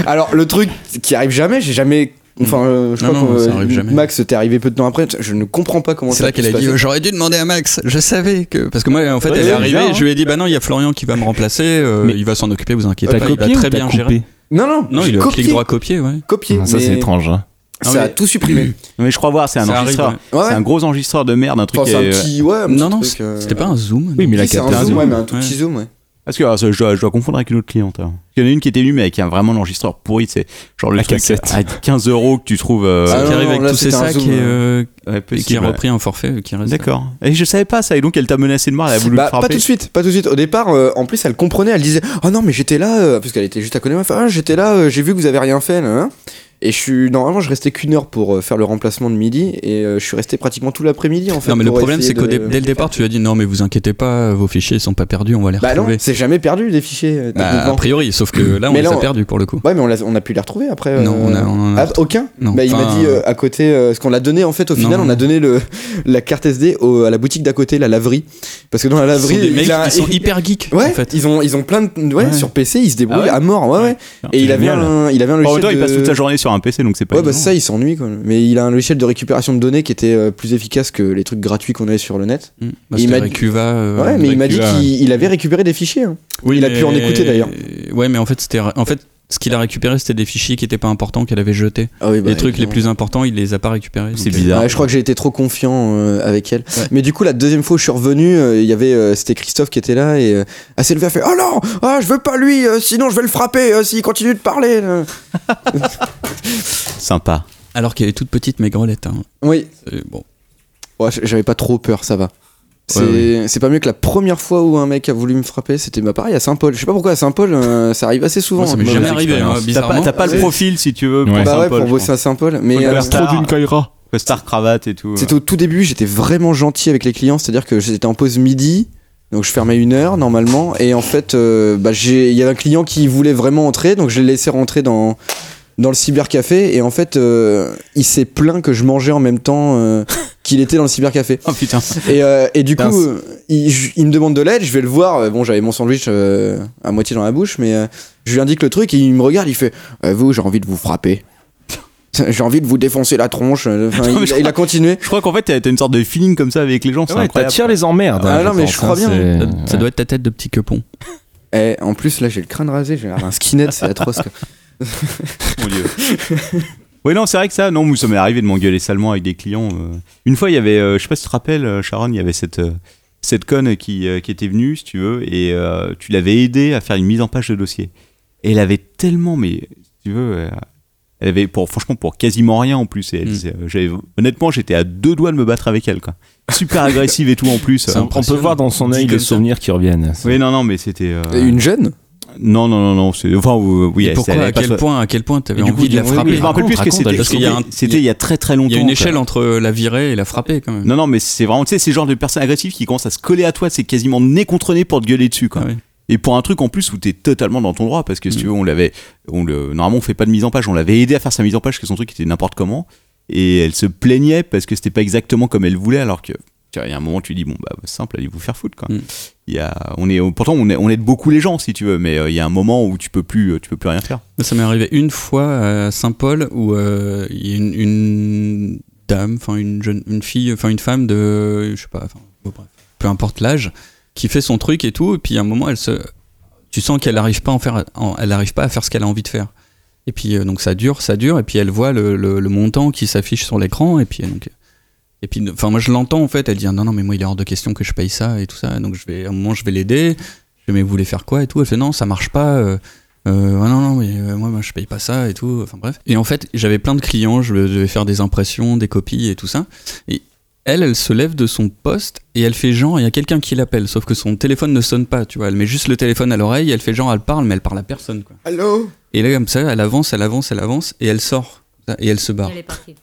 Speaker 8: Alors, le truc qui arrive jamais, j'ai jamais Enfin, euh, je
Speaker 9: Non,
Speaker 8: crois
Speaker 9: non,
Speaker 8: que
Speaker 9: ça
Speaker 8: euh,
Speaker 9: arrive jamais.
Speaker 8: Max, t'es arrivé peu de temps après. Je ne comprends pas comment
Speaker 9: C'est
Speaker 8: ça
Speaker 9: là
Speaker 8: a pu
Speaker 9: qu'elle a
Speaker 8: se
Speaker 9: dit
Speaker 8: passer.
Speaker 9: J'aurais dû demander à Max, je savais que. Parce que moi, en fait,
Speaker 3: Ouais,
Speaker 9: elle est
Speaker 3: ouais,
Speaker 9: arrivée,
Speaker 3: bizarre, hein.
Speaker 9: je lui ai dit Bah non, il y a Florian qui va me remplacer, euh,
Speaker 3: Mais-
Speaker 9: il va s'en occuper, vous inquiétez
Speaker 3: T'as
Speaker 9: pas.
Speaker 3: copié
Speaker 9: Bah, il
Speaker 3: ou
Speaker 9: va très
Speaker 3: t'as
Speaker 9: bien
Speaker 3: coupé
Speaker 9: gérer.
Speaker 8: Non, non,
Speaker 9: Non, il a
Speaker 8: copié,
Speaker 9: clic droit copié, ouais.
Speaker 8: copié,
Speaker 3: Ah, Ça, c'est
Speaker 8: mais
Speaker 3: étrange. hein.
Speaker 9: Ah,
Speaker 8: Ça a
Speaker 9: mais-
Speaker 8: tout supprimé.
Speaker 1: Mais je crois voir, c'est un
Speaker 9: Ça arrive,
Speaker 1: enregistreur.
Speaker 9: ouais.
Speaker 8: Ouais,
Speaker 1: C'est un gros enregistreur de merde, un truc.
Speaker 8: Enfin, Oh, c'est
Speaker 1: et,
Speaker 8: un
Speaker 1: euh,
Speaker 8: petit. Ouais, un petit
Speaker 9: Non, non,
Speaker 8: truc, euh,
Speaker 9: c'était pas un zoom.
Speaker 3: Oui, mais la
Speaker 8: si, c'est un
Speaker 3: capté
Speaker 8: zoom,
Speaker 3: un zoom.
Speaker 8: ouais, mais un tout
Speaker 9: Ouais.
Speaker 8: petit zoom, ouais.
Speaker 1: Parce que ah, ça, je, dois, je dois confondre avec une autre cliente. hein. Il y en a une qui était venue, mais avec un, vraiment l'enregistreur pourri, c'est genre le
Speaker 3: La
Speaker 1: truc
Speaker 3: cassette.
Speaker 1: à 15 euros que tu trouves. euh,
Speaker 8: Ah,
Speaker 9: Celle qui
Speaker 8: non,
Speaker 9: arrive
Speaker 8: non,
Speaker 9: avec
Speaker 8: là,
Speaker 9: tous ses
Speaker 8: c'était un
Speaker 9: sacs
Speaker 8: zoom,
Speaker 9: et
Speaker 8: ouais.
Speaker 9: euh,
Speaker 1: ouais,
Speaker 9: et qui a
Speaker 1: possible, ouais.
Speaker 9: repris un forfait euh, qui reste.
Speaker 1: D'accord. Et je savais pas ça, et donc elle t'a menacé de mort, elle a voulu
Speaker 8: Bah,
Speaker 1: me
Speaker 8: pas
Speaker 1: frapper.
Speaker 8: tout de suite, pas tout de suite. Au départ, euh, en plus, elle comprenait, elle disait Oh non, mais j'étais là, euh, parce qu'elle était juste à côté de moi, elle fait, Ah, j'étais là, euh, j'ai vu que vous avez rien fait. là, là. Et je suis. Normalement, je restais qu'une heure pour euh, faire le remplacement de midi, et euh, je suis resté pratiquement tout l'après-midi en fait.
Speaker 9: Non, mais le
Speaker 8: pour
Speaker 9: problème,
Speaker 8: essayer
Speaker 9: c'est qu'au
Speaker 8: de-
Speaker 9: dé- dès le départ, tu as dit Non, mais vous inquiétez pas, vos fichiers sont pas perdus, on va les
Speaker 8: Bah non,
Speaker 9: retrouver.
Speaker 8: c'est jamais perdu les fichiers, euh,
Speaker 9: Bah,
Speaker 8: techniquement.
Speaker 9: a priori, sauf que là, on
Speaker 8: Mais
Speaker 9: les
Speaker 8: là,
Speaker 9: a
Speaker 8: on-
Speaker 9: perdus pour le coup.
Speaker 8: Ouais, mais on l'a- on a, pu les retrouver après.
Speaker 9: Non,
Speaker 8: euh,
Speaker 9: on a- on a-
Speaker 8: Ah, aucun
Speaker 9: Non,
Speaker 8: Bah, il m'a
Speaker 9: enfin,
Speaker 8: dit euh, à côté, euh, ce qu'on l'a donné en fait, au final,
Speaker 9: Non.
Speaker 8: on a donné le, la carte SD au- à la boutique d'à côté, la laverie. Parce que dans la
Speaker 9: Ce sont
Speaker 8: laverie,
Speaker 9: des
Speaker 8: il
Speaker 9: mecs
Speaker 8: a-
Speaker 9: qui sont hyper geeks
Speaker 8: Ouais,
Speaker 9: en fait.
Speaker 8: ils, ont, ils ont plein de. Ouais,
Speaker 9: Ouais.
Speaker 8: sur PC, ils se débrouillent
Speaker 1: Ah ouais
Speaker 8: à mort, ouais, ouais. Et il avait,
Speaker 1: Génial.
Speaker 8: un, il avait un
Speaker 1: En même
Speaker 8: logiciel.
Speaker 1: temps, il
Speaker 8: de-
Speaker 1: passe toute la journée sur un PC, donc c'est pas
Speaker 8: Ouais, bah
Speaker 1: évident.
Speaker 8: ça, il s'ennuie quoi. Mais il a un logiciel de récupération de données qui était euh, plus efficace que les trucs gratuits qu'on avait sur le net.
Speaker 9: Mm.
Speaker 8: Il
Speaker 9: Bah, c'était
Speaker 8: m'a dit-
Speaker 9: Recuva, euh,
Speaker 8: ouais, mais il m'a dit
Speaker 9: Recuva.
Speaker 8: qu'il il avait récupéré des fichiers. hein. il a pu en écouter, d'ailleurs.
Speaker 9: Ouais, mais en fait, c'était en fait ce qu'il a récupéré, c'était des fichiers qui étaient pas importants qu'elle avait jetés.
Speaker 8: Ah oui, bah,
Speaker 9: les trucs les
Speaker 8: évidemment.
Speaker 9: plus importants, il les a pas récupérés.
Speaker 1: C'est
Speaker 9: donc,
Speaker 1: bizarre.
Speaker 8: Ouais, je crois que j'ai été trop confiant euh, avec elle.
Speaker 9: Ouais.
Speaker 8: Mais du coup, la deuxième fois où je suis revenu, euh, il y avait, euh, c'était Christophe qui était là et euh, elle s'est levée, elle fait Oh non, ah, je veux pas lui, euh, sinon je vais le frapper euh, s'il continue de parler. là.
Speaker 1: Sympa.
Speaker 9: euh, Alors qu'elle est toute petite, mais grelette. hein.
Speaker 8: Oui,
Speaker 9: C'est- Bon.
Speaker 8: Ouais, j'avais pas trop peur, ça va. C'est
Speaker 9: Ouais,
Speaker 8: c'est pas mieux que la première fois où un mec a voulu me frapper, c'était bah, pareil à Saint-Paul. Je sais pas pourquoi à Saint-Paul, euh, ça arrive assez souvent.
Speaker 9: Moi, ça m'est
Speaker 8: Bah,
Speaker 9: jamais
Speaker 1: Mauvaise
Speaker 9: arrivé,
Speaker 1: expérience.
Speaker 9: hein,
Speaker 1: T'as pas,
Speaker 9: bizarrement.
Speaker 1: t'as pas le
Speaker 8: Ouais.
Speaker 1: profil si tu veux. Pour
Speaker 3: Ouais.
Speaker 8: bah ouais,
Speaker 1: Saint-Paul,
Speaker 8: pour
Speaker 1: je
Speaker 8: bosser à Saint-Paul. Mais euh,
Speaker 1: Faut faire trop d'une
Speaker 3: Kaira.
Speaker 1: crois. Costard, cravate et tout.
Speaker 8: C'était au tout début, j'étais vraiment gentil avec les clients, c'est-à-dire que j'étais en pause midi, donc je fermais une heure normalement, et en fait, euh, bah, j'ai- il y avait un client qui voulait vraiment entrer, donc je l'ai laissé rentrer dans, dans le cybercafé, et en fait, euh, il s'est plaint que je mangeais en même temps euh, qu'il était dans le cybercafé.
Speaker 1: Oh putain.
Speaker 8: Et, euh, et du
Speaker 1: Mince.
Speaker 8: coup, euh, il, je- il me demande de l'aide, je vais le voir. euh, Bon, j'avais mon sandwich euh, à moitié dans la bouche, mais euh, je lui indique le truc et il me regarde, il fait Euh, Vous, j'ai envie de vous frapper. J'ai envie de vous défoncer la tronche. euh, Enfin,
Speaker 1: Non, mais
Speaker 8: il,
Speaker 1: je
Speaker 8: il a continué.
Speaker 1: Je crois qu'en fait, t'as t'as une sorte de feeling comme ça avec les gens. C'est
Speaker 3: Ouais,
Speaker 1: incroyable.
Speaker 3: t'attires les emmerdes.
Speaker 8: Ah
Speaker 3: hein,
Speaker 8: non, mais je
Speaker 3: pense,
Speaker 8: crois
Speaker 3: hein,
Speaker 8: bien.
Speaker 3: c'est-
Speaker 1: Euh,
Speaker 9: Ça, ça doit être ta tête de petit quepon.
Speaker 8: Et Eh, en plus, là, j'ai le crâne rasé, j'ai l'air d'un skinhead, c'est atroce. quoi.
Speaker 1: Mon Dieu. Oui, non, c'est vrai que ça, non, nous ça m'est arrivé de m'engueuler salement avec des clients. euh. Une fois, il y avait, euh, je sais pas si tu te rappelles, euh, Sharon, il y avait cette, euh, cette conne qui, euh, qui était venue, si tu veux, et euh, tu l'avais aidée à faire une mise en page de dossier. Et elle avait tellement, mais, si tu veux, euh, elle avait, pour, franchement, pour quasiment rien en plus. Et elle
Speaker 9: Mm.
Speaker 1: disait, euh, j'avais- honnêtement, j'étais à deux doigts de me battre avec elle, quoi. Super agressive et tout en plus.
Speaker 9: C'est
Speaker 1: Euh,
Speaker 9: un-
Speaker 3: On peut voir dans son
Speaker 9: Dit
Speaker 3: œil les
Speaker 9: comme ça.
Speaker 3: souvenirs qui reviennent.
Speaker 1: Oui, non, non, mais c'était. euh,
Speaker 8: Et Une jeune
Speaker 1: Non, non, non, non. c'est- Enfin, euh, oui,
Speaker 9: Et
Speaker 1: elle-
Speaker 9: pourquoi
Speaker 1: elle
Speaker 9: À
Speaker 1: avait pas
Speaker 9: quel
Speaker 1: so-
Speaker 9: point À quel point t'avais
Speaker 1: Et du coup,
Speaker 9: envie de la
Speaker 1: il a- oui,
Speaker 9: frapper
Speaker 1: mais Je me rappelle plus ce que
Speaker 3: Raconte,
Speaker 1: c'était.
Speaker 9: parce qu'il y a un-
Speaker 1: C'était il y a très très longtemps.
Speaker 9: Il y a une
Speaker 1: quoi.
Speaker 9: échelle hein. entre la virée et la frapper quand même.
Speaker 1: Non, non, mais c'est vraiment, tu sais, c'est genre de personnes agressives qui commencent à se coller à toi, c'est quasiment nez contre nez pour te gueuler dessus, quoi.
Speaker 9: Ah oui.
Speaker 1: Et pour un truc en plus où t'es totalement dans ton droit, parce que si tu veux, on l'avait, on le, normalement on fait pas de mise en page, on l'avait aidé à faire sa mise en page, parce que son truc était n'importe comment, et elle se plaignait parce que c'était pas exactement comme elle voulait, alors que, tu vois, il y a un moment, tu dis, bon, bah, simple, allez vous faire foutre, quoi.
Speaker 9: Mm.
Speaker 1: Il y a, on est, pourtant, on, est- on aide beaucoup les gens, si tu veux, mais euh, il y a un moment où tu peux plus, euh, tu peux plus rien faire.
Speaker 9: Ça m'est arrivé une fois à Saint-Paul où euh, il y a une, une dame, enfin une jeune, une fille, enfin une femme de, je sais pas, enfin, bon, bref, peu importe l'âge, qui fait son truc et tout, et puis à un moment elle se, tu sens qu'elle n'arrive pas à en faire, en- elle arrive pas à faire ce qu'elle a envie de faire. Et puis euh, donc ça dure, ça dure, et puis elle voit le, le- le montant qui s'affiche sur l'écran, et puis euh, donc, et puis enfin moi je l'entends en fait, elle dit non non mais moi il est hors de question que je paye ça et tout ça, donc je vais, à un moment je vais l'aider, je dis mais vous voulez faire quoi et tout, elle fait non ça marche pas. euh, euh, ah non, non, mais euh, moi, moi, je paye pas ça et tout. Enfin bref. Et en fait, j'avais plein de clients, je devais faire des impressions, des copies et tout ça. Et elle, elle se lève de son poste et elle fait genre, il y a quelqu'un qui l'appelle, sauf que son téléphone ne sonne pas, tu vois. Elle met juste le téléphone à l'oreille, elle fait genre, elle parle, mais elle parle à personne, quoi.
Speaker 8: Allô
Speaker 9: Et là, comme ça, elle avance, elle avance, elle avance et elle sort. comme ça, Et elle se barre.
Speaker 7: Elle est partie.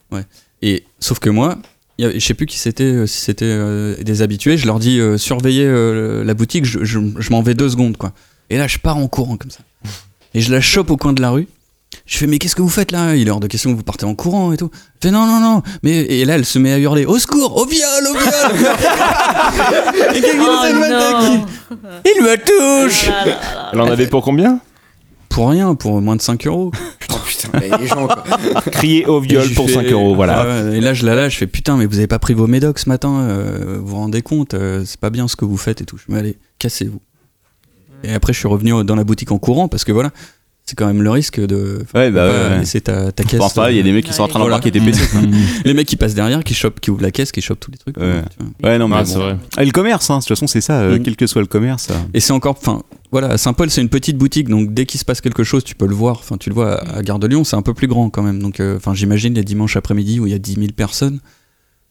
Speaker 9: Et sauf que moi, il y avait- je sais plus qui c'était, euh, si c'était euh, des habitués, je leur dis euh, surveillez euh, la boutique, je, je- je m'en vais deux secondes quoi. Et là, je pars en courant comme ça. Et je la chope au coin de la rue. Je fais mais qu'est-ce que vous faites là Il est hors de question que vous partez en courant et tout. Je fais non non non. Mais et là, elle se met à hurler au secours, au viol, au viol. et quelqu'un essaie de
Speaker 7: Oh.
Speaker 9: m'attaquer. Il me touche
Speaker 3: Ah, Elle en avait pour combien
Speaker 9: pour rien, pour moins de 5 euros.
Speaker 8: putain, mais les gens, quoi.
Speaker 3: Crier au
Speaker 9: Et
Speaker 3: viol
Speaker 9: je
Speaker 3: pour
Speaker 9: fais-
Speaker 3: 5 euros, voilà.
Speaker 9: Ah ouais, et là, je la lâche, je fais putain, mais vous avez pas pris vos médocs ce matin, euh, vous vous rendez compte, euh, c'est pas bien ce que vous faites et tout. Je me dis, allez, cassez-vous. Et après, je suis revenu dans la boutique en courant parce que voilà, c'est quand même le risque de.
Speaker 1: Ouais, bah
Speaker 9: pas
Speaker 1: ouais, ouais.
Speaker 9: laisser ta, ta caisse. euh,
Speaker 1: Enfin, pas, il y a des mecs qui sont en train d'embarquer des PC. quoi.
Speaker 9: Les mecs qui passent derrière, qui chopent, qui ouvrent la caisse, qui chopent tous les trucs.
Speaker 1: Ouais.
Speaker 9: tu vois.
Speaker 1: Ouais, non, mais
Speaker 3: Ah,
Speaker 1: bon.
Speaker 3: c'est vrai.
Speaker 1: Ah, le commerce, hein, de toute façon, c'est ça, euh,
Speaker 9: Mm.
Speaker 1: quel que soit le commerce. euh.
Speaker 9: Et c'est encore, enfin, voilà, à Saint-Paul, c'est une petite boutique, donc dès qu'il se passe quelque chose, tu peux le voir. Enfin, tu le vois à, à Gare de Lyon, c'est un peu plus grand quand même. Donc, euh, enfin, j'imagine les dimanches après-midi où il y a 10 000 personnes,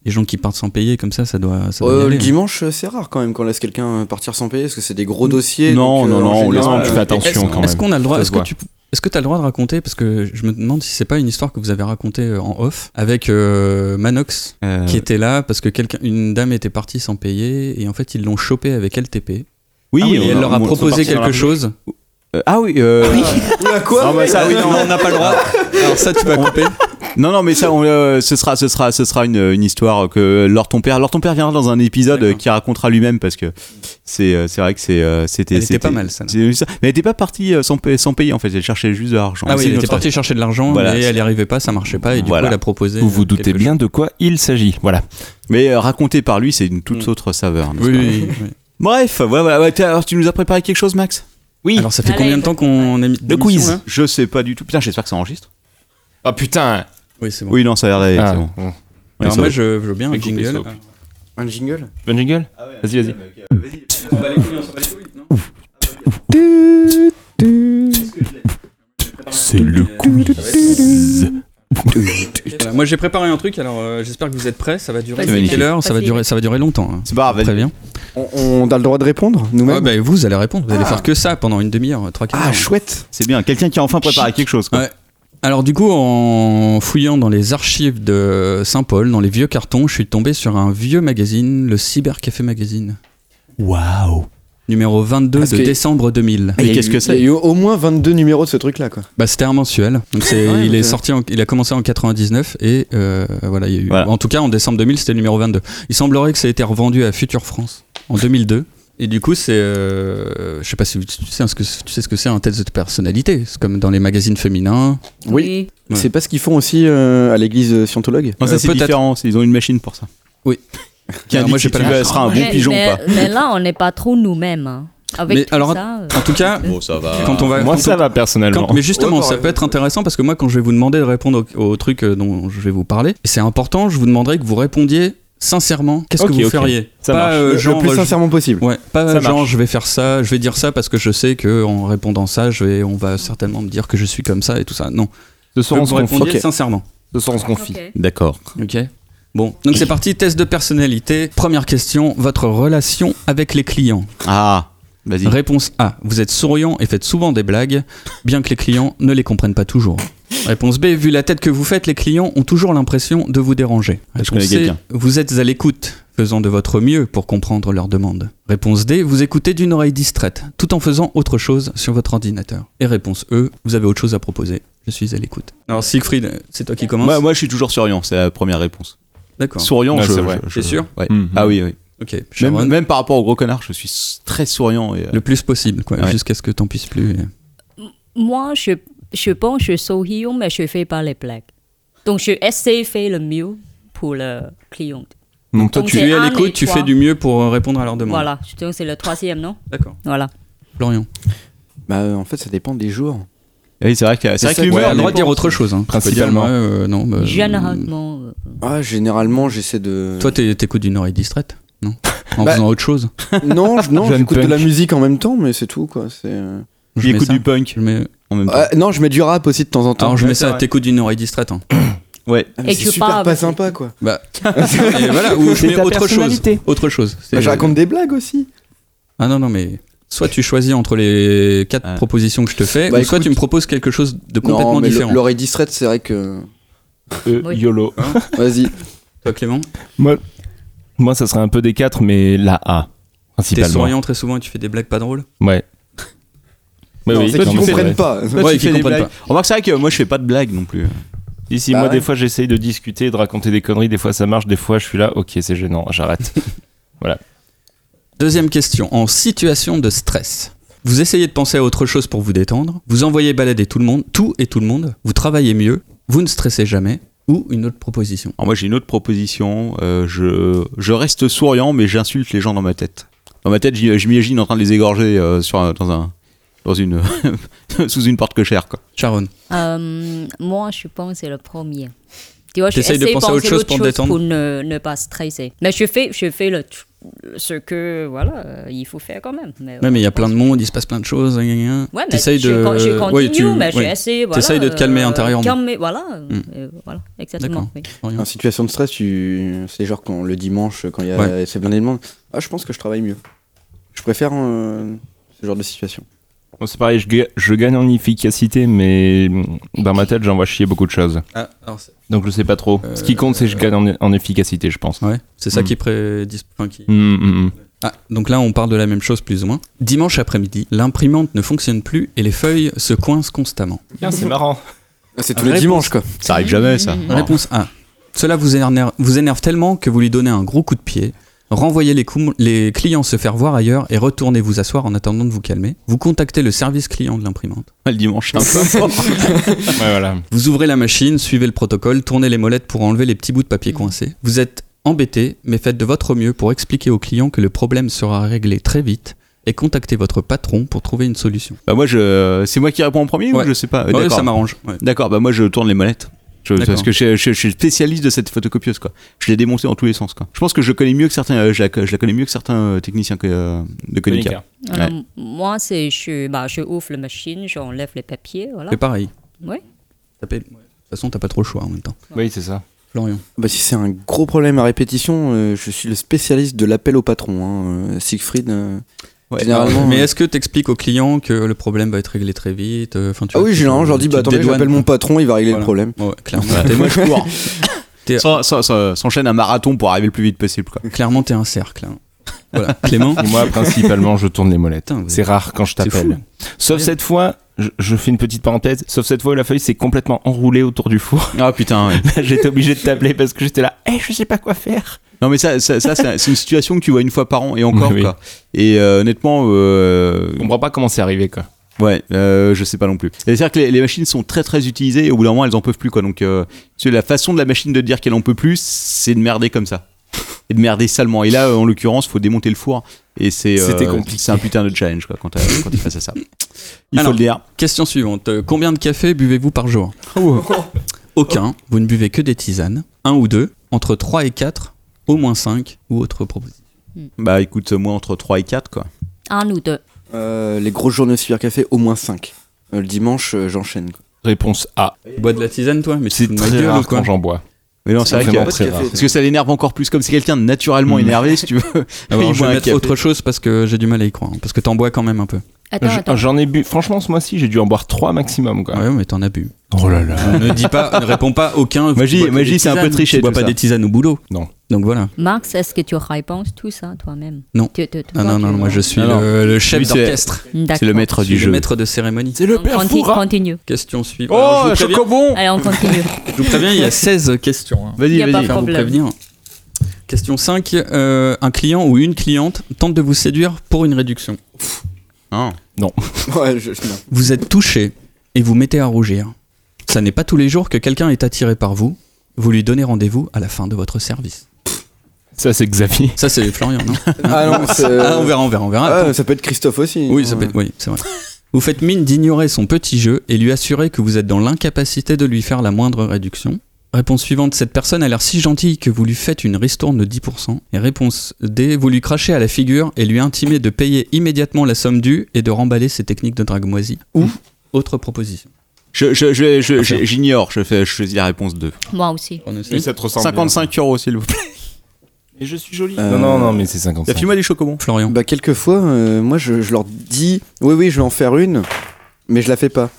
Speaker 9: les gens qui partent sans payer comme ça, ça doit. Ça doit y
Speaker 8: Euh,
Speaker 9: aller.
Speaker 8: le dimanche, euh, c'est rare quand même qu'on laisse quelqu'un euh, partir sans payer parce que c'est des gros dossiers.
Speaker 1: Non,
Speaker 8: donc, euh,
Speaker 1: non, non,
Speaker 8: en
Speaker 1: on laisse
Speaker 8: général,
Speaker 1: pas, tu
Speaker 8: euh,
Speaker 9: Est-ce
Speaker 1: fais attention quand
Speaker 9: est-ce
Speaker 1: même.
Speaker 9: qu'on a le droit
Speaker 1: Ça
Speaker 9: Est-ce
Speaker 1: se
Speaker 9: que
Speaker 1: voit.
Speaker 9: tu est-ce que t'as le droit de raconter Parce que je me demande si c'est pas une histoire que vous avez racontée euh, en off avec euh, Manox,
Speaker 1: Euh,
Speaker 9: qui était là parce que quelqu'un, une dame était partie sans payer et en fait ils l'ont chopée avec LTP.
Speaker 1: Ah Oui,
Speaker 9: et
Speaker 1: on
Speaker 9: elle leur a
Speaker 1: on- on est
Speaker 9: proposé
Speaker 1: parti dans la
Speaker 9: quelque
Speaker 1: rue.
Speaker 9: chose.
Speaker 1: Euh, ah oui, euh,
Speaker 8: Ah, quoi
Speaker 1: Ah, bah, ça, oui, non.
Speaker 9: on n'a pas le droit. Alors ça, tu vas couper.
Speaker 1: Non, non, mais ça, on, euh, ce sera, ce sera, ce sera une, une histoire que Lord ton père, Lord ton père viendra dans un épisode
Speaker 9: D'accord.
Speaker 1: euh, qui racontera lui-même parce que c'est, euh, c'est vrai que c'est, euh, c'était,
Speaker 9: Elle était
Speaker 1: c'était-
Speaker 9: pas mal, ça, là.
Speaker 1: c'est- ça- Mais elle était pas partie euh, sans, pa- sans payer en fait, elle cherchait juste de l'argent.
Speaker 9: Ah oui,
Speaker 1: C'est
Speaker 9: elle
Speaker 1: notre-
Speaker 9: était partie chercher de l'argent
Speaker 1: Voilà.
Speaker 9: et elle n'y arrivait pas, ça marchait pas et du coup
Speaker 1: Voilà.
Speaker 9: elle a proposé.
Speaker 3: Vous
Speaker 9: euh,
Speaker 3: vous doutez
Speaker 9: quelque
Speaker 3: bien de quoi il s'agit, voilà.
Speaker 1: Mais euh, raconté par lui, c'est une toute autre saveur. n'est-ce
Speaker 9: chose.
Speaker 1: pas
Speaker 9: Oui, oui, oui.
Speaker 1: Bref, voilà, voilà. Ouais, t'as- alors tu nous as préparé quelque chose, Max
Speaker 3: Oui.
Speaker 9: Alors ça fait
Speaker 7: Allez,
Speaker 9: combien de temps qu'on est mis
Speaker 3: Le quiz.
Speaker 1: Je sais pas du tout. Putain, j'espère que ça enregistre.
Speaker 3: Ah putain
Speaker 9: Oui, c'est bon.
Speaker 1: Oui, non, ça a l'air d'aller.
Speaker 3: Ah,
Speaker 1: c'est bon.
Speaker 3: bon.
Speaker 9: Alors
Speaker 1: Ouais,
Speaker 9: moi
Speaker 1: ça
Speaker 9: je veux bien un
Speaker 3: Fais couper
Speaker 9: jingle.
Speaker 3: ça,
Speaker 8: Un jingle
Speaker 3: Bon jingle Vas-y, vas-y. C'est le quiz.
Speaker 9: Voilà, Moi j'ai préparé un truc, alors euh, j'espère que vous êtes prêts. Ça va durer.
Speaker 7: Vas-y,
Speaker 9: C'est
Speaker 7: Magnifique.
Speaker 9: quelle heure Ça va
Speaker 7: vas-y.
Speaker 9: durer. Ça va durer longtemps. hein.
Speaker 1: C'est pas grave,
Speaker 9: Très
Speaker 1: vas-y.
Speaker 9: bien.
Speaker 8: on, on a le droit de répondre
Speaker 9: Ah,
Speaker 8: nous-mêmes
Speaker 9: bah, vous allez répondre. Vous allez faire que ça pendant une demi-heure, euh, trois quarts
Speaker 8: Ah,
Speaker 9: d'heure.
Speaker 8: chouette
Speaker 1: C'est bien, quelqu'un qui a enfin préparé quelque chose. quoi.
Speaker 9: Ouais. Alors du coup, en fouillant dans les archives de Saint-Paul, dans les vieux cartons, je suis tombé sur un vieux magazine, le Cybercafé Magazine,
Speaker 3: Waouh
Speaker 9: Ah, numéro 22
Speaker 8: Parce
Speaker 9: de
Speaker 8: que-
Speaker 9: décembre 2000.
Speaker 1: Mais
Speaker 8: Il y a
Speaker 1: qu'est-ce
Speaker 8: eu-
Speaker 1: que c'est
Speaker 8: Il y a eu au moins 22 numéros de ce truc-là, quoi.
Speaker 9: Bah, c'était un mensuel. Donc c'est,
Speaker 8: Ouais,
Speaker 9: il est
Speaker 8: ok.
Speaker 9: sorti, en- il a commencé en 99 et euh, voilà, il y a eu.
Speaker 1: Voilà.
Speaker 9: En tout cas, en décembre 2000, c'était le numéro 22. Il semblerait que ça ait été revendu à Future France en 2002. Et du coup, c'est, euh, je sais pas si tu sais, ce que, tu sais ce que c'est un test de personnalité. C'est comme dans les magazines féminins.
Speaker 8: Oui.
Speaker 9: Ouais.
Speaker 8: C'est pas ce qu'ils font aussi euh, à l'église scientologue
Speaker 1: Non, ça
Speaker 9: Euh,
Speaker 1: c'est
Speaker 9: peut-être.
Speaker 1: différent, c'est- ils ont une machine pour ça.
Speaker 9: Oui.
Speaker 1: Qui
Speaker 9: Alors,
Speaker 1: indique
Speaker 9: moi, j'ai
Speaker 1: si
Speaker 9: pas
Speaker 1: tu
Speaker 9: la-
Speaker 1: veux- seras un bon
Speaker 7: mais,
Speaker 1: pigeon ou
Speaker 7: mais-
Speaker 1: pas.
Speaker 7: mais là, on n'est pas trop nous-mêmes. hein. Avec
Speaker 9: Mais
Speaker 7: tout
Speaker 9: alors,
Speaker 7: ça, euh,
Speaker 9: En tout cas,
Speaker 1: Bon, Oh, ça va.
Speaker 9: quand on va,
Speaker 3: Moi
Speaker 9: quand
Speaker 3: ça
Speaker 9: on-
Speaker 3: va personnellement.
Speaker 9: Quand- mais justement,
Speaker 8: Ouais,
Speaker 9: ça
Speaker 8: pareil.
Speaker 9: peut être intéressant parce que moi, quand je vais vous demander de répondre au, au truc euh, dont je vais vous parler, et c'est important, je vous demanderai que vous répondiez sincèrement. Qu'est-ce
Speaker 3: Ok,
Speaker 9: que vous
Speaker 3: ok.
Speaker 9: feriez
Speaker 3: Ça
Speaker 9: Pas
Speaker 3: marche.
Speaker 9: euh,
Speaker 8: Le-
Speaker 9: genre,
Speaker 8: Le plus
Speaker 9: je-
Speaker 8: sincèrement possible.
Speaker 9: Ouais, pas
Speaker 3: Ça
Speaker 9: genre
Speaker 3: marche.
Speaker 9: je vais faire ça, je vais dire ça parce que je sais que en répondant ça, je vais, on va certainement me dire que je suis comme ça et tout ça. Non, je
Speaker 3: Ce soir on se confie.
Speaker 9: répondiez
Speaker 8: Ok.
Speaker 9: sincèrement.
Speaker 3: Ce soir on se confie.
Speaker 7: ok.
Speaker 1: D'accord.
Speaker 9: Ok. Bon, donc c'est parti. Test de personnalité. Première question votre relation avec les clients.
Speaker 1: Ah, vas-y.
Speaker 9: Réponse A. Vous êtes souriant et faites souvent des blagues, bien que les clients ne les comprennent pas toujours. Réponse B. Vu la tête que vous faites, les clients ont toujours l'impression de vous déranger. Réponse
Speaker 1: connais
Speaker 9: C.
Speaker 1: quelqu'un.
Speaker 9: Vous êtes à l'écoute, faisant de votre mieux pour comprendre leurs demandes. Réponse D. Vous écoutez d'une oreille distraite, tout en faisant autre chose sur votre ordinateur. Et réponse E. Vous avez autre chose à proposer. Je suis à l'écoute. Alors Siegfried, c'est toi qui commence.
Speaker 1: Moi, moi, je suis toujours souriant, c'est la première réponse.
Speaker 9: D'accord.
Speaker 1: Souriant,
Speaker 3: Ouais,
Speaker 1: je,
Speaker 3: c'est vrai.
Speaker 1: je- je-
Speaker 9: T'es sûr
Speaker 1: ouais.
Speaker 3: Mhm.
Speaker 1: Ah oui, oui.
Speaker 9: Ok. Sharon,
Speaker 1: Même, même par rapport au gros connard, je suis s- très souriant. Et, euh,
Speaker 9: le plus possible, quoi,
Speaker 1: Ouais.
Speaker 9: jusqu'à ce que t'en puisses plus.
Speaker 7: Moi, je, je pense que je souris, mais je ne fais pas les blagues. Donc, je essaie de faire le mieux pour le client.
Speaker 3: Donc toi
Speaker 7: toi, Donc,
Speaker 9: Tu
Speaker 3: tu
Speaker 7: c'est-
Speaker 9: es à
Speaker 7: un
Speaker 9: l'écoute,
Speaker 7: et
Speaker 9: tu
Speaker 7: toi.
Speaker 9: fais du mieux pour répondre à leurs demandes.
Speaker 7: Voilà, je pense que c'est le troisième, non
Speaker 9: D'accord.
Speaker 7: Voilà.
Speaker 9: Florian.
Speaker 8: Bah, euh, en fait, ça dépend des jours.
Speaker 1: oui, c'est vrai que c'est vrai que
Speaker 8: ça,
Speaker 9: Ouais,
Speaker 1: l'humeur.
Speaker 9: t'as le droit de
Speaker 1: dépend.
Speaker 9: dire autre chose, hein,
Speaker 3: Principalement.
Speaker 9: Tu peux dire, ouais, euh, non, bah,
Speaker 7: Généralement, euh,
Speaker 8: Ah, généralement, j'essaie de.
Speaker 9: euh, Toi, t'es- t'écoutes d'une oreille distraite, non En
Speaker 8: Bah,
Speaker 9: faisant autre chose.
Speaker 8: Non, je- non,
Speaker 3: Jeune
Speaker 8: j'écoute de la
Speaker 3: punk.
Speaker 8: musique en même temps, mais c'est tout, quoi. C'est. euh,
Speaker 9: Je
Speaker 1: Puis
Speaker 9: mets
Speaker 1: écoute
Speaker 9: ça.
Speaker 1: du punk
Speaker 9: Je mets...
Speaker 1: en même temps.
Speaker 8: Ah, non, je mets du rap aussi de temps en temps.
Speaker 9: Alors, je
Speaker 1: ouais,
Speaker 9: mets
Speaker 1: c'est
Speaker 9: ça,
Speaker 1: vrai.
Speaker 9: t'écoutes d'une oreille distraite. hein.
Speaker 1: Ouais.
Speaker 8: Ah, mais
Speaker 7: Et
Speaker 8: c'est
Speaker 7: tu
Speaker 8: super
Speaker 7: pars
Speaker 8: pas
Speaker 7: avec-
Speaker 8: sympa, quoi.
Speaker 9: Bah, et voilà, ou je
Speaker 3: C'est
Speaker 9: mets
Speaker 3: ta
Speaker 9: autre chose.
Speaker 3: personnalité.
Speaker 9: Autre chose. C'est-
Speaker 8: Bah, je raconte des blagues aussi.
Speaker 9: Ah non, non, mais soit tu choisis entre les quatre
Speaker 1: Ah.
Speaker 9: propositions que je te fais,
Speaker 8: Bah,
Speaker 9: ou soit
Speaker 8: écoute-
Speaker 9: tu me proposes quelque chose de complètement
Speaker 8: non, mais le-
Speaker 9: différent.
Speaker 8: l'oreille distraite, c'est vrai que.
Speaker 3: Euh,
Speaker 7: Oui.
Speaker 3: YOLO.
Speaker 8: Vas-y.
Speaker 9: Toi, Clément,
Speaker 3: Moi ça serait un peu des quatre mais la A
Speaker 9: t'es
Speaker 3: principalement.
Speaker 9: souriant très souvent et tu fais des blagues pas drôles
Speaker 3: Ouais. Ouais,
Speaker 8: Non,
Speaker 3: oui,
Speaker 8: ceux qui
Speaker 3: clairement, c'est
Speaker 8: comprennent
Speaker 3: vrai.
Speaker 8: pas.
Speaker 1: Toi,
Speaker 9: Ouais,
Speaker 1: tu
Speaker 9: qui
Speaker 1: fais des
Speaker 9: comprennent
Speaker 1: blagues. Remarque, c'est vrai que moi, je fais pas de blagues non plus.
Speaker 3: Ici,
Speaker 8: Bah
Speaker 3: moi,
Speaker 8: ouais.
Speaker 3: des fois, j'essaye de discuter, de raconter des conneries. Des fois, ça marche. Des fois, je suis là, ok, c'est gênant, j'arrête.
Speaker 9: Deuxième question. En situation de stress, Vous essayez de penser à autre chose pour vous détendre. Vous envoyez balader tout le monde, tout et tout le monde. Vous travaillez mieux. Vous ne stressez jamais. Ou une autre proposition.
Speaker 1: Alors moi j'ai une autre proposition. Euh, je, je reste souriant mais j'insulte les gens dans ma tête. Dans ma tête j'y- je m'imagine en train de les égorger euh, sur un- dans un dans une sous une porte cochère quoi.
Speaker 9: Sharon,
Speaker 7: Euh, moi, je pense que c'est le premier. Tu vois,
Speaker 9: T'essayes de
Speaker 7: j'essaie
Speaker 9: penser à autre chose pour te détendre
Speaker 7: pour ne, ne pas stresser. Mais je fais, je fais le, tr- ce que, voilà, euh, il faut faire quand même. Mais,
Speaker 9: Ouais, mais il y a plein de monde, il se passe plein de choses. gna, gna, gna.
Speaker 7: Ouais, mais
Speaker 9: T'essayes
Speaker 7: je,
Speaker 9: de.
Speaker 7: con- je continue,
Speaker 9: Ouais, tu-
Speaker 7: mais
Speaker 9: ouais.
Speaker 7: j'essaie, voilà.
Speaker 9: T'essayes de te calmer
Speaker 7: euh,
Speaker 9: intérieurement.
Speaker 7: Calmer, voilà.
Speaker 9: Hmm.
Speaker 7: euh, voilà, exactement.
Speaker 9: D'accord.
Speaker 7: oui.
Speaker 9: Orion.
Speaker 8: En situation de stress, tu... c'est genre quand le dimanche, quand il y a
Speaker 9: Ouais.
Speaker 8: c'est blindé de monde. Ah, je pense que je travaille mieux. Je préfère euh, ce genre de situation.
Speaker 3: Bon, c'est pareil, je, ga- je gagne en efficacité, mais dans ma tête, j'envoie chier beaucoup de choses.
Speaker 9: Ah, alors c'est-
Speaker 3: Donc je sais pas trop. Ce qui compte, c'est que je gagne en, en efficacité, je pense.
Speaker 9: ouais, c'est ça
Speaker 3: Mm.
Speaker 9: qui prédis. enfin, qui-
Speaker 3: Hum, hum, hum.
Speaker 9: Ah, donc là, on parle de la même chose plus ou moins. Dimanche après-midi, l'imprimante ne fonctionne plus et les feuilles se coincent constamment.
Speaker 3: Tiens, c'est marrant.
Speaker 8: Ah, C'est tous
Speaker 9: les
Speaker 8: les dimanches, quoi.
Speaker 1: Ça arrive jamais ça.
Speaker 9: Réponse A. Cela vous énerve, vous énerve tellement que vous lui donnez un gros coup de pied. Renvoyez les, coum- les clients se faire voir ailleurs et retournez vous asseoir en attendant de vous calmer. Vous contactez le service client de l'imprimante.
Speaker 1: Ah, Le dimanche. hein. c'est un peu-
Speaker 3: Ouais, voilà.
Speaker 9: Vous ouvrez la machine, suivez le protocole, tournez les molettes pour enlever les petits bouts de papier coincés. Vous êtes embêté, mais faites de votre mieux pour expliquer au client que le problème sera réglé très vite et contactez votre patron pour trouver une solution.
Speaker 1: bah moi je c'est moi qui réponds en premier
Speaker 9: Ouais.
Speaker 1: ou je sais pas.
Speaker 9: Ouais,
Speaker 1: D'accord.
Speaker 9: ça m'arrange. ouais.
Speaker 1: D'accord, bah moi je tourne les mallettes. Je-
Speaker 9: D'accord.
Speaker 1: parce que je, je- je suis spécialiste de cette photocopieuse quoi. Je l'ai démontée dans tous les sens quoi. Je pense que je connais mieux que certains, euh, je, la, je la connais mieux que certains euh, techniciens que, euh, de Konica.
Speaker 7: Euh,
Speaker 1: Ouais.
Speaker 7: moi, c'est, je, bah, je ouvre la machine, j'enlève les papiers, voilà.
Speaker 9: C'est pareil.
Speaker 7: Ouais.
Speaker 9: T'as payé- ouais. De toute façon, t'as pas trop le choix en même temps.
Speaker 3: Oui, c'est ça.
Speaker 9: Florian.
Speaker 8: Bah, si c'est un gros problème à répétition, euh, je suis le spécialiste de l'appel au patron. hein. Euh, Siegfried. euh,
Speaker 1: Ouais.
Speaker 8: généralement.
Speaker 9: Mais
Speaker 8: euh,
Speaker 9: est-ce que t'expliques au client que le problème va être réglé très vite euh, Enfin, tu
Speaker 8: Ah oui,
Speaker 9: tu-
Speaker 8: généralement, je leur dis
Speaker 9: tu
Speaker 8: bah
Speaker 9: te
Speaker 8: attendez,
Speaker 9: dédouanes.
Speaker 8: j'appelle mon patron, il va régler
Speaker 9: Voilà.
Speaker 8: le problème.
Speaker 9: Ouais, clairement.
Speaker 1: Ouais. Et moi je cours.
Speaker 9: T'es-
Speaker 1: Sans- sans- sans- S'enchaîne un marathon pour arriver le plus vite possible quoi.
Speaker 9: T'es- Clairement, t'es un cercle. hein. Voilà. Clément
Speaker 3: Et moi, principalement, je tourne les molettes.
Speaker 9: Putain, vous-
Speaker 3: C'est rare quand je
Speaker 9: C'est
Speaker 3: t'appelle.
Speaker 9: fou.
Speaker 3: Sauf
Speaker 9: Bien.
Speaker 3: cette fois, je, je fais une petite parenthèse, sauf cette fois où la feuille s'est complètement enroulée autour du four.
Speaker 1: Ah putain. ouais.
Speaker 3: J'étais obligé de t'appeler parce que j'étais là. Eh, je sais pas quoi faire.
Speaker 1: Non mais ça, ça, ça, c'est c'est une situation que tu vois une fois par an et encore
Speaker 3: Oui.
Speaker 1: quoi. Et euh, honnêtement, euh,
Speaker 3: Je comprends pas comment c'est arrivé, quoi.
Speaker 1: ouais, euh, je sais pas non plus. C'est-à-dire que les, les machines sont très très utilisées et au bout d'un moment elles en peuvent plus quoi. Donc euh, c'est la façon de la machine de dire qu'elle en peut plus, c'est de merder comme ça et de merder salement. Et là, euh, en l'occurrence, faut démonter le four et c'est euh,
Speaker 3: C'était compliqué.
Speaker 1: C'est un putain de challenge quoi quand t'as- quand t'es face à ça. Il
Speaker 9: Alors.
Speaker 1: faut le dire.
Speaker 9: Question suivante. Euh, Combien de café buvez-vous par jour
Speaker 3: Oh.
Speaker 9: Aucun. Vous ne buvez que des tisanes. Un ou deux. Entre 3 et 4. Au moins 5. Ou autre proposition.
Speaker 1: Bah écoute, moi entre 3 et 4 quoi.
Speaker 7: Un ou deux.
Speaker 8: Euh, les grosses journées de cybercafé, au moins 5. le dimanche, euh, j'enchaîne. quoi.
Speaker 3: Réponse A.
Speaker 9: Tu bois de la tisane, toi Mais tu
Speaker 3: C'est
Speaker 9: te fous de ma
Speaker 3: très
Speaker 9: gueule,
Speaker 3: rare
Speaker 9: quoi.
Speaker 3: quand j'en bois.
Speaker 1: Mais non, c'est vrai que
Speaker 3: vraiment
Speaker 8: Pas
Speaker 3: très
Speaker 8: de
Speaker 3: rare.
Speaker 8: café.
Speaker 1: parce que ça l'énerve encore plus comme c'est quelqu'un de naturellement
Speaker 9: Mm.
Speaker 1: énervé si tu veux.
Speaker 9: Alors,
Speaker 1: Il
Speaker 9: je
Speaker 1: boit
Speaker 9: vais
Speaker 1: un
Speaker 9: mettre
Speaker 1: café.
Speaker 9: autre chose parce que j'ai du mal à y croire. hein, Parce que t'en bois quand même un peu.
Speaker 7: Attends,
Speaker 3: Je-
Speaker 9: oh,
Speaker 7: attends.
Speaker 3: J'en ai bu. Franchement, ce mois-ci, j'ai dû en boire 3 maximum, quoi.
Speaker 9: Ouais, mais t'en as bu.
Speaker 3: Oh là là.
Speaker 9: ne dis pas, ne réponds pas aucun.
Speaker 1: Magie-
Speaker 9: Tu bois que
Speaker 1: magie,
Speaker 9: des
Speaker 1: c'est un peu
Speaker 9: tisanes.
Speaker 1: triché,
Speaker 9: Tu bois
Speaker 1: tout
Speaker 9: pas
Speaker 1: ça.
Speaker 9: des tisanes au boulot.
Speaker 3: Non.
Speaker 9: Donc voilà.
Speaker 7: Max, est-ce que tu réponds tout ça toi-même
Speaker 9: Non.
Speaker 7: Tu- tu- tu-
Speaker 9: Non,
Speaker 7: toi,
Speaker 9: non,
Speaker 7: tu-
Speaker 9: non, moi je suis
Speaker 1: Ah non.
Speaker 9: le, le chef
Speaker 1: Lui, c'est-
Speaker 9: d'orchestre.
Speaker 1: C'est le
Speaker 7: D'accord.
Speaker 1: maître
Speaker 9: Je suis
Speaker 1: du jeu.
Speaker 9: le maître de cérémonie.
Speaker 7: Donc, conti- continue.
Speaker 9: Question suivante.
Speaker 1: Oh,
Speaker 9: Alors, Euh, je, vous préviens,
Speaker 1: Chocobon
Speaker 7: Allez, on continue.
Speaker 9: je vous préviens, il y a 16 questions. hein.
Speaker 7: Il y
Speaker 1: Vas-y,
Speaker 7: a
Speaker 1: vas-y.
Speaker 7: pas
Speaker 9: Enfin, vous
Speaker 7: Problème.
Speaker 9: prévenir. Question 5. euh, un client ou une cliente tente de vous séduire pour une réduction.
Speaker 1: Hein.
Speaker 8: Ouais, je, je- non.
Speaker 9: Vous êtes touché et vous mettez à rougir. Ça n'est pas tous les jours que quelqu'un est attiré par vous. Vous lui donnez rendez-vous à la fin de votre service.
Speaker 3: Ça, c'est Xavier.
Speaker 9: Ça, c'est Florian, non
Speaker 8: Ah non, c'est-
Speaker 9: Ah, on verra, on verra, on verra.
Speaker 8: Ah, mais ça peut être Christophe aussi. hein.
Speaker 9: Oui, ça peut- oui, c'est vrai. Vous faites mine d'ignorer son petit jeu et lui assurer que vous êtes dans l'incapacité de lui faire la moindre réduction. Réponse suivante, cette personne a l'air si gentille que vous lui faites une ristourne de 10%. Et réponse D, vous lui crachez à la figure et lui intimez de payer immédiatement la somme due et de remballer ses techniques de drague moisie. Ou autre proposition.
Speaker 1: Je- je- je- je-
Speaker 9: Enfin.
Speaker 1: je- J'ignore, je, fais- je choisis la réponse 2.
Speaker 7: Moi aussi.
Speaker 1: ça te 55 euros, s'il vous plaît.
Speaker 3: Et je suis joli.
Speaker 8: Euh,
Speaker 3: Non, non, non, mais c'est 55.
Speaker 1: File-moi des chocobons.
Speaker 9: Florian.
Speaker 8: Bah, quelquefois, euh, moi je, je leur dis oui, oui, je vais en faire une, mais je la fais pas.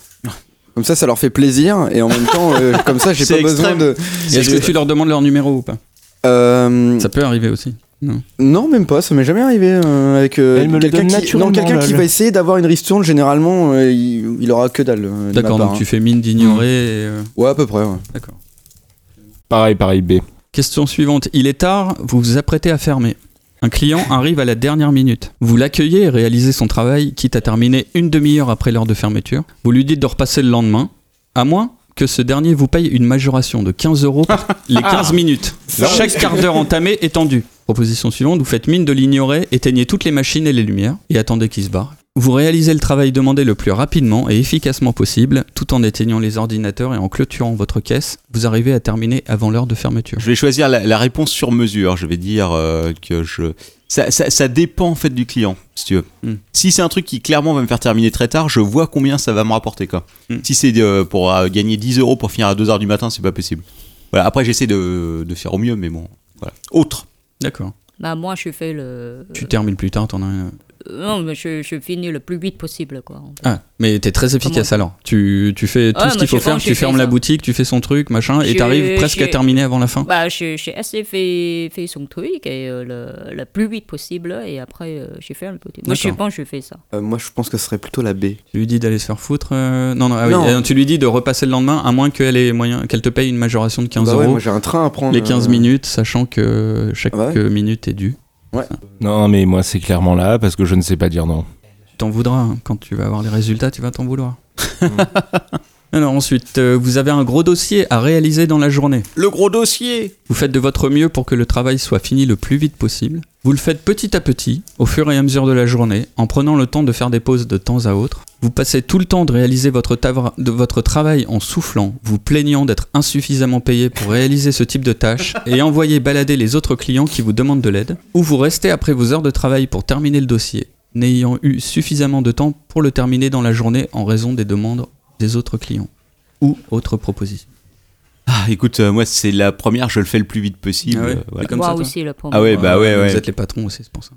Speaker 8: Comme ça, ça leur fait plaisir et en même temps, euh, comme ça, j'ai
Speaker 1: C'est
Speaker 8: pas besoin
Speaker 1: extrême.
Speaker 8: de.
Speaker 9: Est-ce que tu leur demandes leur numéro ou pas
Speaker 8: Euh,
Speaker 9: Ça peut arriver aussi.
Speaker 8: Non, même pas, ça m'est jamais arrivé euh, avec euh,
Speaker 3: Elle me le
Speaker 8: quelqu'un
Speaker 3: donne
Speaker 8: qui, non,
Speaker 3: naturellement,
Speaker 8: quelqu'un qui
Speaker 3: lol.
Speaker 8: va essayer d'avoir une ristourne, généralement, euh, il, il aura que dalle. euh, de ma
Speaker 9: D'accord,
Speaker 8: part,
Speaker 9: donc
Speaker 8: hein.
Speaker 9: tu fais mine d'ignorer. et, euh,
Speaker 8: Ouais, à peu près, ouais.
Speaker 9: D'accord.
Speaker 3: Pareil, pareil, B.
Speaker 9: Question suivante. Il est tard, vous vous apprêtez à fermer. Un client arrive à la dernière minute. Vous l'accueillez et réalisez son travail, quitte à terminer une demi-heure après l'heure de fermeture. Vous lui dites de repasser le lendemain, à moins que ce dernier vous paye une majoration de 15 euros par les 15 minutes. Chaque quart d'heure entamé est tendu. Proposition suivante, vous faites mine de l'ignorer, éteignez toutes les machines et les lumières, et attendez qu'il se barre. Vous réalisez le travail demandé le plus rapidement et efficacement possible, tout en éteignant les ordinateurs et en clôturant votre caisse. Vous arrivez à terminer avant l'heure de fermeture.
Speaker 1: Je vais choisir la, la réponse sur mesure. Je vais dire euh, que je. Ça, ça- ça dépend en fait du client, si tu veux.
Speaker 9: Mm.
Speaker 1: Si c'est un truc qui clairement va me faire terminer très tard, je vois combien ça va me rapporter. Quoi.
Speaker 9: Mm.
Speaker 1: Si c'est euh, pour euh, gagner 10 euros pour finir à 2h du matin, c'est pas possible. Voilà, après j'essaie de, de faire au mieux, mais bon. Voilà. Autre.
Speaker 9: D'accord.
Speaker 7: Bah, moi, je fais le.
Speaker 9: Euh, Tu termines plus tard, t'en as. un-
Speaker 7: Euh, Non, mais je, je finis le plus vite possible, quoi. en fait.
Speaker 9: Ah, mais t'es très efficace alors. Tu, tu fais tout
Speaker 7: Ouais,
Speaker 9: ce
Speaker 7: moi,
Speaker 9: qu'il faut
Speaker 7: je-
Speaker 9: faire,
Speaker 7: moi,
Speaker 9: Ah, tu
Speaker 7: j'ai
Speaker 9: fermes
Speaker 7: fait
Speaker 9: la
Speaker 7: ça.
Speaker 9: boutique, tu fais son truc, machin, et
Speaker 7: Je-
Speaker 9: t'arrives presque
Speaker 7: je-
Speaker 9: à terminer avant la fin.
Speaker 7: Bah, je- j'ai assez fait, fait son truc et euh, le, le plus vite possible, et après, euh, j'ai fait le petit. Moi, je
Speaker 9: D'accord.
Speaker 7: pense que je fais ça.
Speaker 8: Euh, moi, je pense que ce serait plutôt la B.
Speaker 9: Tu lui dis d'aller se faire foutre. euh, Non, non, ah oui,
Speaker 8: Non.
Speaker 9: euh, tu lui dis de repasser le lendemain, à moins qu'elle ait moyen, qu'elle te paye une majoration de 15
Speaker 8: Bah ouais,
Speaker 9: euros
Speaker 8: moi, j'ai un train à prendre.
Speaker 9: les 15
Speaker 8: euh,
Speaker 9: minutes, sachant que chaque
Speaker 8: Ah bah ouais.
Speaker 9: euh, minute est due.
Speaker 3: Non, mais moi, c'est clairement là parce que je ne sais pas dire non.
Speaker 9: Tu t'en voudras hein. quand tu vas avoir les résultats, tu vas t'en vouloir. Alors ensuite, euh, vous avez un gros dossier à réaliser dans la journée.
Speaker 1: Le gros dossier
Speaker 9: Vous faites de votre mieux pour que le travail soit fini le plus vite possible. Vous le faites petit à petit, au fur et à mesure de la journée, en prenant le temps de faire des pauses de temps à autre. Vous passez tout le temps de réaliser votre, tavra- de votre travail en soufflant, vous plaignant d'être insuffisamment payé pour réaliser ce type de tâche et envoyer balader les autres clients qui vous demandent de l'aide, ou vous restez après vos heures de travail pour terminer le dossier, n'ayant eu suffisamment de temps pour le terminer dans la journée en raison des demandes des autres clients ou autres propositions.
Speaker 1: Ah, écoute, euh, moi c'est la première, je le fais le plus vite possible.
Speaker 9: Ah ouais
Speaker 1: euh, voilà.
Speaker 9: Comme
Speaker 7: moi
Speaker 9: ça, toi
Speaker 7: aussi, le premier.
Speaker 1: Ah ouais, bah ouais, ouais.
Speaker 9: Euh, Vous êtes les patrons aussi, c'est pour ça.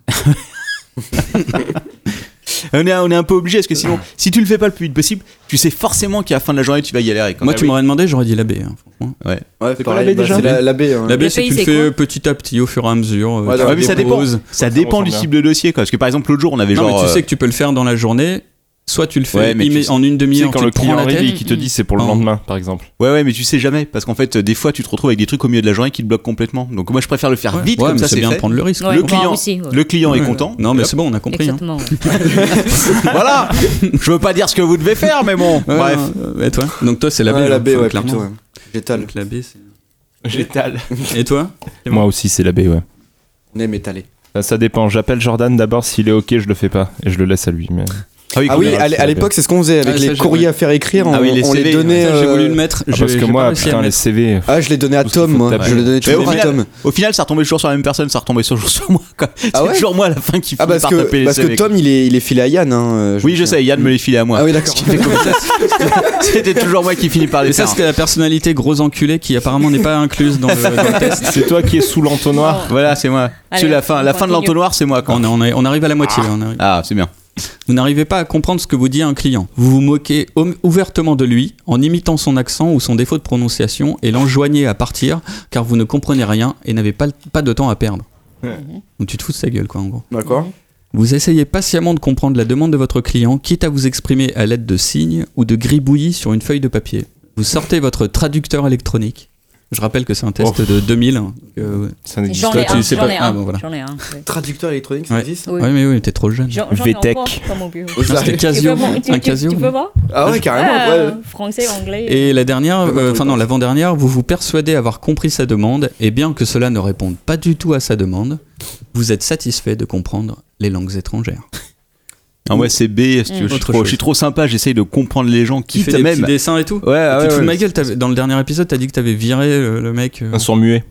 Speaker 1: On est, on est un peu obligé parce que
Speaker 9: Ah.
Speaker 1: sinon, si tu le fais pas le plus vite possible, tu sais forcément qu'à la fin de la journée tu vas galérer. quoi.
Speaker 9: Moi, tu m'aurais demandé, j'aurais dit la B. hein, franchement.
Speaker 8: Ouais,
Speaker 9: quoi,
Speaker 8: pareil,
Speaker 9: la B,
Speaker 8: bah,
Speaker 9: déjà
Speaker 8: c'est la, la B. hein.
Speaker 9: La B,
Speaker 7: Le
Speaker 9: c'est que
Speaker 7: pays,
Speaker 9: tu le
Speaker 7: c'est
Speaker 9: fais petit à petit, au fur et à mesure. euh,
Speaker 8: Ouais,
Speaker 9: tu
Speaker 8: dans
Speaker 1: Ouais,
Speaker 8: les
Speaker 1: Ah, mais ça dépend.
Speaker 9: poses.
Speaker 1: Ça dépend du
Speaker 3: ressemble
Speaker 1: type de dossier quoi. Parce que par exemple, l'autre jour on avait
Speaker 9: Non,
Speaker 1: genre.
Speaker 9: mais tu
Speaker 1: euh,
Speaker 9: sais que tu peux le faire dans la journée. Soit tu le fais
Speaker 1: Ouais, mais tu
Speaker 9: immé-
Speaker 1: sais-
Speaker 9: en une
Speaker 3: Tu sais,
Speaker 9: demi-heure,
Speaker 3: quand
Speaker 9: tu
Speaker 3: le
Speaker 9: te prends
Speaker 3: client
Speaker 9: la
Speaker 3: arrive
Speaker 9: tête.
Speaker 3: et qui te dit c'est pour le
Speaker 9: Oh.
Speaker 3: lendemain, par exemple.
Speaker 1: Ouais, ouais, mais tu sais jamais. Parce qu'en fait, euh, des fois, tu te retrouves avec des trucs au milieu de la journée qui te bloquent complètement. Donc, moi, je préfère le faire
Speaker 9: Ouais,
Speaker 1: vite,
Speaker 9: ouais,
Speaker 1: comme
Speaker 9: mais
Speaker 1: ça,
Speaker 9: c'est
Speaker 1: c'est
Speaker 9: bien de
Speaker 1: fait.
Speaker 9: prendre le risque.
Speaker 7: Ouais,
Speaker 1: le
Speaker 7: moi
Speaker 1: client,
Speaker 7: aussi, ouais.
Speaker 1: le client est
Speaker 9: Ouais.
Speaker 1: content.
Speaker 9: Non, mais
Speaker 1: Hop.
Speaker 9: c'est bon, on a compris. hein.
Speaker 7: Exactement. ouais.
Speaker 1: voilà Je veux pas dire ce que vous devez faire, mais bon.
Speaker 9: Ouais,
Speaker 1: Bref.
Speaker 9: euh, et toi Donc, toi, c'est la B.
Speaker 8: Ouais,
Speaker 9: hein,
Speaker 8: la B,
Speaker 9: enfin,
Speaker 8: ouais,
Speaker 9: clairement.
Speaker 8: plutôt. ouais. J'étale.
Speaker 9: Donc, la B, c'est-
Speaker 1: J'étale.
Speaker 9: Et toi
Speaker 3: Moi aussi, c'est la B, ouais.
Speaker 8: On aime étaler.
Speaker 3: Ça, ça dépend. J'appelle Jordan d'abord. S'il est ok, je le fais pas et je le laisse à lui. Mais...
Speaker 1: Ah oui,
Speaker 8: Ah
Speaker 1: qu'on
Speaker 8: oui,
Speaker 1: verra
Speaker 8: à
Speaker 1: si
Speaker 8: l'é-
Speaker 1: ça
Speaker 8: à l'époque, c'est ce qu'on faisait
Speaker 9: Ah,
Speaker 8: avec
Speaker 9: ça,
Speaker 8: les
Speaker 9: j'ai-
Speaker 8: courriers à faire écrire.
Speaker 1: Ah
Speaker 8: on,
Speaker 1: oui, les
Speaker 8: on les
Speaker 1: CV,
Speaker 8: donnait.
Speaker 9: Ça, J'ai
Speaker 8: euh,
Speaker 9: voulu le mettre.
Speaker 3: Ah,
Speaker 9: j'ai-
Speaker 3: parce que
Speaker 9: j'ai pas
Speaker 3: moi,
Speaker 9: réussi à
Speaker 3: putain,
Speaker 9: le
Speaker 3: les euh,
Speaker 9: mettre.
Speaker 3: CV.
Speaker 8: Ah, je les donnais à
Speaker 3: Parce qu'il
Speaker 8: Tom,
Speaker 3: faut
Speaker 8: moi.
Speaker 3: taper.
Speaker 8: Je les donnais
Speaker 1: Mais au
Speaker 8: toujours à Tom.
Speaker 1: final, au final, ça retombait toujours sur la même personne, ça retombait toujours sur moi. quoi. C'est
Speaker 8: Ah ouais
Speaker 1: toujours moi à la fin qui
Speaker 8: Ah,
Speaker 1: finit
Speaker 8: parce
Speaker 1: par taper
Speaker 8: que,
Speaker 1: les
Speaker 8: parce que
Speaker 1: CV, quoi.
Speaker 8: Tom, il est, il est filé à Yann. hein, euh, me
Speaker 1: Oui, je
Speaker 8: souviens.
Speaker 1: sais, Yann me les filait à moi.
Speaker 8: Ah oui, d'accord.
Speaker 1: C'était toujours moi qui finis par les
Speaker 9: Et ça,
Speaker 1: faire.
Speaker 9: c'était la personnalité gros enculé qui apparemment n'est pas incluse dans le, dans le test.
Speaker 3: C'est toi qui es sous l'entonnoir.
Speaker 1: Voilà, c'est moi.
Speaker 7: Allez,
Speaker 1: C'est la fin, la
Speaker 7: on
Speaker 1: fin de
Speaker 7: continue.
Speaker 1: l'entonnoir, c'est moi. quoi.
Speaker 9: On, est- on est- on arrive à la moitié. on arrive.
Speaker 1: Ah, c'est bien.
Speaker 9: Vous n'arrivez pas à comprendre ce que vous dit un client. Vous vous moquez om- ouvertement de lui en imitant son accent ou son défaut de prononciation et l'enjoignez à partir car vous ne comprenez rien et n'avez pas, le- pas de temps à perdre. Donc tu te fous de sa gueule quoi en gros.
Speaker 8: D'accord.
Speaker 9: Vous essayez patiemment de comprendre la demande de votre client, quitte à vous exprimer à l'aide de signes ou de gribouillis sur une feuille de papier. Vous sortez votre traducteur électronique. Je rappelle que c'est un test de 2000. hein, euh,
Speaker 3: Ça n'existe
Speaker 7: J'en
Speaker 9: Toi,
Speaker 7: ai
Speaker 9: tu
Speaker 7: un.
Speaker 9: sais
Speaker 7: J'en
Speaker 9: pas-
Speaker 7: ai
Speaker 9: ah,
Speaker 7: un.
Speaker 9: bon, voilà.
Speaker 7: J'en ai un. ouais.
Speaker 8: Traducteur électronique,
Speaker 9: ça Ouais.
Speaker 8: existe
Speaker 7: Oui.
Speaker 9: Ouais mais Ah oui, t'es trop jeune.
Speaker 7: J'en- j'en ai
Speaker 3: VTech.
Speaker 7: encore dans mon bureau.
Speaker 9: Ah, C'était
Speaker 7: Tu peux
Speaker 9: Casio,
Speaker 7: voir- tu-
Speaker 9: un
Speaker 7: tu-
Speaker 9: Casio.
Speaker 7: Tu peux voir
Speaker 8: Ah ouais, carrément. ouais, ouais.
Speaker 7: Euh, Français, anglais.
Speaker 9: Et la dernière,
Speaker 8: bah,
Speaker 9: euh,
Speaker 8: oui,
Speaker 9: enfin non, l'avant-dernière, vous vous persuadez avoir compris sa demande, et bien que cela ne réponde pas du tout à sa demande, vous êtes satisfait de comprendre les langues étrangères.
Speaker 1: Ah, moi, c'est B.
Speaker 7: Mm.
Speaker 1: si tu veux, Je suis
Speaker 9: Autre
Speaker 1: trop-
Speaker 9: chose.
Speaker 1: je suis trop sympa, j'essaye de comprendre les gens,
Speaker 9: Qui
Speaker 1: quitte
Speaker 9: fait des petits
Speaker 1: même.
Speaker 9: dessins et tout
Speaker 1: Ouais, ouais,
Speaker 9: Tu te fous de
Speaker 1: ouais.
Speaker 9: ma gueule, t'avais- dans le dernier épisode, t'as dit que t'avais viré euh, le mec, euh,
Speaker 3: Un sourd muet.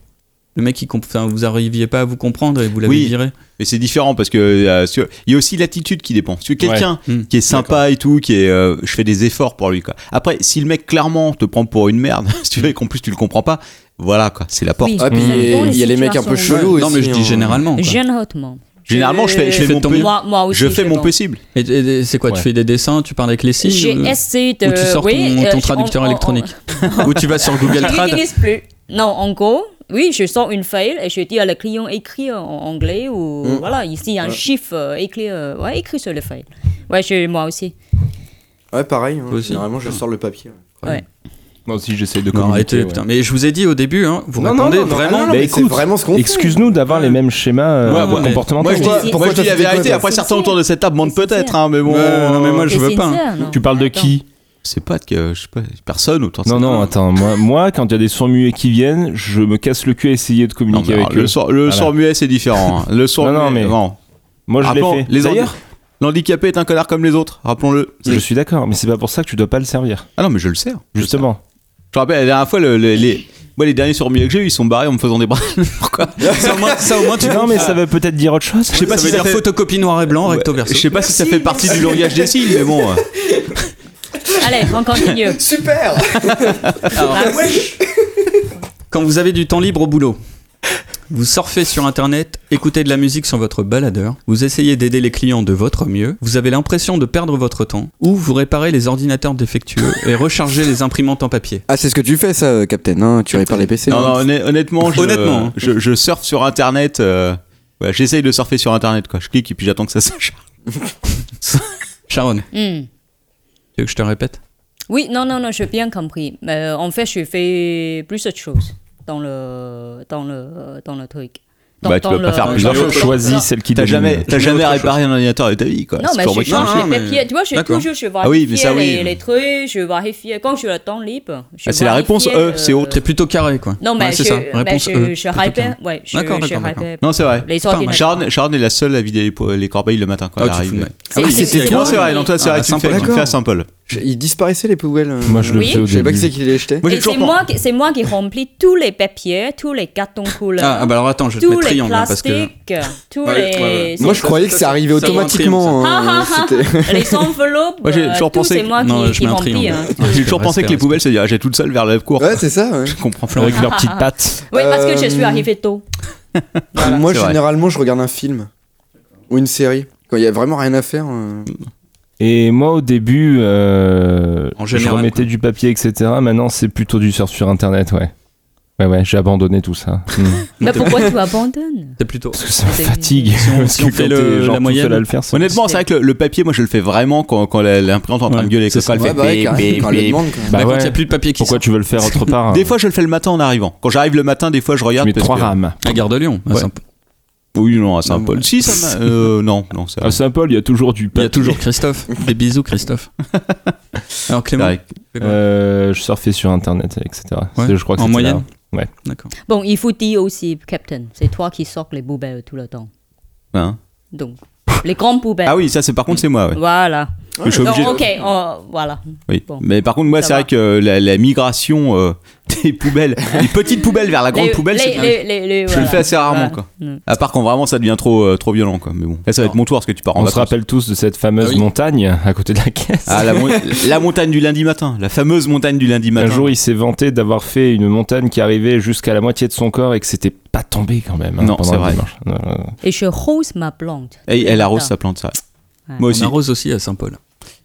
Speaker 9: le mec qui comp- enfin, vous arriviez pas à vous comprendre et vous l'avez
Speaker 1: Oui.
Speaker 9: viré.
Speaker 1: Mais c'est différent parce que euh, sur- il y a aussi l'attitude qui dépend. Si quelqu'un
Speaker 9: Ouais. Mm.
Speaker 1: qui est sympa et tout, qui est, euh, je fais des efforts pour lui. Quoi. Après, si le mec clairement te prend pour une merde, si tu veux, et qu'en plus tu le comprends pas, voilà quoi, c'est la porte.
Speaker 7: Oui,
Speaker 8: Ah, puis
Speaker 7: ça
Speaker 8: il y a-
Speaker 7: dépend des
Speaker 8: il y a les mecs un peu
Speaker 7: situations.
Speaker 8: chelous aussi.
Speaker 9: non mais je dis
Speaker 8: hein.
Speaker 9: généralement. quoi.
Speaker 7: Généralement.
Speaker 1: Généralement, je fais, je fais
Speaker 9: Fais
Speaker 1: mon,
Speaker 9: ton-
Speaker 1: pe-
Speaker 7: Euh, Moi, moi aussi.
Speaker 1: je fais mon
Speaker 7: bon.
Speaker 1: possible.
Speaker 9: Et, et- et c'est quoi
Speaker 3: Ouais.
Speaker 9: Tu fais des dessins, tu parles avec les signes
Speaker 7: J'ai
Speaker 9: ou,
Speaker 7: essayé de.
Speaker 9: ou tu sors
Speaker 7: oui,
Speaker 9: ton,
Speaker 7: euh,
Speaker 9: ton
Speaker 7: je-
Speaker 9: traducteur
Speaker 7: on- on-
Speaker 9: électronique Ou tu vas sur Google
Speaker 7: Je
Speaker 9: Trad
Speaker 7: n'utilise plus. Non, en gros, oui, je sors une feuille et je dis à le client écrit en anglais ou
Speaker 8: Mm.
Speaker 7: voilà, ici il y a un
Speaker 8: Ouais.
Speaker 7: chiffre euh, écrit, euh, ouais, écrit sur le feuille. Ouais, je, moi aussi.
Speaker 8: Ouais, pareil. hein.
Speaker 9: Toi aussi.
Speaker 8: Généralement, je sors le papier.
Speaker 7: Ouais.
Speaker 3: Non, si j'essaie de
Speaker 9: Non,
Speaker 3: communiquer.
Speaker 9: arrêtez,
Speaker 3: ouais.
Speaker 9: putain. Mais je vous ai dit au début, hein, vous
Speaker 3: Non, non,
Speaker 9: répondez
Speaker 3: non, non,
Speaker 9: vraiment.
Speaker 3: non, non,
Speaker 8: mais
Speaker 3: mais
Speaker 8: c'est
Speaker 3: écoute,
Speaker 8: vraiment ce qu'on fait.
Speaker 3: Excuse-nous d'avoir les mêmes schémas euh,
Speaker 9: Ouais, ouais, mais-
Speaker 3: comportementaux.
Speaker 8: Moi, je dis-
Speaker 1: Moi,
Speaker 8: pourquoi
Speaker 1: moi, je
Speaker 8: t'as
Speaker 1: dis
Speaker 8: fait
Speaker 1: la
Speaker 8: quoi,
Speaker 1: vérité,
Speaker 8: toi
Speaker 1: après certains autour de cette table mentent
Speaker 7: C'est
Speaker 1: peut-être,
Speaker 7: sincère.
Speaker 1: hein, mais bon.
Speaker 9: Ouais, non, mais moi, je
Speaker 7: C'est
Speaker 9: veux pas, hein.
Speaker 7: sincère, non
Speaker 3: Tu parles de
Speaker 7: Attends.
Speaker 3: qui
Speaker 1: C'est pas de que- je sais pas, personne autour de
Speaker 3: Non,
Speaker 1: cette
Speaker 3: non,
Speaker 1: table.
Speaker 3: attends. Moi, moi quand il y a des sourds muets qui viennent, je me casse le cul à essayer de
Speaker 1: Non,
Speaker 3: communiquer
Speaker 1: mais alors,
Speaker 3: avec eux.
Speaker 1: le sourd le
Speaker 3: Voilà.
Speaker 1: sourd muet c'est différent. hein. Le sourd
Speaker 3: Non, non,
Speaker 1: muet,
Speaker 3: mais-
Speaker 1: non.
Speaker 3: Moi,
Speaker 9: Ah
Speaker 3: je l'ai
Speaker 1: Rappelons,
Speaker 3: fait.
Speaker 1: les
Speaker 3: D'ailleurs,
Speaker 1: L'handicapé est un connard comme les autres, rappelons-le.
Speaker 3: je suis d'accord, mais c'est pas pour ça que tu dois pas le servir.
Speaker 1: Ah non, mais je le sers.
Speaker 3: Justement.
Speaker 1: Je te rappelle, la dernière fois, le- le- les... moi, les derniers surmuets que j'ai eu, ils sont barrés en me faisant des bras. Pourquoi ça, au moins, ça, au moins, tu
Speaker 3: Non, mais
Speaker 9: Ah.
Speaker 3: ça veut peut-être dire autre chose.
Speaker 1: Je sais pas
Speaker 9: Ça
Speaker 1: si
Speaker 9: veut
Speaker 1: ça
Speaker 9: dire
Speaker 1: fait...
Speaker 9: photocopie noir et blanc, recto
Speaker 1: Je
Speaker 9: verso.
Speaker 1: sais pas si ça fait partie du langage des signes, mais bon. euh,
Speaker 7: Allez, on continue.
Speaker 6: Super
Speaker 9: Quand vous avez du temps libre au boulot, vous surfez sur internet, écoutez de la musique sur votre baladeur, vous essayez d'aider les clients de votre mieux, vous avez l'impression de perdre votre temps, ou vous réparez les ordinateurs défectueux et rechargez les imprimantes en papier.
Speaker 8: Ah, c'est ce que tu fais, ça, euh, Captain. Hein tu répares les PC.
Speaker 1: Non,
Speaker 8: hein.
Speaker 1: non, honn- honnêtement, je,
Speaker 9: Honnêtement, hein.
Speaker 1: je, je surfe sur internet. euh, ouais, J'essaye de surfer sur internet, quoi. Je clique et puis j'attends que ça s'achève.
Speaker 9: Sharon, tu
Speaker 7: Hmm.
Speaker 9: veux que je te répète
Speaker 7: Oui, non, non, non, j'ai bien compris. Mais en fait, je fais plusieurs choses dans le, dans le, dans le truc. Dans,
Speaker 1: Bah, tu
Speaker 7: vas
Speaker 1: peux pas faire plusieurs
Speaker 3: D'ailleurs, choisis celle qui
Speaker 1: T'as
Speaker 3: domine.
Speaker 1: jamais, t'as
Speaker 9: Je
Speaker 1: jamais
Speaker 9: fais autre
Speaker 1: réparé un ordinateur de ta vie, quoi.
Speaker 7: Non,
Speaker 1: C'est
Speaker 7: mais
Speaker 1: pour
Speaker 7: je
Speaker 1: moi qui-
Speaker 9: moi,
Speaker 7: change
Speaker 9: je-
Speaker 7: les
Speaker 9: mais-
Speaker 7: papiers. Tu vois, je,
Speaker 9: D'accord.
Speaker 7: toujours je vérifie
Speaker 1: Ah oui, mais ça, oui.
Speaker 7: les, les trucs, je vérifie. Quand je le temps libre, je
Speaker 1: Ah, c'est la réponse
Speaker 7: vérifie, euh,
Speaker 1: E, c'est autre.
Speaker 9: T'es plutôt carré, quoi.
Speaker 7: Non, mais
Speaker 9: Ouais,
Speaker 7: je,
Speaker 9: c'est ça.
Speaker 7: mais
Speaker 9: Réponse
Speaker 7: je,
Speaker 9: E.
Speaker 7: je
Speaker 9: plutôt
Speaker 7: répète.
Speaker 9: carré.
Speaker 7: Ouais, je,
Speaker 9: D'accord,
Speaker 7: je
Speaker 9: d'accord,
Speaker 7: répète.
Speaker 1: Non, c'est vrai.
Speaker 7: Les
Speaker 9: mal.
Speaker 7: ordinateurs.
Speaker 1: Sharon, Sharon est la seule à vider les, po- les corbeilles le matin quand
Speaker 9: Ah,
Speaker 1: elle
Speaker 9: tu fous de
Speaker 1: arrive.
Speaker 9: ma-
Speaker 7: C'est-
Speaker 9: Ah oui,
Speaker 7: c'est-
Speaker 9: c'est-
Speaker 7: c'est-
Speaker 1: Moi, c'est vrai. Non, toi, c'est
Speaker 9: Ah,
Speaker 1: vrai.
Speaker 9: à
Speaker 1: Tu le fais- tu le
Speaker 8: Saint-Paul.
Speaker 1: fais à Saint-Paul.
Speaker 8: Je- Ils disparaissaient, les poubelles. euh,
Speaker 3: Moi, je le
Speaker 7: Oui.
Speaker 3: fais au
Speaker 8: Je sais pas
Speaker 3: début.
Speaker 8: qui c'est qui les jetait.
Speaker 1: Moi, j'ai
Speaker 7: Et
Speaker 1: toujours
Speaker 7: c'est
Speaker 1: pas-
Speaker 7: moi, qui- c'est moi qui remplis tous les papiers, tous les cartons couleurs,
Speaker 9: Ah, ah, bah alors attends, je vais te
Speaker 7: tous
Speaker 9: mettre
Speaker 7: les
Speaker 9: triangle, là, parce que...
Speaker 7: plastiques, tous
Speaker 9: Ouais, ouais, ouais.
Speaker 7: les.
Speaker 9: Moi,
Speaker 8: Moi, je croyais que ça arrivait
Speaker 9: ça, ça,
Speaker 8: automatiquement. hein,
Speaker 7: Ah, ah, ah.
Speaker 8: c'était-
Speaker 7: les enveloppes,
Speaker 1: Moi, j'ai
Speaker 7: euh,
Speaker 1: toujours
Speaker 7: tout
Speaker 1: pensé
Speaker 7: c'est
Speaker 1: que-
Speaker 7: moi
Speaker 9: Non,
Speaker 7: qui,
Speaker 9: je
Speaker 7: qui
Speaker 9: mets un
Speaker 7: remplis.
Speaker 9: triangle.
Speaker 7: hein.
Speaker 1: J'ai
Speaker 9: Respect,
Speaker 1: toujours pensé que les
Speaker 9: respect.
Speaker 1: poubelles se diraient toute seule vers la cour.
Speaker 8: Ouais, c'est ça. ouais.
Speaker 1: Je comprends.
Speaker 3: Avec leurs petites pattes.
Speaker 7: Oui, parce que je
Speaker 8: Euh,
Speaker 7: suis arrivée tôt.
Speaker 8: Moi,
Speaker 1: c'est vrai.
Speaker 8: généralement, je regarde un film ou une série. Quand il y a vraiment rien à faire. euh,
Speaker 3: Et moi, au début, euh,
Speaker 9: En général,
Speaker 3: je remettais
Speaker 9: quoi.
Speaker 3: du papier, etc. Maintenant, c'est plutôt du surf sur Internet, ouais. Ouais, ouais, j'ai abandonné tout ça. Mm.
Speaker 7: Mais pourquoi tu abandonnes
Speaker 9: T'es plutôt...
Speaker 3: Parce que ça me
Speaker 7: C'est-
Speaker 3: fatigue.
Speaker 9: Si on-
Speaker 3: Parce
Speaker 9: si
Speaker 3: que
Speaker 9: on fait
Speaker 3: quand
Speaker 9: le-
Speaker 3: t'es, genre,
Speaker 9: la
Speaker 3: tout
Speaker 9: moyenne.
Speaker 3: seul à le faire, c'est-
Speaker 1: Honnêtement, c'est
Speaker 7: C'est-
Speaker 1: vrai que le, le papier, moi, je le fais vraiment quand, quand la- l'imprimante est en train de
Speaker 9: Ouais,
Speaker 1: gueuler, que
Speaker 9: c'est
Speaker 1: quand elle
Speaker 8: ouais,
Speaker 1: fait
Speaker 8: bah ouais,
Speaker 1: bip,
Speaker 8: carrément,
Speaker 1: bip,
Speaker 8: quand on le
Speaker 1: bip.
Speaker 8: demande, quoi.
Speaker 3: Bah
Speaker 9: Bah, quand
Speaker 3: ouais.
Speaker 9: il y a plus de papier qui
Speaker 3: Pourquoi tu veux le faire autre part hein
Speaker 1: Des fois, je le fais le matin en arrivant. Quand j'arrive le matin, des fois, je
Speaker 3: Tu
Speaker 1: regarde.
Speaker 3: mets
Speaker 1: parce
Speaker 3: trois
Speaker 1: que-
Speaker 3: rames.
Speaker 9: À Gare de Lyon, à
Speaker 1: Ouais.
Speaker 9: Saint-Paul.
Speaker 1: Oui, non, à Saint-Paul. Si, ça m'a. euh, non, non, c'est
Speaker 3: À Saint-Paul, il y a toujours du
Speaker 9: Il y
Speaker 3: papier.
Speaker 9: a toujours Christophe. Des bisous, Christophe. Alors Clément,
Speaker 1: vrai.
Speaker 3: Euh, je surfais sur Internet, etc.
Speaker 9: Ouais.
Speaker 3: C'est- Je crois que
Speaker 9: En
Speaker 3: c'était
Speaker 9: moyenne.
Speaker 3: là.
Speaker 9: d'accord.
Speaker 7: Bon, il faut dire aussi, Captain, c'est toi qui sors les poubelles tout le temps.
Speaker 1: Hein.
Speaker 7: Donc, les grandes poubelles.
Speaker 1: Ah oui, ça, c'est par contre, c'est moi. ouais.
Speaker 7: Voilà.
Speaker 1: Je suis
Speaker 7: Donc,
Speaker 1: obligé.
Speaker 7: ok, on- voilà.
Speaker 1: Oui.
Speaker 7: Bon.
Speaker 1: Mais par contre, moi,
Speaker 7: Ça
Speaker 1: c'est
Speaker 7: va.
Speaker 1: vrai que euh, la, la migration euh, des poubelles, des petites poubelles vers la grande
Speaker 7: Les-
Speaker 1: poubelle,
Speaker 7: les-
Speaker 1: c'est-
Speaker 7: les- les- les-
Speaker 1: je
Speaker 7: voilà.
Speaker 1: le fais assez rarement,
Speaker 7: Voilà.
Speaker 1: quoi.
Speaker 7: Mm.
Speaker 1: À part quand vraiment ça devient trop, euh, trop violent, quoi. Mais bon, là, ça va être mon tour parce que tu pars en
Speaker 3: On se
Speaker 1: vacances.
Speaker 3: rappelle tous de cette fameuse
Speaker 9: Ah oui.
Speaker 3: montagne à côté de la caisse.
Speaker 1: Ah, la, mon- la montagne du lundi matin, la fameuse montagne du lundi
Speaker 3: Un
Speaker 1: matin.
Speaker 3: jour, il s'est vanté d'avoir fait une montagne qui arrivait jusqu'à la moitié de son corps et que c'était pas tombé quand même. hein,
Speaker 1: Non,
Speaker 3: pendant
Speaker 1: c'est
Speaker 3: le
Speaker 1: vrai.
Speaker 3: dimanche. Non, non, non.
Speaker 7: Et je rose ma plante.
Speaker 1: Et elle arrose
Speaker 7: Ah.
Speaker 1: sa plante, ça.
Speaker 7: Ouais.
Speaker 1: Moi aussi.
Speaker 9: On arrose aussi à Saint-Paul.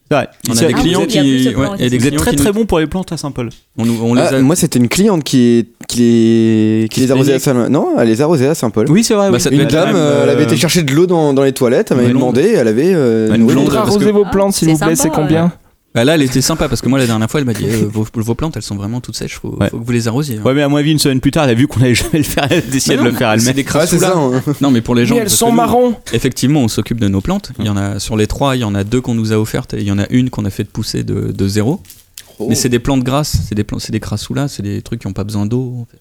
Speaker 1: C'est vrai.
Speaker 9: On a
Speaker 1: C'est-
Speaker 9: des
Speaker 1: vous
Speaker 9: clients
Speaker 1: êtes-
Speaker 7: il y a plus
Speaker 9: qui...
Speaker 7: de plantes.
Speaker 9: ouais, et des
Speaker 1: Vous êtes
Speaker 9: clients
Speaker 1: très
Speaker 9: qui
Speaker 1: très bon pour les plantes à Saint-Paul.
Speaker 9: On, nous- on les
Speaker 8: Ah,
Speaker 9: a...
Speaker 8: Moi, c'était une cliente qui, qui, les, qui
Speaker 9: se
Speaker 8: les arrosait à Saint-Paul. Non, elle les arrosait à Saint-Paul.
Speaker 1: Oui, c'est vrai.
Speaker 9: Bah, oui. ça devait
Speaker 8: Une
Speaker 9: être la
Speaker 8: dame,
Speaker 9: même,
Speaker 8: euh, elle avait été
Speaker 9: euh,
Speaker 8: chercher de l'eau dans, dans les toilettes, elle m'avait
Speaker 9: Ouais,
Speaker 8: demandé, elle avait. euh,
Speaker 9: Ouais,
Speaker 8: nourri
Speaker 9: Londres,
Speaker 8: les
Speaker 9: parce
Speaker 8: arbres.
Speaker 3: Arrosez vos
Speaker 7: Ah,
Speaker 3: plantes, s'il
Speaker 7: c'est
Speaker 3: vous plaît,
Speaker 7: sympa,
Speaker 3: c'est combien
Speaker 9: Bah là, elle était sympa parce que moi, la dernière fois, elle m'a dit euh, vos, vos plantes, elles sont vraiment toutes sèches. Faut,
Speaker 1: Ouais.
Speaker 9: faut que vous les arrosiez. hein.
Speaker 1: Ouais, mais à mon avis, une semaine plus tard, elle a vu qu'on allait jamais le faire. Elle a décidé
Speaker 9: Mais
Speaker 1: de le
Speaker 9: non,
Speaker 1: faire
Speaker 9: C'est
Speaker 1: elle-même.
Speaker 9: des
Speaker 8: Ouais,
Speaker 9: crasses
Speaker 8: c'est ça. hein.
Speaker 9: Non, mais pour les gens.
Speaker 3: Mais elles
Speaker 9: parce
Speaker 3: sont
Speaker 9: que nous,
Speaker 3: marrons
Speaker 9: Effectivement, on s'occupe de nos plantes. Il y en a sur les trois, il y en a deux qu'on nous a offertes et il y en a une qu'on a fait pousser de, de zéro.
Speaker 1: Oh.
Speaker 9: Mais c'est des plantes grasses, c'est des plantes, c'est des crassoulats, c'est des trucs qui n'ont pas besoin d'eau. en fait.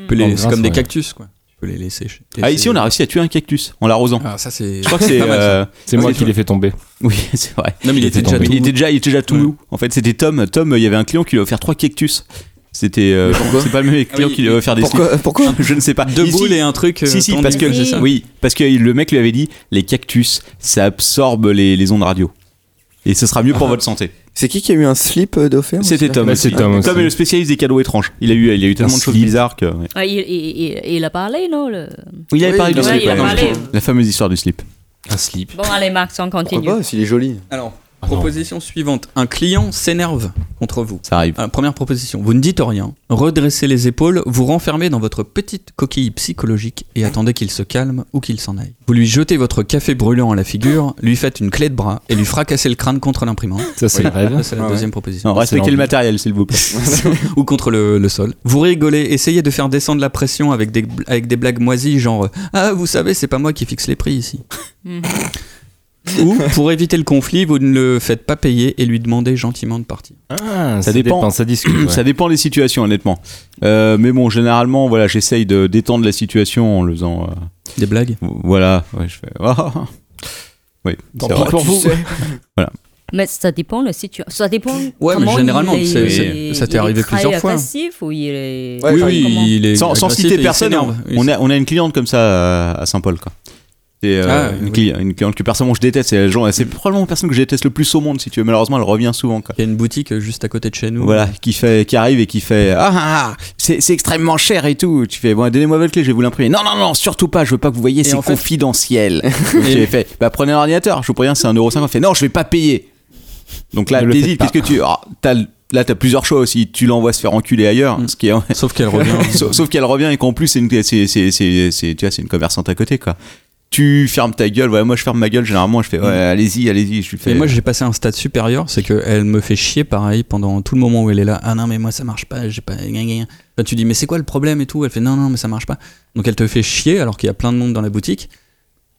Speaker 9: Tu peux les-
Speaker 3: Plantes
Speaker 9: C'est comme
Speaker 3: grasses,
Speaker 9: des
Speaker 3: ouais.
Speaker 9: cactus, quoi. Tu peux les laisser.
Speaker 1: Ah, ici, on a réussi à tuer un cactus en l'arrosant.
Speaker 9: Ah, ça c'est.
Speaker 1: Je crois que c'est.
Speaker 9: pas mal, ça.
Speaker 1: euh,
Speaker 3: C'est
Speaker 9: Ah,
Speaker 3: moi
Speaker 9: c'est
Speaker 3: qui l'ai fait tomber.
Speaker 1: Oui, c'est vrai.
Speaker 9: Non, mais il était déjà
Speaker 3: tombé.
Speaker 9: tout.
Speaker 1: Il était déjà, il était déjà tout
Speaker 9: Ouais.
Speaker 1: mou. En fait, c'était Tom. Tom, il y avait un client qui lui a offert trois cactus. C'était. euh, c'est pas le même
Speaker 9: Ah
Speaker 1: client
Speaker 9: oui,
Speaker 1: qui lui a offert des slips.
Speaker 8: Pourquoi, pourquoi
Speaker 1: Je ne sais pas.
Speaker 9: Deux
Speaker 1: Si, si.
Speaker 9: boules et un truc. euh,
Speaker 1: Si, si,
Speaker 9: tendu,
Speaker 1: parce que,
Speaker 9: c'est ça
Speaker 1: oui, parce que le mec lui avait dit les cactus, ça absorbe les, les ondes radio. Et ce sera mieux
Speaker 9: Ah.
Speaker 1: pour votre santé.
Speaker 8: C'est qui qui a eu un slip euh, d'offert
Speaker 1: C'était Tom.
Speaker 3: Bah, c'est
Speaker 1: aussi.
Speaker 3: Tom aussi.
Speaker 1: est le spécialiste des cadeaux étranges. Il a eu, il a eu tellement de choses bizarres que. ouais.
Speaker 7: Ah, il, il- il- il a parlé, non le...
Speaker 1: Il avait
Speaker 8: Oui,
Speaker 1: parlé
Speaker 8: il
Speaker 1: du
Speaker 8: a-
Speaker 1: slip.
Speaker 7: il a
Speaker 1: ouais.
Speaker 7: parlé.
Speaker 1: La fameuse histoire du slip.
Speaker 3: Un slip.
Speaker 7: Bon, allez, Max, on
Speaker 8: Pourquoi
Speaker 9: Ah, bah
Speaker 7: continue.
Speaker 8: pas, s'il est joli.
Speaker 9: Alors,
Speaker 1: Ah
Speaker 9: Proposition suivante. Un client s'énerve contre vous.
Speaker 1: Ça arrive.
Speaker 9: Euh, première proposition. Vous ne dites rien. Redressez les épaules, vous renfermez dans votre petite coquille psychologique et attendez qu'il se calme ou qu'il s'en aille. Vous lui jetez votre café brûlant à la figure, lui faites une clé de bras et lui fracassez le crâne contre l'imprimante.
Speaker 3: Ça, c'est
Speaker 9: Oui.
Speaker 3: le rêve.
Speaker 9: Ça, c'est la
Speaker 8: Ah ouais.
Speaker 9: deuxième proposition.
Speaker 1: Non, respectez le matériel, s'il vous plaît.
Speaker 9: ou contre le, le sol. Vous rigolez, essayez de faire descendre la pression avec des, bl- avec des blagues moisies, genre Ah, vous savez, c'est pas moi qui fixe les prix ici.
Speaker 7: Mhm.
Speaker 9: ou pour éviter le conflit, vous ne le faites pas payer et lui demandez gentiment de partir.
Speaker 3: Ah,
Speaker 1: Ça dépend.
Speaker 3: ça discute. ouais.
Speaker 1: Ça dépend des situations, honnêtement. Euh, mais bon, généralement, voilà, j'essaye de détendre la situation en le faisant. euh,
Speaker 9: Des blagues
Speaker 1: voilà, ouais, je fais. Ah. oui, c'est vrai.
Speaker 2: pour vous.
Speaker 7: Mais ça dépend de la situation. Ça dépend.
Speaker 9: mais
Speaker 7: comment il
Speaker 9: généralement,
Speaker 7: est-
Speaker 9: c'est-
Speaker 7: il
Speaker 9: c'est-
Speaker 7: est-
Speaker 9: ça t'est
Speaker 7: il est
Speaker 9: arrivé plusieurs
Speaker 7: très
Speaker 9: fois.
Speaker 7: agressif ou il est.
Speaker 8: Ouais,
Speaker 9: Oui,
Speaker 7: enfin,
Speaker 9: oui,
Speaker 7: comment-
Speaker 9: il est.
Speaker 1: Sans, sans
Speaker 9: agressif et
Speaker 1: citer
Speaker 9: il
Speaker 1: personne,
Speaker 9: s'énerve.
Speaker 1: hein.
Speaker 9: Oui,
Speaker 1: on,
Speaker 9: c'est-
Speaker 1: a, on a une cliente comme ça euh, à, à Saint-Paul. quoi. C'est euh,
Speaker 9: Ah,
Speaker 1: une,
Speaker 9: oui.
Speaker 1: cli- une cliente que personnellement je déteste. C'est la genre- c'est probablement la personne que je déteste le plus au monde, si tu veux. Malheureusement, elle revient souvent. Quoi.
Speaker 9: Il y a une boutique juste à côté de chez nous.
Speaker 1: Voilà, qui, fait, qui arrive et qui fait Ah, ah, ah, c'est c'est extrêmement cher et tout. Tu fais Bon, donnez-moi votre clé, je vais vous l'imprimer. Non, non, non, surtout pas, je veux pas que vous voyez,
Speaker 9: Et
Speaker 1: c'est
Speaker 9: en fait-
Speaker 1: confidentiel. Donc, j'ai fait Bah, prenez un ordinateur, je vous préviens, c'est 1,50€. Elle fait Non, je vais pas payer. Donc là,
Speaker 3: Ne le faites
Speaker 1: t'hésites,
Speaker 3: pas.
Speaker 1: qu'est-ce que tu. Ah, t'as le- là, t'as plusieurs choix aussi. Tu l'envoies se faire enculer ailleurs,
Speaker 9: Mm.
Speaker 1: ce qui est
Speaker 9: Sauf qu'elle revient.
Speaker 1: sauf, sauf qu'elle revient et qu'en plus c'est une c'est c'est c'est c'est tu vois c'est une commerçante à côté quoi. Tu fermes ta gueule, ouais, moi je ferme ma gueule généralement, je fais ouais, allez-y, allez-y, je lui fais
Speaker 9: Et moi j'ai passé un stade supérieur, c'est qu'elle me fait chier pareil pendant tout le moment où elle est là. Ah non mais moi ça marche pas, j'ai pas. gna, gna, gna. Là, tu dis mais c'est quoi le problème et tout Elle fait non non mais ça marche pas. Donc elle te fait chier alors qu'il y a plein de monde dans la boutique.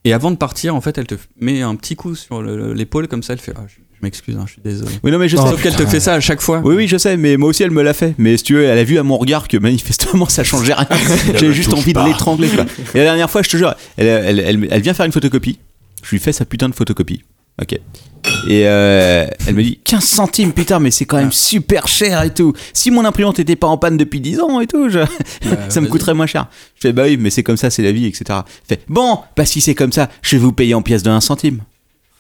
Speaker 9: Et avant de partir en fait elle te met un petit coup sur le- l'épaule comme ça elle fait ah, je, je m'excuse hein, je suis désolé.
Speaker 1: Oui, non mais je sais.
Speaker 9: Sauf qu'elle te fait ça à chaque fois.
Speaker 1: Ah Oui oui, je sais, mais moi aussi elle me l'a fait. Mais si tu veux, elle a vu à mon regard que manifestement ça changeait rien. J'avais juste envie de l'étrangler quoi. Et la dernière fois, je te jure, elle elle, elle elle vient faire une photocopie. Je lui fais sa putain de photocopie. OK. Et euh, elle me dit 15 centimes putain mais c'est quand
Speaker 3: Ah.
Speaker 1: même super cher et tout. Si mon imprimante était pas en panne depuis 10 ans et tout, je- ça me
Speaker 9: vas-y.
Speaker 1: coûterait moins cher. Je fais bah oui, mais c'est comme ça, c'est la vie, etc. Fait bon, bah si c'est comme ça, je vais vous payer en pièces de 1 centime.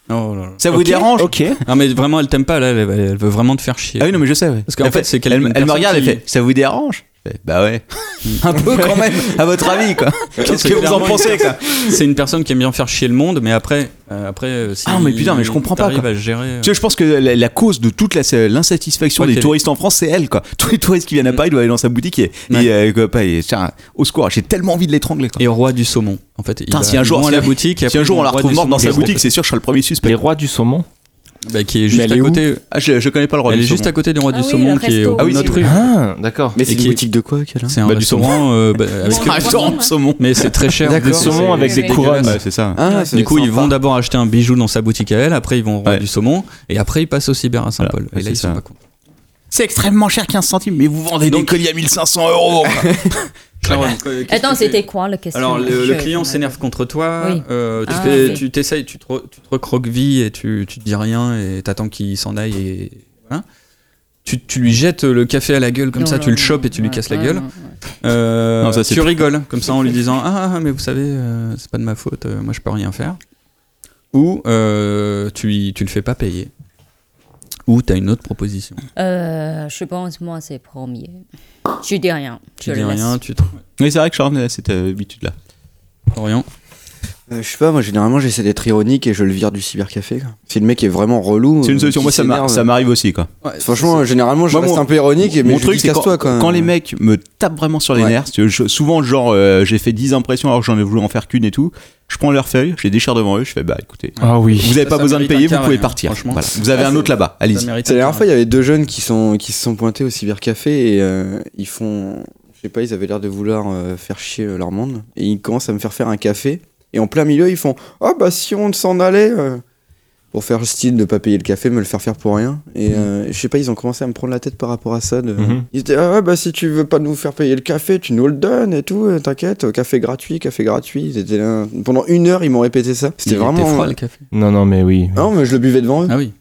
Speaker 9: Oh là là.
Speaker 1: Ça vous dérange
Speaker 3: Ok.
Speaker 9: Non mais vraiment elle t'aime pas là, elle, elle veut vraiment te faire chier.
Speaker 1: Ah oui, non, mais je sais, ouais.
Speaker 9: Parce qu'en
Speaker 1: Elle
Speaker 9: fait, c'est qu'elle-
Speaker 1: elle,
Speaker 9: une
Speaker 1: elle me
Speaker 9: personne
Speaker 1: regarde, elle
Speaker 9: qui-
Speaker 1: fait ça vous dérange Je fais, Bah ouais. Un peu quand même, à votre avis, quoi. Qu'est-ce
Speaker 9: c'est
Speaker 1: que vous en
Speaker 9: clairement une
Speaker 1: pensez, quoi
Speaker 9: C'est une personne qui aime bien faire chier le monde, mais après, euh, après euh, si
Speaker 1: Ah, mais putain, mais je comprends pas,
Speaker 9: t'arrives
Speaker 1: quoi.
Speaker 9: à gérer. euh,
Speaker 1: Tu vois, je pense que la, la cause de toute la- l'insatisfaction
Speaker 9: Ouais,
Speaker 1: des
Speaker 9: qu'elle-
Speaker 1: touristes en France, c'est elle, quoi. Tous les touristes qui viennent à Paris doivent aller dans sa boutique et, et,
Speaker 9: Ouais.
Speaker 1: euh, quoi, pas- et, tiens, au secours, j'ai tellement envie de l'étrangler, quoi.
Speaker 9: Et roi du saumon, en fait.
Speaker 1: Putain, si un jour-
Speaker 9: à
Speaker 1: si
Speaker 9: la
Speaker 1: un-
Speaker 9: boutique, et
Speaker 1: si un
Speaker 9: après,
Speaker 1: jour on la
Speaker 9: roi
Speaker 1: retrouve
Speaker 9: du
Speaker 1: morte dans sa
Speaker 9: saumon.
Speaker 1: boutique, c'est sûr, je serai le premier
Speaker 3: Les
Speaker 1: suspect.
Speaker 3: rois du saumon.
Speaker 9: Bah, qui est juste
Speaker 3: elle
Speaker 9: à
Speaker 3: est où
Speaker 9: côté.
Speaker 1: Ah, je, je connais pas le roi
Speaker 9: Elle
Speaker 1: du
Speaker 9: est juste
Speaker 1: saumon.
Speaker 9: à côté du roi
Speaker 7: Ah
Speaker 9: du
Speaker 7: oui,
Speaker 9: saumon
Speaker 7: le
Speaker 9: qui est
Speaker 7: resto
Speaker 9: au
Speaker 1: Ah oui,
Speaker 9: bout de notre
Speaker 1: c'est-
Speaker 9: rue.
Speaker 3: Ah, d'accord.
Speaker 8: Mais c'est
Speaker 9: Et
Speaker 8: une
Speaker 9: qui-
Speaker 8: boutique de quoi, quelle
Speaker 9: C'est un
Speaker 1: Bah, du
Speaker 9: restaurant euh, bah, avec
Speaker 1: Ah,
Speaker 9: que-
Speaker 1: restaurant de saumon.
Speaker 9: mais c'est très cher.
Speaker 8: D'accord.
Speaker 3: Des saumons avec des
Speaker 7: C'est
Speaker 3: couronnes.
Speaker 1: Ouais, c'est ça.
Speaker 8: Ah,
Speaker 9: Du coup, ils vont d'abord acheter un bijou dans sa boutique à elle, après ils vont au roi
Speaker 1: Ouais.
Speaker 9: du saumon, et après ils passent au cyber à Saint-Paul. et
Speaker 1: Voilà, c'est
Speaker 9: là, ils
Speaker 1: ça.
Speaker 9: sont pas contents.
Speaker 1: C'est extrêmement cher, 15 centimes, mais vous vendez des colis à 1500 euros.
Speaker 7: Attends, c'était quoi la question
Speaker 9: Alors, le,
Speaker 7: Je-
Speaker 9: le client s'énerve contre toi,
Speaker 7: Oui.
Speaker 9: euh, tu,
Speaker 7: Ah,
Speaker 9: fais-
Speaker 7: ok.
Speaker 9: tu t'essayes, tu te, re- tu te recroquevilles et tu, tu te dis rien et t'attends qu'il s'en aille et voilà. Tu, tu lui jettes le café à la gueule comme
Speaker 7: Non,
Speaker 9: ça,
Speaker 7: non,
Speaker 9: tu le
Speaker 7: non,
Speaker 9: chopes et tu lui
Speaker 7: ouais,
Speaker 9: casses la
Speaker 7: ouais,
Speaker 9: gueule.
Speaker 7: non, ouais.
Speaker 9: Euh,
Speaker 1: Non, ça, c'est
Speaker 9: tu
Speaker 1: pire.
Speaker 9: rigoles comme ça en lui disant ah ah, mais vous savez euh, c'est pas de ma faute, euh, moi je peux rien faire. Ou euh, tu, lui- tu le fais pas payer. Ou t'as une autre proposition.
Speaker 7: Euh, je pense, moi, c'est premier. Je dis rien.
Speaker 9: Tu
Speaker 7: je
Speaker 9: dis
Speaker 7: le laisse.
Speaker 9: rien, tu te...
Speaker 1: Mais c'est vrai que Sharon elle a cette euh, habitude-là.
Speaker 9: Orient.
Speaker 8: Euh, je sais pas, moi généralement j'essaie d'être ironique et je le vire du cybercafé. quoi. Si le mec est vraiment relou.
Speaker 1: C'est une
Speaker 8: euh,
Speaker 1: solution.
Speaker 8: qui
Speaker 1: Moi, ça m'a-
Speaker 8: s'énerve.
Speaker 1: ça m'arrive aussi, quoi.
Speaker 8: Franchement, euh, généralement je
Speaker 1: Moi,
Speaker 8: reste
Speaker 1: mon-
Speaker 8: un peu ironique, mais
Speaker 1: Mon
Speaker 8: je lui
Speaker 1: truc,
Speaker 8: dis,
Speaker 1: c'est quand,
Speaker 8: casse-toi, quoi.
Speaker 1: quand les mecs me tapent vraiment sur les
Speaker 8: Ouais.
Speaker 1: nerfs, parce que je- souvent, genre, euh, j'ai fait 10 impressions alors que j'en ai voulu en faire qu'une et tout. Je prends leur feuille, je les déchire devant eux, je fais bah écoutez,
Speaker 3: Ah oui.
Speaker 1: vous avez
Speaker 9: Ça,
Speaker 1: pas
Speaker 9: ça
Speaker 1: besoin de
Speaker 9: mérite un
Speaker 1: payer, vous
Speaker 9: carré,
Speaker 1: pouvez
Speaker 9: hein,
Speaker 1: partir.
Speaker 9: franchement.
Speaker 1: Voilà. Vous avez
Speaker 9: Ah,
Speaker 1: un
Speaker 9: c'est-
Speaker 1: autre là-bas,
Speaker 9: Ça
Speaker 1: allez-y.
Speaker 9: mérite
Speaker 8: C'est la
Speaker 9: un
Speaker 8: dernière fois, il y avait deux jeunes qui, sont, qui se sont pointés au cybercafé et euh, ils font. Je sais pas, ils avaient l'air de vouloir euh, faire chier euh, leur monde. Et ils commencent à me faire faire un café. Et en plein milieu, ils font Ah bah si on s'en allait euh, Pour faire le style de pas payer le café, me le faire faire pour rien. Et euh, je sais pas, ils ont commencé à me prendre la tête par rapport à ça. de-
Speaker 3: Mhm.
Speaker 8: Ils étaient Ah ouais, bah si tu veux pas nous faire payer le café, tu nous le donnes et tout, euh, t'inquiète, euh, café gratuit, café gratuit. Ils étaient là- Pendant une heure, ils m'ont répété ça.
Speaker 9: C'était
Speaker 8: C'était vraiment.
Speaker 1: euh,
Speaker 8: euh,
Speaker 9: froid le café.
Speaker 3: Non, non, mais oui.
Speaker 8: Non, mais je le buvais devant eux.
Speaker 9: Ah oui.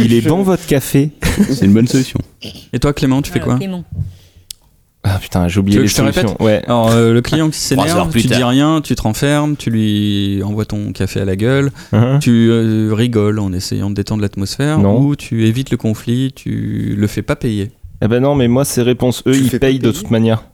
Speaker 3: Il est bon votre café.
Speaker 1: C'est une bonne solution.
Speaker 9: Et toi Clément, tu fais
Speaker 7: Voilà,
Speaker 9: quoi
Speaker 7: Euh, Clément.
Speaker 3: Ah putain, j'ai oublié
Speaker 9: Tu veux
Speaker 3: les
Speaker 9: que je te répète
Speaker 3: solutions. Ouais.
Speaker 9: Alors euh, le client qui
Speaker 1: Trois heures
Speaker 9: s'énerve,
Speaker 1: plus
Speaker 9: tu dis
Speaker 1: tard.
Speaker 9: rien, tu te renfermes, tu lui envoies ton café à la gueule,
Speaker 3: Hein
Speaker 9: tu euh, rigoles en essayant de détendre l'atmosphère,
Speaker 3: Non.
Speaker 9: ou tu évites le conflit, tu le fais pas payer.
Speaker 3: Eh ben non, mais moi, ces réponses, eux,
Speaker 8: Tu
Speaker 3: ils
Speaker 8: fais
Speaker 3: payent
Speaker 8: pas
Speaker 3: de
Speaker 8: payer
Speaker 3: toute manière.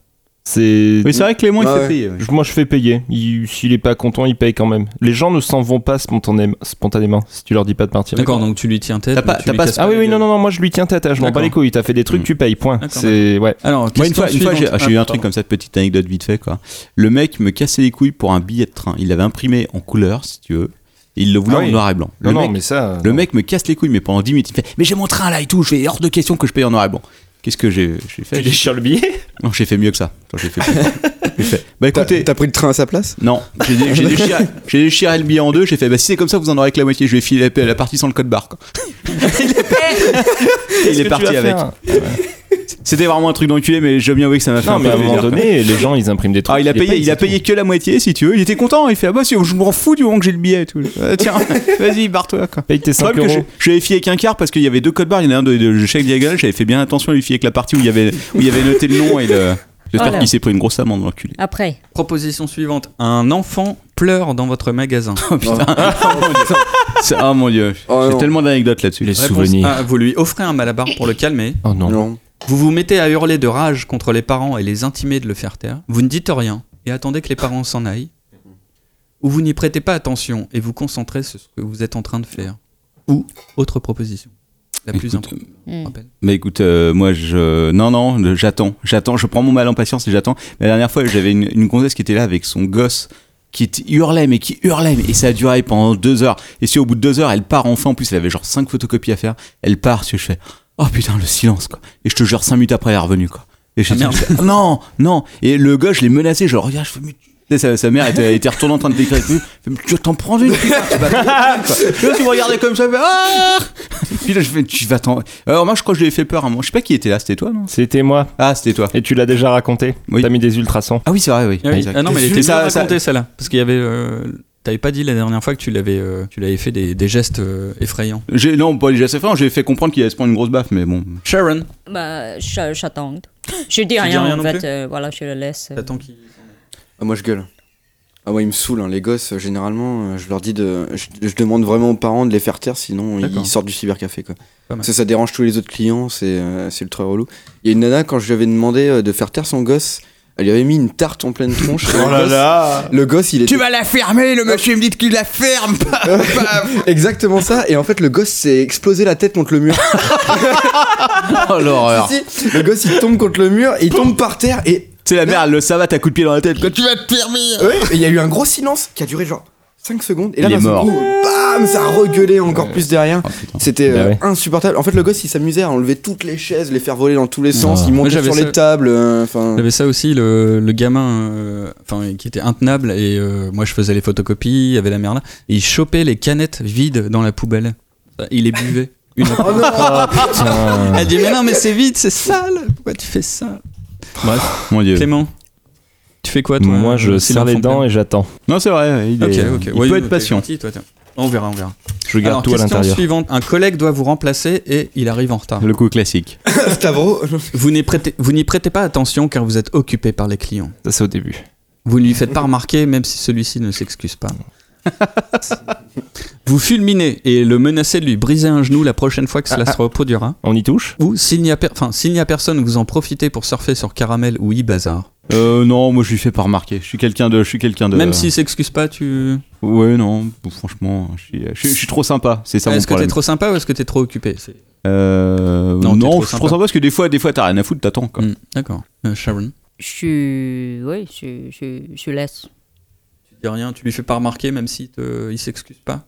Speaker 3: C'est.
Speaker 1: Oui, c'est vrai que Clément, il
Speaker 8: Ouais,
Speaker 1: fait
Speaker 8: ouais.
Speaker 1: payer. ouais.
Speaker 3: Je- Moi, je fais payer. Il- S'il est pas content, il paye quand même. Les gens ne s'en vont pas spontané- spontanément si tu leur dis pas de partir.
Speaker 9: D'accord, donc tu lui tiens tête.
Speaker 1: T'as pas-
Speaker 9: mais tu
Speaker 1: t'as
Speaker 9: lui
Speaker 1: pas-
Speaker 9: casses
Speaker 3: Ah oui,
Speaker 9: la
Speaker 3: oui,
Speaker 9: gueule.
Speaker 3: non, non, non, moi je lui tiens tête, hein, je m'en bats
Speaker 9: D'accord.
Speaker 3: les couilles, t'as fait des trucs,
Speaker 1: Mm.
Speaker 3: tu payes, point.
Speaker 9: D'accord.
Speaker 3: C'est. Ouais.
Speaker 9: Alors,
Speaker 1: Moi, une fois, une fois, j'ai
Speaker 9: suivante.
Speaker 1: j'ai eu
Speaker 9: Ah,
Speaker 1: un truc
Speaker 9: pardon.
Speaker 1: comme ça, petite anecdote vite fait, quoi. Le mec me cassait les couilles pour un billet de train. Il l'avait imprimé en couleur, si tu veux. Il le voulait
Speaker 3: Ah oui.
Speaker 1: en noir et blanc. Le
Speaker 3: Non, non,
Speaker 1: mec,
Speaker 3: mais ça.
Speaker 1: le mec me casse les couilles, mais pendant 10 minutes, il me fait Mais j'ai mon train là et tout, je fais hors de question que je paye en noir et blanc. Qu'est-ce que j'ai j'ai fait
Speaker 3: déchires le billet
Speaker 1: Non, j'ai fait mieux que ça. Attends, J'ai fait, j'ai fait, Bah
Speaker 8: T'as
Speaker 1: écoutez,
Speaker 8: t'as pris le train à sa place
Speaker 1: non, j'ai dé- j'ai déchiré, j'ai déchiré le billet en deux, j'ai fait Bah si c'est comme ça, vous en aurez que la moitié, je vais filer la, la partie sans le code barre. quoi. il est,
Speaker 3: euh,
Speaker 1: parti avec. C'était vraiment un truc d'enculé, mais j'ai bien avoué que ça m'a fait
Speaker 3: Non,
Speaker 1: un
Speaker 3: mais
Speaker 1: peu
Speaker 3: à un moment
Speaker 1: plaisir.
Speaker 3: donné, les gens ils impriment des trucs.
Speaker 1: Ah, il a
Speaker 3: ils les
Speaker 1: payé,
Speaker 3: payent,
Speaker 1: il a
Speaker 3: c'est
Speaker 1: payé que la moitié, si tu veux. Il était content. Il fait ah bah si, je m'en fous du moment que j'ai le billet et tout. Ah, tiens, vas-y, barre-toi quoi.
Speaker 3: tout. Paye tes 5
Speaker 1: Problème que
Speaker 3: euros.
Speaker 1: j'ai- j'avais fié avec un quart parce qu'il y avait deux codes barres. Il y en a un de, de chaque diagonale. J'avais fait bien attention à lui fier avec la partie où il y avait où il y avait noté le nom et le. J'espère
Speaker 7: Voilà.
Speaker 1: qu'il s'est pris une grosse amende l'enculé.
Speaker 7: Après,
Speaker 9: Proposition suivante. Un enfant pleure dans votre magasin.
Speaker 1: Oh putain. C'est- Oh mon dieu.
Speaker 8: Oh,
Speaker 1: J'ai
Speaker 8: non.
Speaker 1: tellement d'anecdotes là-dessus.
Speaker 3: Les
Speaker 9: Réponse
Speaker 3: souvenirs.
Speaker 9: A, Ah, vous lui offrez un malabar pour le calmer.
Speaker 3: Oh non.
Speaker 8: Non.
Speaker 9: Vous vous mettez à hurler de rage contre les parents et les intimez de le faire taire. Vous ne dites rien et attendez que les parents s'en aillent. Ou vous n'y prêtez pas attention et vous concentrez sur ce que vous êtes en train de faire. Ou autre proposition. La plus
Speaker 1: Écoute,
Speaker 9: importante.
Speaker 7: hmm.
Speaker 9: rappelle.
Speaker 1: Mais écoute, euh, moi je. Non, non, le- j'attends. J'attends. Je prends mon mal en patience et j'attends. Mais La dernière fois, j'avais une, une gonzesse qui était là avec son gosse qui était- hurlait, mais qui hurlait. mais- Et ça a duré pendant deux heures. Et si au bout de deux heures, elle part enfin, en plus, elle avait genre cinq photocopies à faire, elle part, tu vois, je fais. Oh putain, le silence, quoi. Et je te jure, cinq minutes après, elle est revenue, quoi. Et je
Speaker 9: Ah, merde.
Speaker 1: non, non. Et le gars, je l'ai menacé, je le regarde, je fais, mais tu- tu sais, sa, sa mère était, était retournée en train de décrire avec lui. Je fais, mais tu vas t'en prends une, putain, tu vas t'en prendre une, quoi. Et là, tu me regardais comme ça, je fais, ah Puis là, je fais, tu vas t'en. Alors, moi, je crois que je lui ai fait peur à un moment. Je sais pas qui était là, c'était toi, non
Speaker 3: C'était moi,
Speaker 1: Ah, c'était toi.
Speaker 3: et tu l'as déjà raconté.
Speaker 1: Oui.
Speaker 3: T'as mis des ultrasons.
Speaker 1: Ah oui, c'est vrai, oui.
Speaker 9: Ah, oui.
Speaker 1: Exact.
Speaker 9: Ah non, mais elle
Speaker 1: Et
Speaker 9: était
Speaker 1: ça-
Speaker 9: ça,
Speaker 1: ça-
Speaker 9: racontée celle-là. Parce qu'il y avait. euh, T'avais pas dit la dernière fois que tu l'avais euh, tu l'avais fait des, des gestes euh, effrayants.
Speaker 1: j'ai- non, pas déjà, c'est franc, j'ai fait comprendre qu'il allait se prendre une grosse baffe, mais bon.
Speaker 9: Sharon
Speaker 7: bah, je- j'attends. Je dis
Speaker 9: dis
Speaker 7: rien,
Speaker 9: rien
Speaker 7: en
Speaker 9: non
Speaker 7: fait.
Speaker 9: plus
Speaker 7: euh, voilà, je le laisse. euh.
Speaker 9: T'attends qu'il.
Speaker 8: Ah, moi je gueule. Ah moi ils me saoulent hein. les gosses euh, généralement euh, je leur dis de je, je demande vraiment aux parents de les faire taire sinon
Speaker 9: D'accord.
Speaker 8: ils sortent du cybercafé quoi.
Speaker 9: Pas mal.
Speaker 8: Ça, ça dérange tous les autres clients c'est euh, c'est ultra relou. Il y a une nana quand je lui avais demandé euh, de faire taire son gosse elle lui avait mis une tarte en pleine tronche.
Speaker 2: Oh
Speaker 8: le, gosse,
Speaker 3: Oh là
Speaker 8: le gosse il était
Speaker 2: vas la fermer, le monsieur me dit qu'il la ferme pas.
Speaker 8: exactement ça et en fait le gosse s'est explosé la tête contre le mur.
Speaker 1: Oh l'horreur.
Speaker 8: Si, si, le gosse il tombe contre le mur il tombe par terre et
Speaker 1: Tu sais, la mère, elle le savate à coup de pied dans la tête, quoi. Tu vas te fermer
Speaker 8: Ouais, et il y a eu un gros silence qui a duré genre 5 secondes et là
Speaker 1: Il est
Speaker 8: d'un seul
Speaker 1: mort.
Speaker 8: coup, bam ça a regueulé encore plus derrière.
Speaker 1: Oh putain.
Speaker 8: C'était
Speaker 3: Bah
Speaker 8: euh,
Speaker 3: ouais.
Speaker 8: insupportable. En fait, le gosse, il s'amusait à enlever toutes les chaises, les faire voler dans tous les sens,
Speaker 3: Ah.
Speaker 8: il montait
Speaker 9: Moi, j'avais
Speaker 8: sur
Speaker 9: ça-
Speaker 8: les tables. euh, Enfin,
Speaker 9: Il y avait ça aussi, le, le gamin euh, enfin, qui était intenable, et euh, moi je faisais les photocopies, il y avait la merde là, et il chopait les canettes vides dans la poubelle. Il les buvait. Une après l'autre. Elle dit Mais non, mais c'est vide, c'est sale, pourquoi tu fais ça
Speaker 1: Mon dieu.
Speaker 9: Clément, tu fais quoi toi
Speaker 3: Euh,
Speaker 9: euh,
Speaker 3: Moi, je serre les dents euh, et j'attends.
Speaker 1: Non, c'est vrai, ouais, il,
Speaker 9: Ok,
Speaker 1: est-
Speaker 9: ok.
Speaker 1: il
Speaker 9: Ouais,
Speaker 1: peut
Speaker 9: ouais,
Speaker 1: être
Speaker 9: t'es
Speaker 1: patient.
Speaker 9: gentil, toi, t'es- on verra, on verra.
Speaker 3: Je garde
Speaker 9: Alors,
Speaker 3: tout à
Speaker 9: question
Speaker 3: l'intérieur.
Speaker 9: suivante un collègue doit vous remplacer et il arrive en retard.
Speaker 1: Le coup classique.
Speaker 8: Stavro.
Speaker 9: Vous n'y prêtez, vous n'y prêtez pas attention car vous êtes occupé par les clients.
Speaker 3: Ça, c'est au début.
Speaker 9: Vous ne lui faites pas remarquer, même si celui-ci ne s'excuse pas. vous fulminez et le menacez de lui briser un genou la prochaine fois que cela se reproduira.
Speaker 3: On y touche
Speaker 9: Ou s'il n'y a, per- enfin, s'il n'y a personne, vous en profitez pour surfer sur Caramel ou e-Bazar.
Speaker 1: Euh, non, moi je lui fais pas remarquer. Je suis quelqu'un de. Je suis quelqu'un de.
Speaker 9: Même s'il s'excuse pas, tu.
Speaker 1: Ouais, non, franchement, je suis, je suis- je suis trop sympa. C'est ça mon
Speaker 9: est-ce que t'es
Speaker 1: problème.
Speaker 9: trop sympa ou est-ce que t'es trop occupé C'est-
Speaker 1: Euh,
Speaker 9: Non,
Speaker 1: non,
Speaker 9: t'es trop
Speaker 1: je suis
Speaker 9: sympa.
Speaker 1: trop sympa parce que des fois, des fois, t'as rien à foutre, t'attends. Quoi.
Speaker 9: Hmm, D'accord. Euh, Sharon,
Speaker 7: Je, oui, je, je, je laisse.
Speaker 9: tu dis rien, tu lui fais pas remarquer même si te- il s'excuse pas.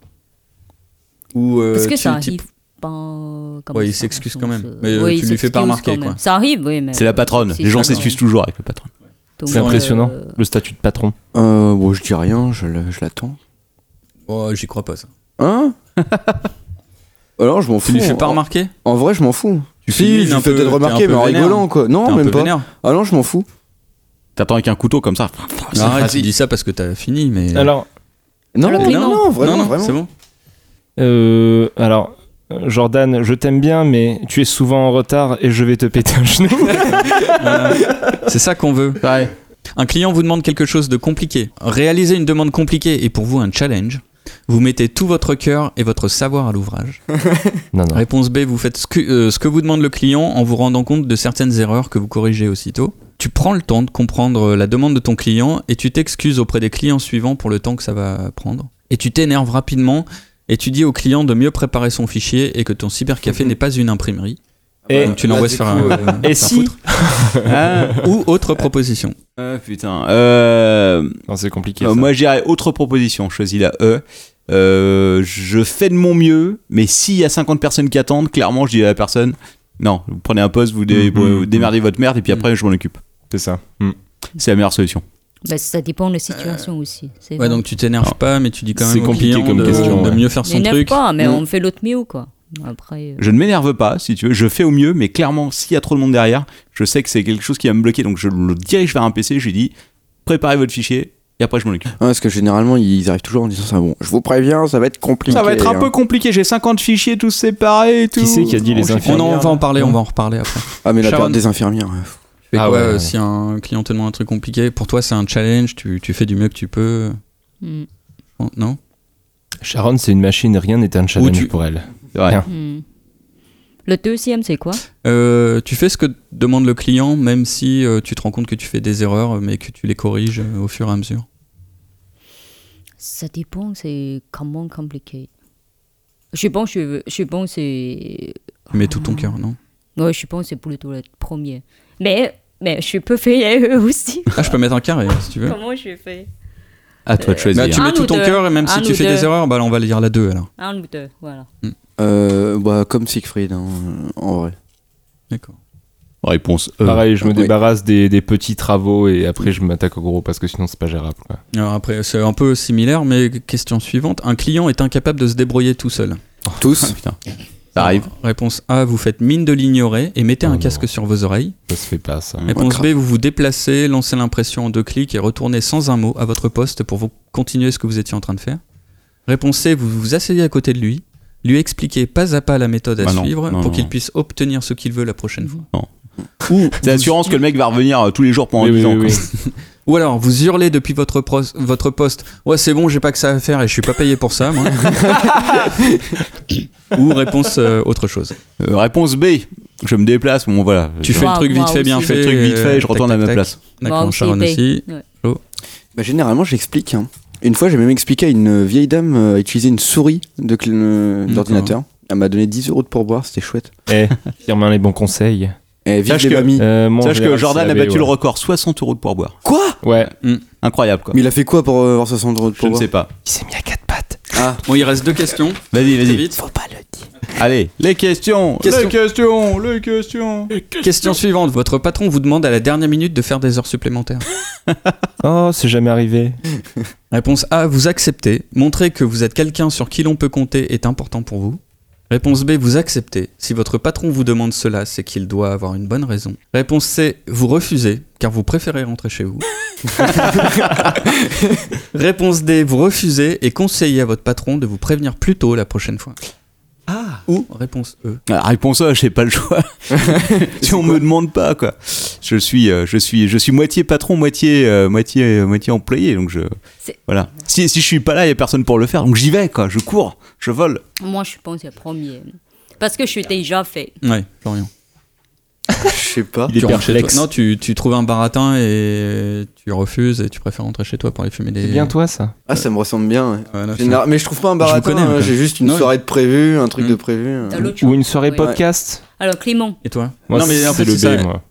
Speaker 9: Ou. euh,
Speaker 7: Parce que
Speaker 9: tu-
Speaker 7: ça
Speaker 9: tu-
Speaker 7: arrive pas comme
Speaker 9: Ouais, il
Speaker 7: ça,
Speaker 9: s'excuse
Speaker 7: dans
Speaker 9: quand
Speaker 7: le
Speaker 9: même.
Speaker 7: sens, euh,
Speaker 9: Mais, euh,
Speaker 7: oui,
Speaker 9: tu
Speaker 7: il
Speaker 9: lui fais pas
Speaker 7: s'excuse
Speaker 9: remarquer,
Speaker 7: quand même.
Speaker 9: quoi.
Speaker 7: Ça arrive, oui, mais.
Speaker 1: C'est la patronne.
Speaker 7: Si,
Speaker 1: Les gens
Speaker 7: d'accord.
Speaker 1: s'excusent toujours avec la patronne.
Speaker 7: Tout le
Speaker 3: C'est
Speaker 7: monde,
Speaker 3: impressionnant,
Speaker 7: euh,
Speaker 3: le statut de patron.
Speaker 8: Euh, bon, je dis rien, je le- je l'attends.
Speaker 9: Oh, j'y crois pas ça.
Speaker 8: Hein Alors, je m'en fous.
Speaker 9: Tu lui fais pas
Speaker 8: en,
Speaker 9: remarquer
Speaker 8: en vrai, je m'en fous.
Speaker 9: Tu
Speaker 8: Si, je lui fais peut-être remarquer, mais en rigolant, quoi. Non, même pas. Ah non, je m'en fous.
Speaker 1: T'attends avec un couteau comme ça. C'est
Speaker 9: Arrête, tu
Speaker 1: facile.
Speaker 9: dis ça parce que t'as fini, mais.
Speaker 3: Alors,
Speaker 8: Non,
Speaker 7: Alors,
Speaker 8: non,
Speaker 7: oui,
Speaker 8: non,
Speaker 7: non.
Speaker 8: vraiment, vraiment.
Speaker 9: C'est bon.
Speaker 3: euh, alors, euh, Jordan, je t'aime bien, mais tu es souvent en retard et je vais te péter un genou.
Speaker 9: C'est ça qu'on veut.
Speaker 1: Ouais.
Speaker 9: Un client vous demande quelque chose de compliqué. Réaliser une demande compliquée est pour vous un challenge. Vous mettez tout votre cœur et votre savoir à l'ouvrage.
Speaker 3: non, non.
Speaker 9: Réponse B, vous faites ce que, euh, ce que vous demande le client en vous rendant compte de certaines erreurs que vous corrigez aussitôt. tu prends le temps de comprendre euh, la demande de ton client et tu t'excuses auprès des clients suivants pour le temps que ça va prendre. Et tu t'énerves rapidement et tu dis au client de mieux préparer son fichier et que ton cybercafé
Speaker 8: Mhm.
Speaker 9: n'est pas une imprimerie.
Speaker 3: Et-
Speaker 9: Donc tu l'envoies se faire un.
Speaker 3: Et si
Speaker 9: Ou autre proposition.
Speaker 1: Ah, Hein putain. Euh,
Speaker 3: Non, c'est compliqué.
Speaker 1: euh,
Speaker 3: ça.
Speaker 1: moi, j'irais autre proposition. Je choisis la E. Euh, je fais de mon mieux, mais s'il y a 50 personnes qui attendent, clairement, je dis à la personne non, vous prenez un poste, vous, dé-
Speaker 3: Mhm.
Speaker 1: vous démerdez votre merde, et puis après, je m'en occupe.
Speaker 3: C'est ça. Mm.
Speaker 1: C'est la meilleure solution.
Speaker 7: Ben, ça dépend de la situation aussi. C'est
Speaker 9: Ouais,
Speaker 7: vrai.
Speaker 9: donc tu t'énerves pas, mais tu dis quand même
Speaker 3: C'est
Speaker 9: au
Speaker 3: compliqué
Speaker 9: client
Speaker 3: comme
Speaker 9: de,
Speaker 3: question,
Speaker 9: de
Speaker 3: ouais.
Speaker 9: mieux faire son
Speaker 7: N'énerve
Speaker 9: truc.
Speaker 7: pas, mais
Speaker 9: Mm.
Speaker 7: on fait l'autre mieux, quoi. Après, euh,
Speaker 1: Je ne m'énerve pas, si tu veux. Je fais au mieux, mais clairement, s'il y a trop de monde derrière, je sais que c'est quelque chose qui va me bloquer. Donc, je le dirige vers un PC, je lui dis préparez votre fichier, et après, je m'en occupe.
Speaker 8: Ah, parce que généralement, ils arrivent toujours en disant ça. Bon, je vous préviens, ça va être compliqué.
Speaker 1: Ça va être un
Speaker 8: hein.
Speaker 1: peu compliqué, j'ai 50 fichiers tous séparés et tout.
Speaker 3: Qui c'est qui a dit
Speaker 1: Oh,
Speaker 3: les
Speaker 9: On, en- on
Speaker 3: infirmières
Speaker 9: va en parler, on va en reparler après.
Speaker 8: Ah, mais la
Speaker 9: Sharon.
Speaker 8: période des infirmières. euh,
Speaker 9: Tu fais
Speaker 3: Ah
Speaker 9: quoi,
Speaker 3: ouais,
Speaker 9: euh,
Speaker 3: ouais.
Speaker 9: si un client te demande un truc compliqué Pour toi, c'est un challenge, tu, tu fais du mieux que tu peux.
Speaker 7: mm,
Speaker 9: Oh, Non
Speaker 3: Sharon, c'est une machine, rien n'est un challenge
Speaker 9: tu-
Speaker 3: pour elle.
Speaker 1: Ouais.
Speaker 3: Bien.
Speaker 7: mm. Le deuxième, c'est quoi
Speaker 9: Euh, tu fais ce que demande le client, même si euh, tu te rends compte que tu fais des erreurs, mais que tu les corriges euh, au fur et à mesure.
Speaker 7: Ça dépend, c'est comment compliqué. Je pense que je pense c'est Ah.
Speaker 9: Tu mets tout ton cœur, non
Speaker 7: ouais, je pense que c'est plutôt le premier. Mais mais je peux faire eux aussi.
Speaker 9: Ah, je peux mettre un carré si tu veux.
Speaker 7: comment je fais
Speaker 1: À toi de choisir.
Speaker 9: Bah, tu
Speaker 7: Un
Speaker 9: mets tout
Speaker 7: ou
Speaker 9: ton
Speaker 7: deux.
Speaker 9: cœur, et même si
Speaker 7: Un
Speaker 9: tu
Speaker 7: ou
Speaker 9: fais
Speaker 7: deux.
Speaker 9: des erreurs, bah, là, on va lire la 2 alors.
Speaker 7: Un ou deux, voilà.
Speaker 8: Euh, bah, comme Siegfried, hein, en vrai.
Speaker 9: D'accord.
Speaker 1: Réponse E.
Speaker 3: Pareil, je me
Speaker 8: oui.
Speaker 3: débarrasse des, des petits travaux et après je m'attaque au gros parce que sinon c'est pas gérable. quoi.
Speaker 9: Alors après, c'est un peu similaire, mais question suivante. Un client est incapable de se débrouiller tout seul.
Speaker 8: Tous.
Speaker 1: Ça arrive.
Speaker 9: Réponse A, vous faites mine de l'ignorer et mettez
Speaker 3: Oh
Speaker 9: un
Speaker 3: non.
Speaker 9: casque sur vos oreilles.
Speaker 3: Ça se fait pas ça.
Speaker 9: Réponse
Speaker 8: crap.
Speaker 9: B, vous vous déplacez, lancez l'impression en deux clics et retournez sans un mot à votre poste pour vous continuer ce que vous étiez en train de faire. Réponse C, vous vous asseyez à côté de lui, lui expliquez pas à pas la méthode à
Speaker 1: Bah non,
Speaker 9: suivre
Speaker 1: non,
Speaker 9: pour
Speaker 1: non.
Speaker 9: qu'il puisse obtenir ce qu'il veut la prochaine fois.
Speaker 1: C'est l'assurance que le mec va revenir euh, tous les jours pendant
Speaker 3: Oui,
Speaker 1: 10
Speaker 3: oui,
Speaker 1: ans.
Speaker 3: oui,
Speaker 1: quoi.
Speaker 3: oui.
Speaker 9: Ou alors, vous hurlez depuis votre, pros- votre poste Ouais, c'est bon, j'ai pas que ça à faire et je suis pas payé pour ça, moi. Ou réponse euh, autre chose.
Speaker 1: Euh, réponse B. Je me déplace, bon voilà.
Speaker 9: Tu
Speaker 1: Je
Speaker 9: fais le
Speaker 7: Moi-
Speaker 9: truc vite
Speaker 7: moi
Speaker 9: fait, bien
Speaker 7: aussi.
Speaker 1: fais
Speaker 9: fait. euh,
Speaker 1: le truc vite fait et je
Speaker 9: tac,
Speaker 1: retourne à
Speaker 9: tac,
Speaker 1: ma
Speaker 9: tac.
Speaker 1: place.
Speaker 7: Moi
Speaker 9: D'accord,
Speaker 7: aussi,
Speaker 9: Sharon
Speaker 7: paye.
Speaker 9: aussi.
Speaker 8: Bah, généralement, j'explique. hein. Une fois, j'ai même expliqué à une vieille dame euh, à utiliser une souris de cl- euh,
Speaker 9: D'accord.
Speaker 8: d'ordinateur. Elle m'a donné 10 euros de pourboire, c'était chouette.
Speaker 3: Eh, Firmin, les bons conseils.
Speaker 8: Et vive
Speaker 1: Sache
Speaker 8: les
Speaker 1: que-
Speaker 8: mamies.
Speaker 3: Euh, mon
Speaker 1: Sache que
Speaker 3: général,
Speaker 1: Jordan
Speaker 3: c'est
Speaker 1: a
Speaker 3: la
Speaker 1: battu
Speaker 3: B,
Speaker 1: le
Speaker 3: ouais.
Speaker 1: record 60 euros de pourboire.
Speaker 3: Ouais.
Speaker 1: Incroyable quoi.
Speaker 8: Mais il a fait quoi pour euh, avoir 60 euros de
Speaker 1: Je ne
Speaker 8: pourboire
Speaker 1: sais pas.
Speaker 3: Il s'est mis à quatre pattes.
Speaker 8: Ah,
Speaker 9: Bon, il reste deux questions.
Speaker 1: Vas-y,
Speaker 9: Très
Speaker 1: vas-y.
Speaker 9: vite.
Speaker 1: Allez, les questions.
Speaker 9: Question.
Speaker 1: Les questions. Les questions.
Speaker 9: Question suivante. Votre patron vous demande à la dernière minute de faire des heures supplémentaires.
Speaker 3: Oh, c'est jamais arrivé.
Speaker 9: Réponse A, vous acceptez. Montrer que vous êtes quelqu'un sur qui l'on peut compter est important pour vous. Réponse B, vous acceptez. Si votre patron vous demande cela, c'est qu'il doit avoir une bonne raison. Réponse C, vous refusez, car vous préférez rentrer chez vous. Réponse D, vous refusez et conseillez à votre patron de vous prévenir plus tôt la prochaine fois. Ah Ou réponse E.
Speaker 1: Ah, réponse A, j'ai pas le choix. si on me demande pas quoi. Je suis, euh, je suis, je suis moitié patron, moitié, euh, moitié, euh, moitié employé. Donc je,
Speaker 7: C'est-
Speaker 1: voilà. Si, si je suis pas là, il y a personne pour le faire. Donc j'y vais quoi. Je cours, je vole.
Speaker 7: Moi, je pense que c'est le premier. Parce que je suis déjà fait.
Speaker 9: Ouais, Florian.
Speaker 8: je sais pas.
Speaker 3: Il est
Speaker 9: tu rentres chez
Speaker 3: perplexe.
Speaker 9: toi. Non, tu, tu trouves un baratin et tu refuses et tu préfères rentrer chez toi pour aller fumer des.
Speaker 3: C'est bien toi ça.
Speaker 8: Ah, ça me ressemble bien. ouais.
Speaker 9: Voilà, c'est-
Speaker 8: Général- Mais je trouve pas un baratin.
Speaker 9: connais,
Speaker 8: hein,
Speaker 9: mais-
Speaker 8: j'ai juste une
Speaker 9: Non,
Speaker 8: soirée de prévu, un truc
Speaker 9: Mm.
Speaker 8: de prévu. hein.
Speaker 7: T'as l'autre
Speaker 3: Ou
Speaker 7: chose.
Speaker 3: une soirée
Speaker 7: Oui.
Speaker 3: podcast.
Speaker 7: Alors, Clément,
Speaker 9: Et toi
Speaker 3: Moi,
Speaker 9: Non, mais en fait,
Speaker 3: c'est le B,
Speaker 9: c'est ça.
Speaker 3: moi.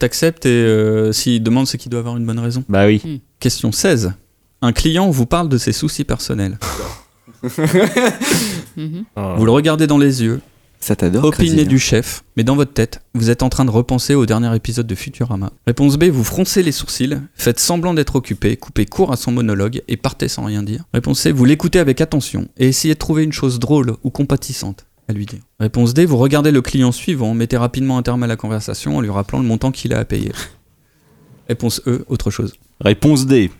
Speaker 9: T'acceptes et euh, s'il demande, c'est qu'il doit avoir une bonne raison.
Speaker 3: Bah oui.
Speaker 9: Question 16. Un client vous parle de ses soucis personnels.
Speaker 7: mhm.
Speaker 3: Ah.
Speaker 9: Vous le regardez dans les yeux,
Speaker 8: Ça t'adore.
Speaker 9: opinez
Speaker 8: Crazy, hein.
Speaker 9: du chef, mais dans votre tête, vous êtes en train de repenser au dernier épisode de Futurama. Réponse B, vous froncez les sourcils, faites semblant d'être occupé, coupez court à son monologue et partez sans rien dire. Réponse C, vous l'écoutez avec attention et essayez de trouver une chose drôle ou compatissante à lui dire. Réponse D, vous regardez le client suivant, mettez rapidement un terme à la conversation en lui rappelant le montant qu'il a à payer. Réponse E, autre chose.
Speaker 1: Réponse D.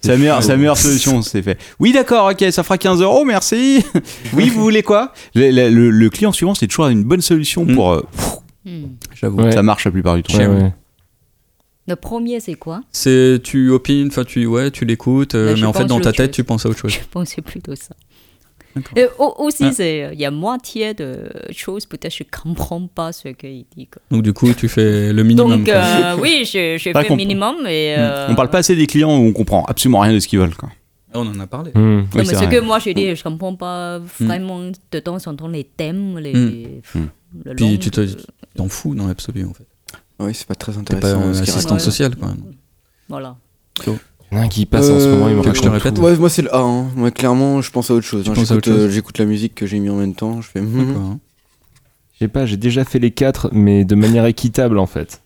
Speaker 1: C'est la meilleure,
Speaker 9: chaud.
Speaker 1: c'est la meilleure solution, c'est fait. Oui, d'accord, ok, ça fera 15 euros, merci. Oui, vous voulez quoi le, le- le- le client suivant, c'est toujours une bonne solution
Speaker 9: Mm.
Speaker 1: pour. euh,
Speaker 7: Hmm.
Speaker 9: J'avoue.
Speaker 3: Ouais.
Speaker 1: Ça marche la plupart du temps.
Speaker 3: Ouais, ouais.
Speaker 7: Le premier, c'est quoi
Speaker 9: C'est tu opines, enfin tu ouais, tu l'écoutes, euh,
Speaker 7: Là, je
Speaker 9: mais en fait
Speaker 7: pense
Speaker 9: dans
Speaker 7: le
Speaker 9: ta
Speaker 7: tuer.
Speaker 9: tête tu penses à autre chose.
Speaker 7: Je pense que c'est plutôt ça.
Speaker 9: D'accord.
Speaker 7: Et au- aussi,
Speaker 9: Ah.
Speaker 7: c'est- euh, il y a moitié de choses, peut-être je comprends pas ce qu'il dit. quoi.
Speaker 9: Donc du coup, tu fais le minimum.
Speaker 7: Donc,
Speaker 9: quoi. Hmm.
Speaker 7: euh, oui, je, je
Speaker 1: Pas
Speaker 7: fais
Speaker 1: comp-
Speaker 7: minimum. Et, euh,
Speaker 1: Mm. On parle pas assez des clients où on comprend absolument rien de ce qu'ils veulent. Quoi.
Speaker 9: Ah, On en a parlé.
Speaker 3: Hmm.
Speaker 1: Oui, c'est
Speaker 7: mais ce
Speaker 1: vrai.
Speaker 7: que moi je dis, je comprends pas
Speaker 9: Hmm.
Speaker 7: vraiment de temps en temps les thèmes, les.
Speaker 1: Mm.
Speaker 7: le
Speaker 9: Puis
Speaker 7: langue,
Speaker 9: tu te-
Speaker 7: euh,
Speaker 9: T'en fous dans l'absolu en fait.
Speaker 8: Oui, c'est pas très
Speaker 9: T'es pas
Speaker 8: intéressant. hein,
Speaker 9: un
Speaker 8: ce qu'il
Speaker 9: assistant
Speaker 7: raconte.
Speaker 9: social quoi.
Speaker 7: Voilà.
Speaker 3: Il y en a un qui passe en ce moment, il me
Speaker 8: Euh,
Speaker 9: que je te
Speaker 3: raconte
Speaker 9: répète
Speaker 3: tout.
Speaker 8: Ouais, moi c'est le A. hein. Moi, clairement, je pense à autre chose. hein.
Speaker 9: penses à
Speaker 8: J'écoute
Speaker 9: autre
Speaker 8: euh,
Speaker 9: chose
Speaker 8: j'écoute la musique que j'ai mis en même temps. Je fais. mhm.
Speaker 9: D'accord, hein.
Speaker 3: Je sais pas, j'ai déjà fait les quatre, mais de manière équitable en fait.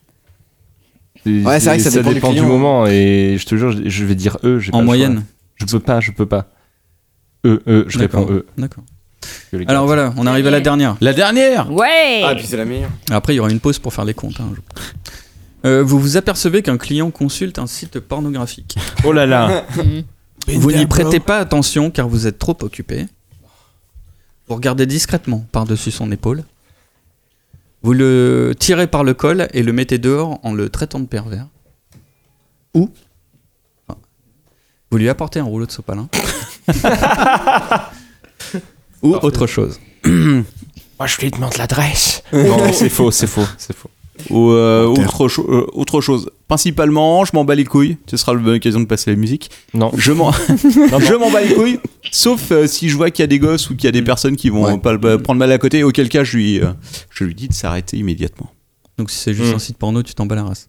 Speaker 8: Ouais, c'est vrai que ça dépend du
Speaker 3: dépend du,
Speaker 8: client.
Speaker 3: moment et je te jure, je- je vais dire eux. j'ai pas
Speaker 9: En
Speaker 3: le choix.
Speaker 9: moyenne.
Speaker 3: Je peux pas, je peux pas. Eux, eux, je réponds
Speaker 9: D'accord.
Speaker 3: eux.
Speaker 9: D'accord.
Speaker 3: que les
Speaker 9: Alors
Speaker 3: quatre.
Speaker 9: voilà, on arrive à la dernière.
Speaker 1: La dernière
Speaker 7: Ouais!
Speaker 5: Ah, puis c'est la meilleure.
Speaker 9: Après, il y aura une pause pour faire les comptes. hein, je- Euh, vous vous apercevez qu'un client consulte un site pornographique.
Speaker 3: Oh là là
Speaker 7: Mm.
Speaker 9: Vous n'y prêtez pas attention car vous êtes trop occupé. Vous regardez discrètement par-dessus son épaule. Vous le tirez par le col et le mettez dehors en le traitant de pervers. Ou enfin, vous lui apportez un rouleau de sopalin. Ou autre chose.
Speaker 5: Moi, je lui demande l'adresse.
Speaker 3: Non, c'est faux, c'est faux, c'est faux.
Speaker 1: Ou euh, autre, cho- euh, autre chose. Principalement, je m'en bats les couilles. Ce sera l'occasion de passer la musique.
Speaker 3: Non.
Speaker 1: Je m'en je m'en bats les couilles. Sauf euh, si je vois qu'il y a des gosses ou qu'il y a des personnes qui vont
Speaker 9: Ouais.
Speaker 1: euh, pas le- pas prendre mal à côté, auquel cas je lui, euh, je lui dis de s'arrêter immédiatement.
Speaker 9: Donc si c'est juste
Speaker 1: Hmm.
Speaker 3: Mm.
Speaker 9: un site porno, tu t'en bats la race.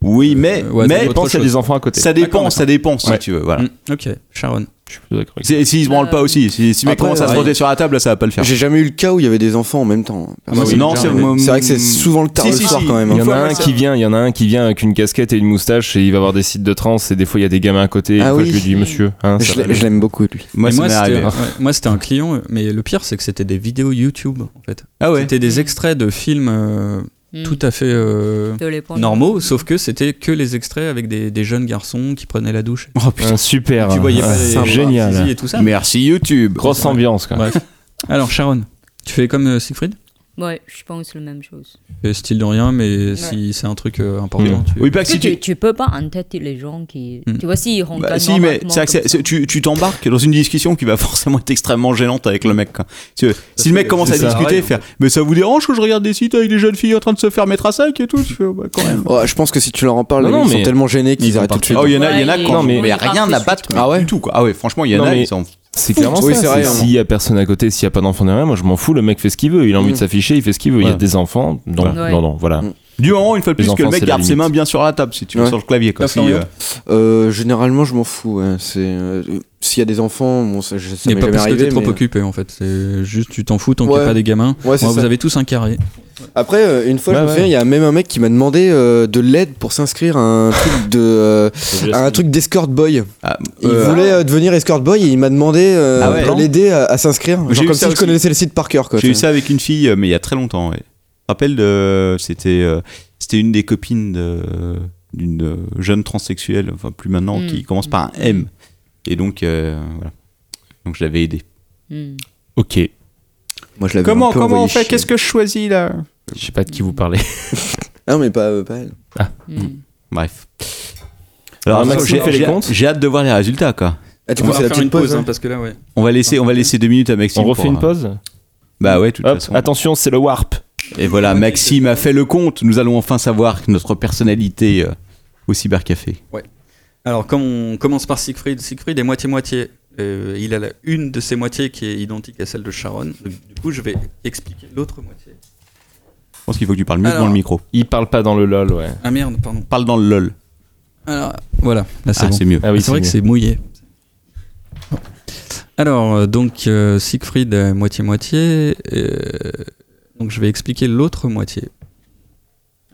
Speaker 1: Oui, mais,
Speaker 9: Euh, ouais,
Speaker 1: mais
Speaker 9: autre
Speaker 3: Pense à
Speaker 9: chose.
Speaker 3: des enfants à côté.
Speaker 1: ça
Speaker 9: D'accord,
Speaker 1: dépend,
Speaker 9: d'accord.
Speaker 1: ça dépend si
Speaker 3: Ouais.
Speaker 1: tu veux. Voilà.
Speaker 9: Mm. Ok, Sharon.
Speaker 3: Je suis plutôt d'accord avec ça.
Speaker 1: Si, si ils se branlent
Speaker 3: Euh,
Speaker 1: pas aussi, si, si le mec
Speaker 8: Après,
Speaker 1: commence à se
Speaker 8: ouais.
Speaker 1: frotter sur la table, là, ça va pas le faire.
Speaker 8: J'ai jamais eu le cas où il y avait des enfants en même temps.
Speaker 9: Ah, moi, oui,
Speaker 1: non,
Speaker 9: déjà,
Speaker 1: c'est
Speaker 9: mais-
Speaker 1: moi-
Speaker 8: C'est vrai que c'est souvent le tard
Speaker 1: Si,
Speaker 8: le
Speaker 1: si,
Speaker 8: soir
Speaker 1: si.
Speaker 8: quand même.
Speaker 3: Il
Speaker 8: hein.
Speaker 3: y en a
Speaker 1: fois,
Speaker 3: un
Speaker 1: moi, ça-
Speaker 3: qui vient, il y en a un qui vient avec une casquette et une moustache et il va avoir des sites de trans et des fois il y a des gamins à côté et
Speaker 8: Ah
Speaker 3: des fois,
Speaker 8: oui.
Speaker 3: je lui dis monsieur, hein, ça
Speaker 8: Je
Speaker 3: va
Speaker 8: l'ai-
Speaker 3: aller.
Speaker 8: je l'aime beaucoup lui.
Speaker 1: Moi,
Speaker 9: Et
Speaker 1: ça
Speaker 9: moi,
Speaker 1: m'est
Speaker 9: c'était-
Speaker 1: arrivé.
Speaker 9: ouais, moi, c'était un client, mais le pire, c'est que c'était des vidéos YouTube, en fait.
Speaker 1: Ah ouais.
Speaker 9: C'était des extraits de films euh,
Speaker 7: Mm.
Speaker 9: tout à fait euh,
Speaker 7: De les prendre.
Speaker 9: normaux, sauf que c'était que les extraits avec des, des jeunes garçons qui prenaient la douche.
Speaker 1: Oh putain.
Speaker 3: Un super,
Speaker 9: tu voyais
Speaker 8: Ah,
Speaker 3: un-
Speaker 9: pas
Speaker 3: c'est
Speaker 9: les
Speaker 3: génial.
Speaker 9: zizi et tout ça.
Speaker 1: Merci YouTube.
Speaker 3: Grosse ambiance quoi.
Speaker 9: Ouais. Alors, Sharon, tu fais comme euh, Siegfried
Speaker 7: Ouais, je pense la même chose.
Speaker 1: Ah,
Speaker 9: Tu fais style de rien, mais si c'est un truc euh, important, tu...
Speaker 1: Oui, pas que
Speaker 7: Parce que
Speaker 1: si tu.
Speaker 7: tu, tu peux pas entêter les gens qui.
Speaker 9: Mm.
Speaker 7: Tu vois, s'ils rentrent
Speaker 1: Bah,
Speaker 7: dans
Speaker 1: si, mais
Speaker 7: l'appartement
Speaker 1: c'est vrai que
Speaker 7: comme
Speaker 1: c'est-
Speaker 7: ça.
Speaker 1: c'est- tu tu t'embarques dans une discussion qui va forcément être extrêmement gênante avec le mec. quoi. Si, euh, si le mec
Speaker 9: fait-
Speaker 1: commence à
Speaker 9: c'est ça,
Speaker 1: discuter,
Speaker 9: ouais,
Speaker 1: faire Mais ça vous dérange que je regarde des sites avec des jeunes filles en train de se faire mettre à sac et tout Tu fais, Bah, quand même.
Speaker 8: Ouais, Oh, je pense que si tu leur en parles,
Speaker 3: Non,
Speaker 8: les
Speaker 3: non,
Speaker 8: mecs
Speaker 3: mais-
Speaker 8: sont tellement gênés qu'ils
Speaker 9: Ils
Speaker 8: arrêtent
Speaker 9: vont
Speaker 8: tout de suite.
Speaker 1: oh, il y en a, il y en a
Speaker 7: Ouais,
Speaker 1: quand
Speaker 3: ils-
Speaker 1: mais,
Speaker 7: ils
Speaker 1: rien
Speaker 7: partent
Speaker 1: à
Speaker 7: tout de
Speaker 1: battre
Speaker 7: suite,
Speaker 1: mais
Speaker 8: quoi.
Speaker 1: du tout. Quoi. Ah ouais, franchement, il y en
Speaker 3: Non,
Speaker 1: a,
Speaker 3: mais-
Speaker 1: ils en
Speaker 3: C'est clairement
Speaker 8: Oui, c'est
Speaker 3: ça.
Speaker 8: vrai,
Speaker 3: c'est
Speaker 8: hein.
Speaker 3: S'il y a personne à côté, s'il y a pas d'enfant derrière, moi je m'en fous. Le mec fait ce qu'il veut. Il a envie de s'afficher, il fait ce qu'il veut. Il y a
Speaker 1: Ouais.
Speaker 3: des enfants. Non,
Speaker 7: Ouais.
Speaker 3: non, non, voilà.
Speaker 8: Mm.
Speaker 1: Du moment, une fois de
Speaker 3: Les
Speaker 1: plus, que le
Speaker 3: enfants,
Speaker 1: mec
Speaker 3: c'est la
Speaker 1: garde ses
Speaker 3: limite.
Speaker 1: mains bien sur la table, si tu veux,
Speaker 8: Ouais.
Speaker 1: sur le clavier. Quoi.
Speaker 9: T'as
Speaker 1: Si,
Speaker 9: Florian
Speaker 1: euh,
Speaker 8: Euh, généralement, je m'en fous. hein. C'est euh, s'il y a des enfants, bon, ça, je- ça
Speaker 9: Mais
Speaker 8: m'est
Speaker 9: pas
Speaker 8: jamais
Speaker 9: parce que
Speaker 8: arrivé.
Speaker 9: t'es trop
Speaker 8: mais- euh,
Speaker 9: occupé, en fait. C'est juste, tu t'en fous tant qu'il n'y
Speaker 8: Ouais.
Speaker 9: a pas des gamins.
Speaker 8: Ouais, c'est
Speaker 9: Moi,
Speaker 8: ça.
Speaker 9: vous avez tous un carré.
Speaker 8: Après, euh, une fois,
Speaker 3: Ouais,
Speaker 8: je me
Speaker 3: ouais.
Speaker 8: souviens, il y a même un mec qui m'a demandé euh, de l'aide pour s'inscrire à un truc de, euh, à un truc d'escort boy.
Speaker 1: ah,
Speaker 8: Il
Speaker 1: euh,
Speaker 8: voulait euh, devenir escort boy et il m'a demandé euh,
Speaker 1: Ah ouais.
Speaker 8: de l'aider à, à s'inscrire.
Speaker 1: J'ai
Speaker 8: Genre
Speaker 1: eu
Speaker 8: comme si
Speaker 1: ça
Speaker 8: je
Speaker 1: aussi.
Speaker 8: connaissais le site par cœur. quoi.
Speaker 1: J'ai eu ça avec une fille, euh, mais il y a très longtemps. Ouais. Je me rappelle, de- c'était euh, c'était une des copines de- d'une euh, jeune transsexuelle, enfin plus maintenant,
Speaker 7: Mm.
Speaker 1: qui commence par un M. Et donc, euh, voilà. Donc je l'avais Euh, aidé.
Speaker 7: Mm.
Speaker 3: Ok.
Speaker 8: Moi, je l'avais un peu envoyé chier.
Speaker 1: que je choisis là
Speaker 3: Je sais pas de qui vous parlez.
Speaker 8: Non, mais pas, euh, pas elle.
Speaker 1: Hmm,
Speaker 7: Mm.
Speaker 1: Bref. Alors,
Speaker 3: Alors, Ah, Maxime
Speaker 1: j'ai-
Speaker 3: fait les
Speaker 1: j'ai-
Speaker 3: comptes
Speaker 1: J'ai hâte de voir les résultats, quoi.
Speaker 8: Ah, du coup, c'est la petite pause. hein.
Speaker 9: parce que là, ouais.
Speaker 1: On va laisser, on va laisser deux minutes à Maxime.
Speaker 3: On refait
Speaker 1: pour,
Speaker 3: une
Speaker 1: euh,
Speaker 3: pause.
Speaker 1: Bah ouais, de toute
Speaker 3: Hop,
Speaker 1: façon.
Speaker 3: attention, c'est le warp.
Speaker 1: Et voilà, Maxime a fait le compte. Nous allons enfin savoir notre personnalité euh, au cybercafé.
Speaker 9: Alors, comme on commence par Siegfried, Siegfried est moitié-moitié. Euh, il a la- une de ses moitiés qui est identique à celle de Sharon. Donc, Du coup, je vais expliquer l'autre moitié.
Speaker 1: Je pense qu'il faut que tu parles mieux
Speaker 9: Alors.
Speaker 1: dans le micro.
Speaker 3: Il parle pas dans le lol, ouais.
Speaker 9: Ah merde, pardon.
Speaker 1: Parle dans le lol.
Speaker 9: Alors, voilà, là c'est
Speaker 1: Ah,
Speaker 9: bon.
Speaker 1: c'est mieux.
Speaker 3: Ah
Speaker 9: Ah, c'est vrai que c'est mouillé. Bon. Alors, euh, donc, euh, Siegfried est moitié-moitié. euh, donc, je vais expliquer l'autre moitié.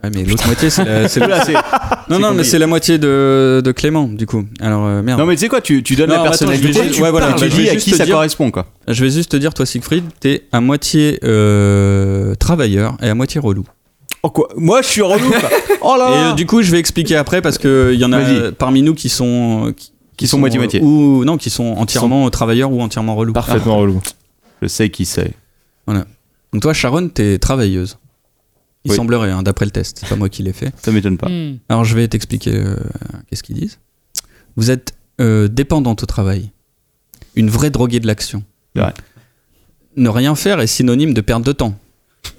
Speaker 9: Ah, mais l'autre moitié, c'est la. c'est- non, non, mais c'est la moitié de, de Clément, du coup. Alors, euh, merde.
Speaker 1: Non mais tu sais quoi, tu, tu donnes
Speaker 9: Non, mais
Speaker 1: la
Speaker 9: attends,
Speaker 1: personnalité
Speaker 9: je vais
Speaker 1: et
Speaker 9: juste-
Speaker 1: tu,
Speaker 9: ouais, voilà,
Speaker 1: parles,
Speaker 9: je
Speaker 1: tu
Speaker 9: vais
Speaker 1: dis à
Speaker 9: juste
Speaker 1: qui
Speaker 9: te
Speaker 1: ça
Speaker 9: dire-
Speaker 1: correspond quoi.
Speaker 9: Je vais juste te dire, toi Siegfried, t'es à moitié euh, travailleur et à moitié relou.
Speaker 1: Oh quoi Moi je suis relou. quoi. Oh là
Speaker 9: Et euh,
Speaker 1: là.
Speaker 9: du coup, je vais expliquer après parce qu'il y en a
Speaker 1: Vas-y.
Speaker 9: euh, parmi nous qui sont... euh, Qui,
Speaker 1: Qui sont moitié-moitié.
Speaker 9: euh, Ou non, qui sont entièrement travailleurs ou entièrement relous.
Speaker 3: Parfaitement relou.
Speaker 1: Je sais qui c'est.
Speaker 9: Ah. Donc toi, Sharon, t'es travailleuse. Il
Speaker 1: Oui.
Speaker 9: semblerait, hein, d'après le test. C'est pas moi qui l'ai fait.
Speaker 1: Ça m'étonne pas.
Speaker 7: Mm.
Speaker 9: Alors je vais t'expliquer euh, qu'est-ce qu'ils disent. Vous êtes euh, dépendante au travail. Une vraie droguée de l'action.
Speaker 1: C'est vrai.
Speaker 9: Ne rien faire est synonyme de perte de temps.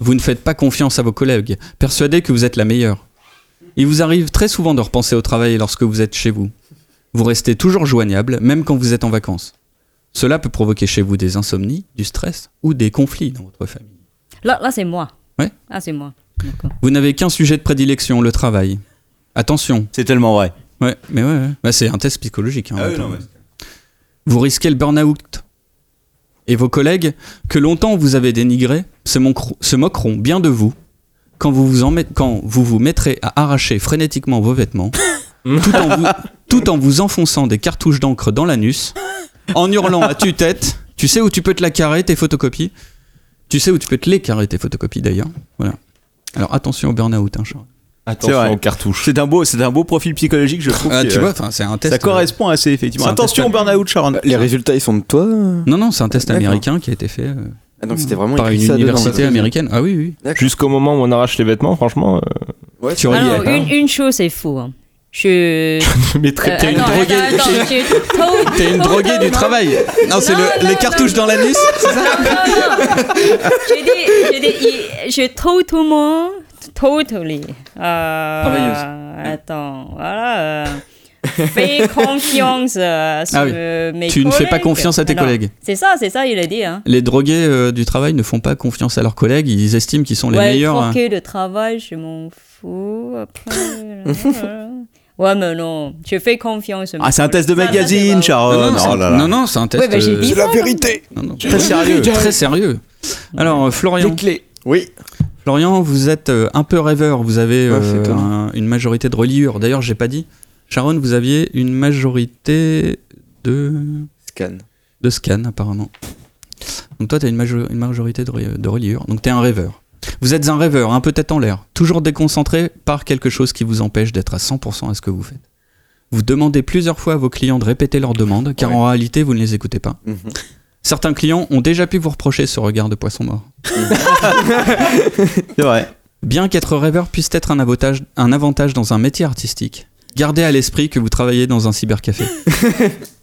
Speaker 9: Vous ne faites pas confiance à vos collègues, persuadés que vous êtes la meilleure. Il vous arrive très souvent de repenser au travail lorsque vous êtes chez vous. Vous restez toujours joignable, même quand vous êtes en vacances. Cela peut provoquer chez vous des insomnies, du stress ou des conflits dans votre famille.
Speaker 7: Là, là c'est moi.
Speaker 9: Ouais.
Speaker 7: Ah, c'est moi. D'accord.
Speaker 9: Vous n'avez qu'un sujet de prédilection, le travail. Attention.
Speaker 1: C'est tellement vrai.
Speaker 9: Ouais, mais ouais, ouais. Bah, c'est un test psychologique. hein,
Speaker 1: Ah oui,
Speaker 9: attends.
Speaker 1: non, mais-
Speaker 9: Vous risquez le burn-out. Et vos collègues, que longtemps vous avez dénigrés, se, monqueront- se moqueront bien de vous quand vous vous, en met- quand vous vous mettrez à arracher frénétiquement vos vêtements, tout, en vous, tout en vous enfonçant des cartouches d'encre dans l'anus, en hurlant à tue-tête Tu sais où tu peux te la carrer tes photocopies Tu sais où tu peux te les carrer tes photocopies d'ailleurs. Voilà. Alors attention au burn-out, hein, Charles.
Speaker 1: vrai.
Speaker 3: Attention aux cartouches.
Speaker 1: C'est un beau, c'est un beau profil psychologique, je trouve.
Speaker 9: Ah,
Speaker 1: que,
Speaker 9: tu
Speaker 1: euh,
Speaker 9: vois, enfin, c'est un test.
Speaker 1: ça correspond assez effectivement.
Speaker 9: c'est un
Speaker 1: Attention,
Speaker 9: test-
Speaker 1: burn-out, Sharon.
Speaker 8: Les résultats, ils sont de toi euh
Speaker 9: Non, non, c'est un test
Speaker 8: D'accord.
Speaker 9: américain qui a été fait euh,
Speaker 8: Ah, donc c'était vraiment
Speaker 9: hein par une
Speaker 8: écrit ça dedans.
Speaker 9: université américaine. Ah oui, oui.
Speaker 3: Jusqu'au moment où on arrache les vêtements, franchement, euh,
Speaker 8: Ouais,
Speaker 1: Oh,
Speaker 9: Tu hein.
Speaker 7: Alors,
Speaker 9: reliais.
Speaker 7: une, une chose est fou. hein. Je.
Speaker 3: je
Speaker 7: euh,
Speaker 3: mettrais
Speaker 7: attends, attends, attends, je- to-
Speaker 9: T'es une
Speaker 7: to-
Speaker 9: droguée
Speaker 7: to-
Speaker 9: du travail. Non, c'est
Speaker 7: Non,
Speaker 9: le-
Speaker 7: non,
Speaker 9: les
Speaker 7: non,
Speaker 9: cartouches dans l'anus.
Speaker 7: Non, non, non. J'ai dit, j'ai dit, il- je totalement, totally. Euh, attends, voilà. euh, fais confiance euh, sur
Speaker 9: Ah oui.
Speaker 7: mes
Speaker 9: Tu ne fais pas
Speaker 7: collègues.
Speaker 9: confiance à tes
Speaker 7: Alors,
Speaker 9: collègues.
Speaker 7: C'est ça, c'est ça, il a dit. Hein.
Speaker 9: Les drogués euh, du travail ne font pas confiance à leurs collègues. Ils estiment qu'ils sont les
Speaker 7: ouais,
Speaker 9: meilleurs. hein.
Speaker 7: troquer de travail, je m'en fous. Après, euh, ouais, mais non, je fais confiance. à mes
Speaker 1: Ah, c'est un test de
Speaker 7: collègues. Ça, ça, c'est
Speaker 1: magazine,
Speaker 7: pas-
Speaker 1: Sharon.
Speaker 9: non, non, c'est-
Speaker 1: Oh là là.
Speaker 9: non, non, c'est un test.
Speaker 7: Ouais, bah, j'ai
Speaker 9: euh,
Speaker 7: dit ça, donc.
Speaker 9: non, non.
Speaker 1: Très sérieux.
Speaker 9: Très sérieux. Alors, euh, Florian.
Speaker 5: clés.
Speaker 9: Florian, vous êtes euh, un peu rêveur. Vous avez
Speaker 8: Ouais,
Speaker 9: euh,
Speaker 8: c'est étonnant.
Speaker 9: un- une majorité de reliures. D'ailleurs, j'ai pas dit. Sharon, vous aviez une majorité de,
Speaker 8: Scan.
Speaker 9: de scan, apparemment. Donc, toi, tu as une, majo- une majorité de, re- de reliures. Donc, tu es un rêveur. Vous êtes un rêveur, un peu tête en l'air, toujours déconcentré par quelque chose qui vous empêche d'être à 100% à ce que vous faites. Vous demandez plusieurs fois à vos clients de répéter leurs demandes, car en réalité, vous ne les écoutez pas.
Speaker 8: Mhm.
Speaker 9: Certains clients ont déjà pu vous reprocher ce regard de poisson mort.
Speaker 1: C'est vrai.
Speaker 9: Bien qu'être rêveur puisse être un avantage, un avantage dans un métier artistique, gardez à l'esprit que vous travaillez dans un cybercafé.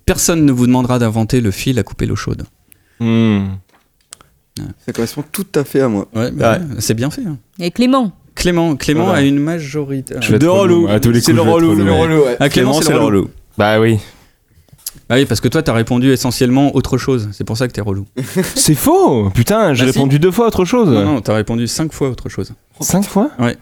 Speaker 9: Personne ne vous demandera d'inventer le fil à couper l'eau chaude.
Speaker 3: Hmm.
Speaker 8: Ça correspond tout à fait à moi.
Speaker 9: Ouais, bah ouais, c'est bien fait. hein.
Speaker 7: Et Clément,
Speaker 9: Clément, Clément
Speaker 3: Voilà.
Speaker 9: a une majorité.
Speaker 3: Je vais être
Speaker 1: De relou.
Speaker 3: relou. À tous les
Speaker 1: C'est
Speaker 3: coups,
Speaker 1: le
Speaker 3: je vais être
Speaker 1: relou.
Speaker 3: relou.
Speaker 1: Le
Speaker 3: Ouais.
Speaker 1: relou, ouais.
Speaker 9: Ah, Clément, c'est le relou.
Speaker 3: Bah oui.
Speaker 9: Ah oui, parce que toi, t'as répondu essentiellement autre chose. C'est pour ça que t'es relou.
Speaker 3: C'est faux Putain, j'ai
Speaker 9: Bah si.
Speaker 3: répondu deux fois à autre chose.
Speaker 9: Non, non, t'as répondu cinq fois autre chose.
Speaker 3: Cinq fois
Speaker 9: Ouais.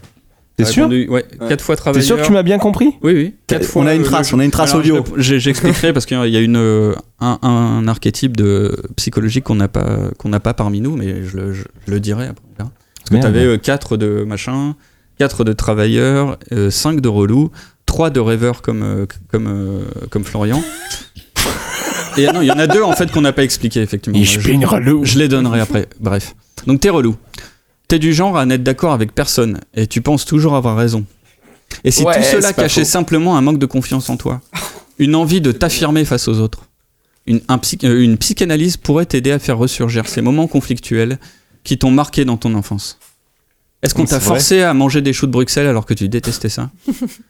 Speaker 3: T'es
Speaker 9: T'as
Speaker 3: sûr
Speaker 9: répondu, Ouais, quatre fois
Speaker 3: T'es
Speaker 9: travailleur.
Speaker 3: sûr que tu m'as bien compris
Speaker 9: Oui, oui. Quatre fois.
Speaker 1: On a une
Speaker 9: euh,
Speaker 1: trace,
Speaker 9: le-
Speaker 1: on a une trace
Speaker 9: Alors,
Speaker 1: audio.
Speaker 9: je- je- J'expliquerai parce qu'il y a une, euh, un, un archétype de psychologique qu'on n'a pas, qu'on n'a pas parmi nous, mais je le, je le dirai après. on verra. Parce que
Speaker 3: Merde.
Speaker 9: tu avais 4 de machin, 4 de travailleurs, 5 de relous, 3 de rêveurs comme, euh, comme, euh, comme Florian. Et ah non, il y en a deux en fait qu'on n'a pas expliqué effectivement.
Speaker 5: Ich bin relou.
Speaker 9: Je les donnerai après. Bref. Donc t'es relou. T'es du genre à n'être d'accord avec personne et tu penses toujours avoir raison. Et si
Speaker 5: Ouais,
Speaker 9: tout cela
Speaker 5: c'est pas
Speaker 9: cachait
Speaker 5: faux.
Speaker 9: simplement un manque de confiance en toi, une envie de t'affirmer face aux autres, une, un psy- euh, une psychanalyse pourrait t'aider à faire ressurgir ces moments conflictuels qui t'ont marqué dans ton enfance. Est-ce qu'on
Speaker 3: Oui,
Speaker 9: t'a
Speaker 3: c'est vrai.
Speaker 9: forcé à manger des choux de Bruxelles alors que tu détestais ça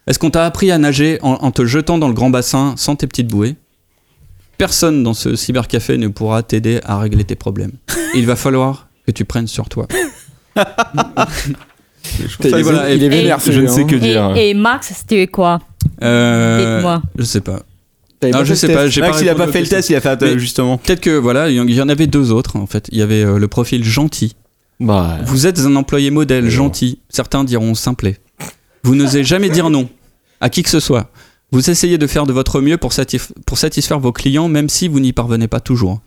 Speaker 9: Est-ce qu'on t'a appris à nager en, en te jetant dans le grand bassin sans tes petites bouées Personne dans ce cybercafé ne pourra t'aider à régler tes problèmes. Il va falloir que tu prennes sur toi.
Speaker 8: Putain, il, est-
Speaker 9: voilà,
Speaker 8: il est
Speaker 7: et-
Speaker 8: vénère
Speaker 3: Je ne
Speaker 8: celui-là,
Speaker 3: sais
Speaker 8: hein.
Speaker 3: que
Speaker 7: et,
Speaker 3: dire.
Speaker 7: et Max, c'était quoi
Speaker 9: Euh,
Speaker 7: Dites-moi.
Speaker 9: Je sais pas.
Speaker 8: T'avais
Speaker 9: Ah,
Speaker 8: pas
Speaker 9: je
Speaker 8: fait
Speaker 9: sais
Speaker 8: le
Speaker 9: pas,
Speaker 8: test.
Speaker 9: j'ai
Speaker 1: Max, il a
Speaker 9: répondu
Speaker 1: pas
Speaker 9: aux
Speaker 1: fait le
Speaker 9: questions.
Speaker 1: test, il a fait euh,
Speaker 9: Mais-
Speaker 1: justement.
Speaker 9: Peut-être que voilà, il y en- il y en avait deux autres en fait. Il y avait euh, le profil gentil.
Speaker 3: Bah,
Speaker 9: Vous êtes un employé modèle gentil. Certains diront simplet. Vous n'osez jamais dire non à qui que ce soit. Vous essayez de faire de votre mieux pour, satisf- pour satisfaire vos clients, même si vous n'y parvenez pas toujours.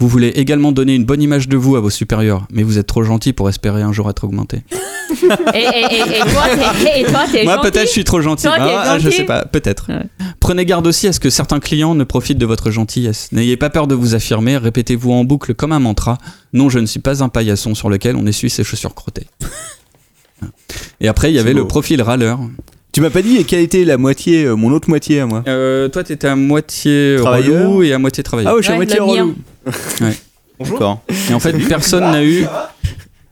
Speaker 9: Vous voulez également donner une bonne image de vous à vos supérieurs, mais vous êtes trop gentil pour espérer un jour être augmenté.
Speaker 7: et, et, et, et toi, t'es, et toi, t'es
Speaker 9: Moi,
Speaker 7: gentil
Speaker 9: peut-être, je suis trop gentil.
Speaker 7: Toi, t'es
Speaker 9: Ah, je
Speaker 7: gentil
Speaker 9: sais pas, peut-être.
Speaker 7: Ouais.
Speaker 9: Prenez garde aussi à ce que certains clients ne profitent de votre gentillesse. N'ayez pas peur de vous affirmer, répétez-vous en boucle comme un mantra. Non, je ne suis pas un paillasson sur lequel on essuie ses chaussures crottées. Et après, il y
Speaker 1: C'est
Speaker 9: avait le
Speaker 1: beau.
Speaker 9: profil râleur.
Speaker 1: Tu m'as pas dit quelle était la moitié, euh, mon autre moitié à moi.
Speaker 8: Ah,
Speaker 9: Euh, toi, t'étais à moitié
Speaker 1: Travailleur.
Speaker 9: relou et à moitié travailleur.
Speaker 1: Ah oui, je suis à
Speaker 7: Ouais,
Speaker 1: moitié
Speaker 7: le mien.
Speaker 1: relou.
Speaker 9: Ouais.
Speaker 1: Bonjour. D'accord.
Speaker 9: Et en fait, personne n'a eu.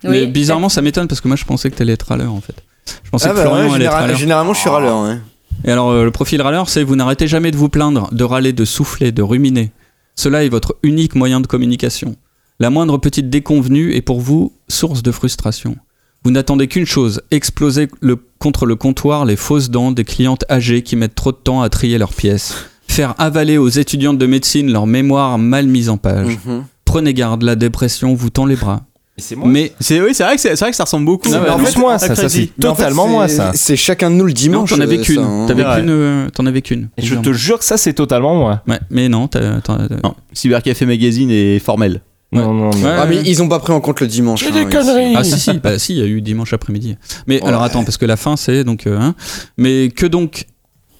Speaker 7: Oui.
Speaker 9: Mais bizarrement, ça m'étonne parce que moi, je pensais que t'allais être râleur en fait. Je pensais
Speaker 8: Ah
Speaker 9: que
Speaker 8: bah
Speaker 9: Florian
Speaker 8: ouais,
Speaker 9: allait être
Speaker 8: général-
Speaker 9: râleur.
Speaker 8: généralement je suis râleur. hein. ouais.
Speaker 9: Et alors, euh, le profil râleur, c'est vous n'arrêtez jamais de vous plaindre, de râler, de souffler, de ruminer. Cela est votre unique moyen de communication. La moindre petite déconvenue est pour vous source de frustration. Vous n'attendez qu'une chose, exploser le- contre le comptoir les fausses dents des clientes âgées qui mettent trop de temps à trier leurs pièces. Faire avaler aux étudiantes de médecine leur mémoire mal mise en page.
Speaker 8: Mhm.
Speaker 9: Prenez garde, la dépression vous tend les bras.
Speaker 3: C'est
Speaker 9: Mais
Speaker 1: C'est oui, c'est vrai que c'est c'est vrai que ça ressemble beaucoup.
Speaker 8: Non, mais
Speaker 1: à
Speaker 8: en
Speaker 1: plus
Speaker 8: fait,
Speaker 3: moi, ça,
Speaker 1: à
Speaker 3: ça,
Speaker 1: Crazy.
Speaker 3: c'est totalement moi, ça.
Speaker 8: C'est chacun de nous le
Speaker 9: non,
Speaker 8: dimanche. euh, hein.
Speaker 9: t'en avais qu'une. T'avais
Speaker 1: Ouais.
Speaker 9: qu'une, euh, t'en avais qu'une.
Speaker 3: Je te jure que ça, c'est totalement moi.
Speaker 9: Ouais, mais non, t'as- t'as- t'as-
Speaker 1: Non, Cybercafé Magazine est formel.
Speaker 3: Non, non, non.
Speaker 9: Ouais.
Speaker 8: Ah, mais ils ont pas pris en compte le dimanche.
Speaker 5: C'est
Speaker 8: hein,
Speaker 5: des
Speaker 8: ici.
Speaker 5: conneries.
Speaker 9: Ah si si, bah si, il y a eu dimanche après-midi. Mais
Speaker 8: Ouais.
Speaker 9: alors attends, parce que la fin c'est donc. euh, hein. mais que donc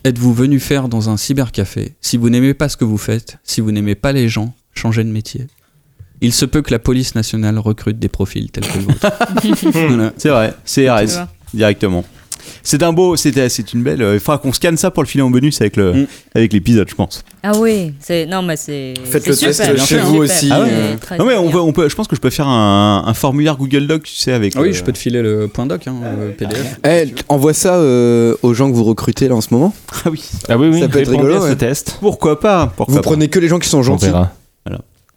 Speaker 9: êtes-vous venu faire dans un cybercafé Si vous n'aimez pas ce que vous faites, si vous n'aimez pas les gens, changez de métier. Il se peut que la police nationale recrute des profils tels que le vôtre. Voilà.
Speaker 1: C'est vrai,
Speaker 7: Tu
Speaker 1: CRS
Speaker 7: vois.
Speaker 1: directement. C'est un beau, c'était- c'est une belle. euh, Il faudra qu'on scanne ça pour le filer en bonus avec le,
Speaker 8: Mm.
Speaker 1: avec l'épisode, je pense.
Speaker 7: Ah oui, c'est non mais c'est.
Speaker 8: Faites
Speaker 7: c'est
Speaker 8: le
Speaker 7: super,
Speaker 8: test
Speaker 7: c'est
Speaker 8: chez
Speaker 7: super.
Speaker 8: vous aussi,
Speaker 7: Ah
Speaker 8: euh.
Speaker 7: ouais, très
Speaker 1: Non mais on
Speaker 7: bien.
Speaker 1: peut, on peut, je pense que je peux faire un, un formulaire Google Doc, tu sais, avec.
Speaker 9: Ah oui,
Speaker 1: euh,
Speaker 9: je peux te filer le point doc, hein, le PDF.
Speaker 8: Eh, t- envoie ça euh, aux gens que vous recrutez là en ce moment.
Speaker 1: Ah oui.
Speaker 3: Ah oui, oui,
Speaker 8: Ça peut être
Speaker 3: répondez
Speaker 8: rigolo,
Speaker 3: à ce
Speaker 8: ouais.
Speaker 3: test.
Speaker 1: Pourquoi pas Pourquoi
Speaker 8: Vous
Speaker 1: pas.
Speaker 8: prenez que les gens qui sont
Speaker 3: On
Speaker 8: gentils.
Speaker 3: verra.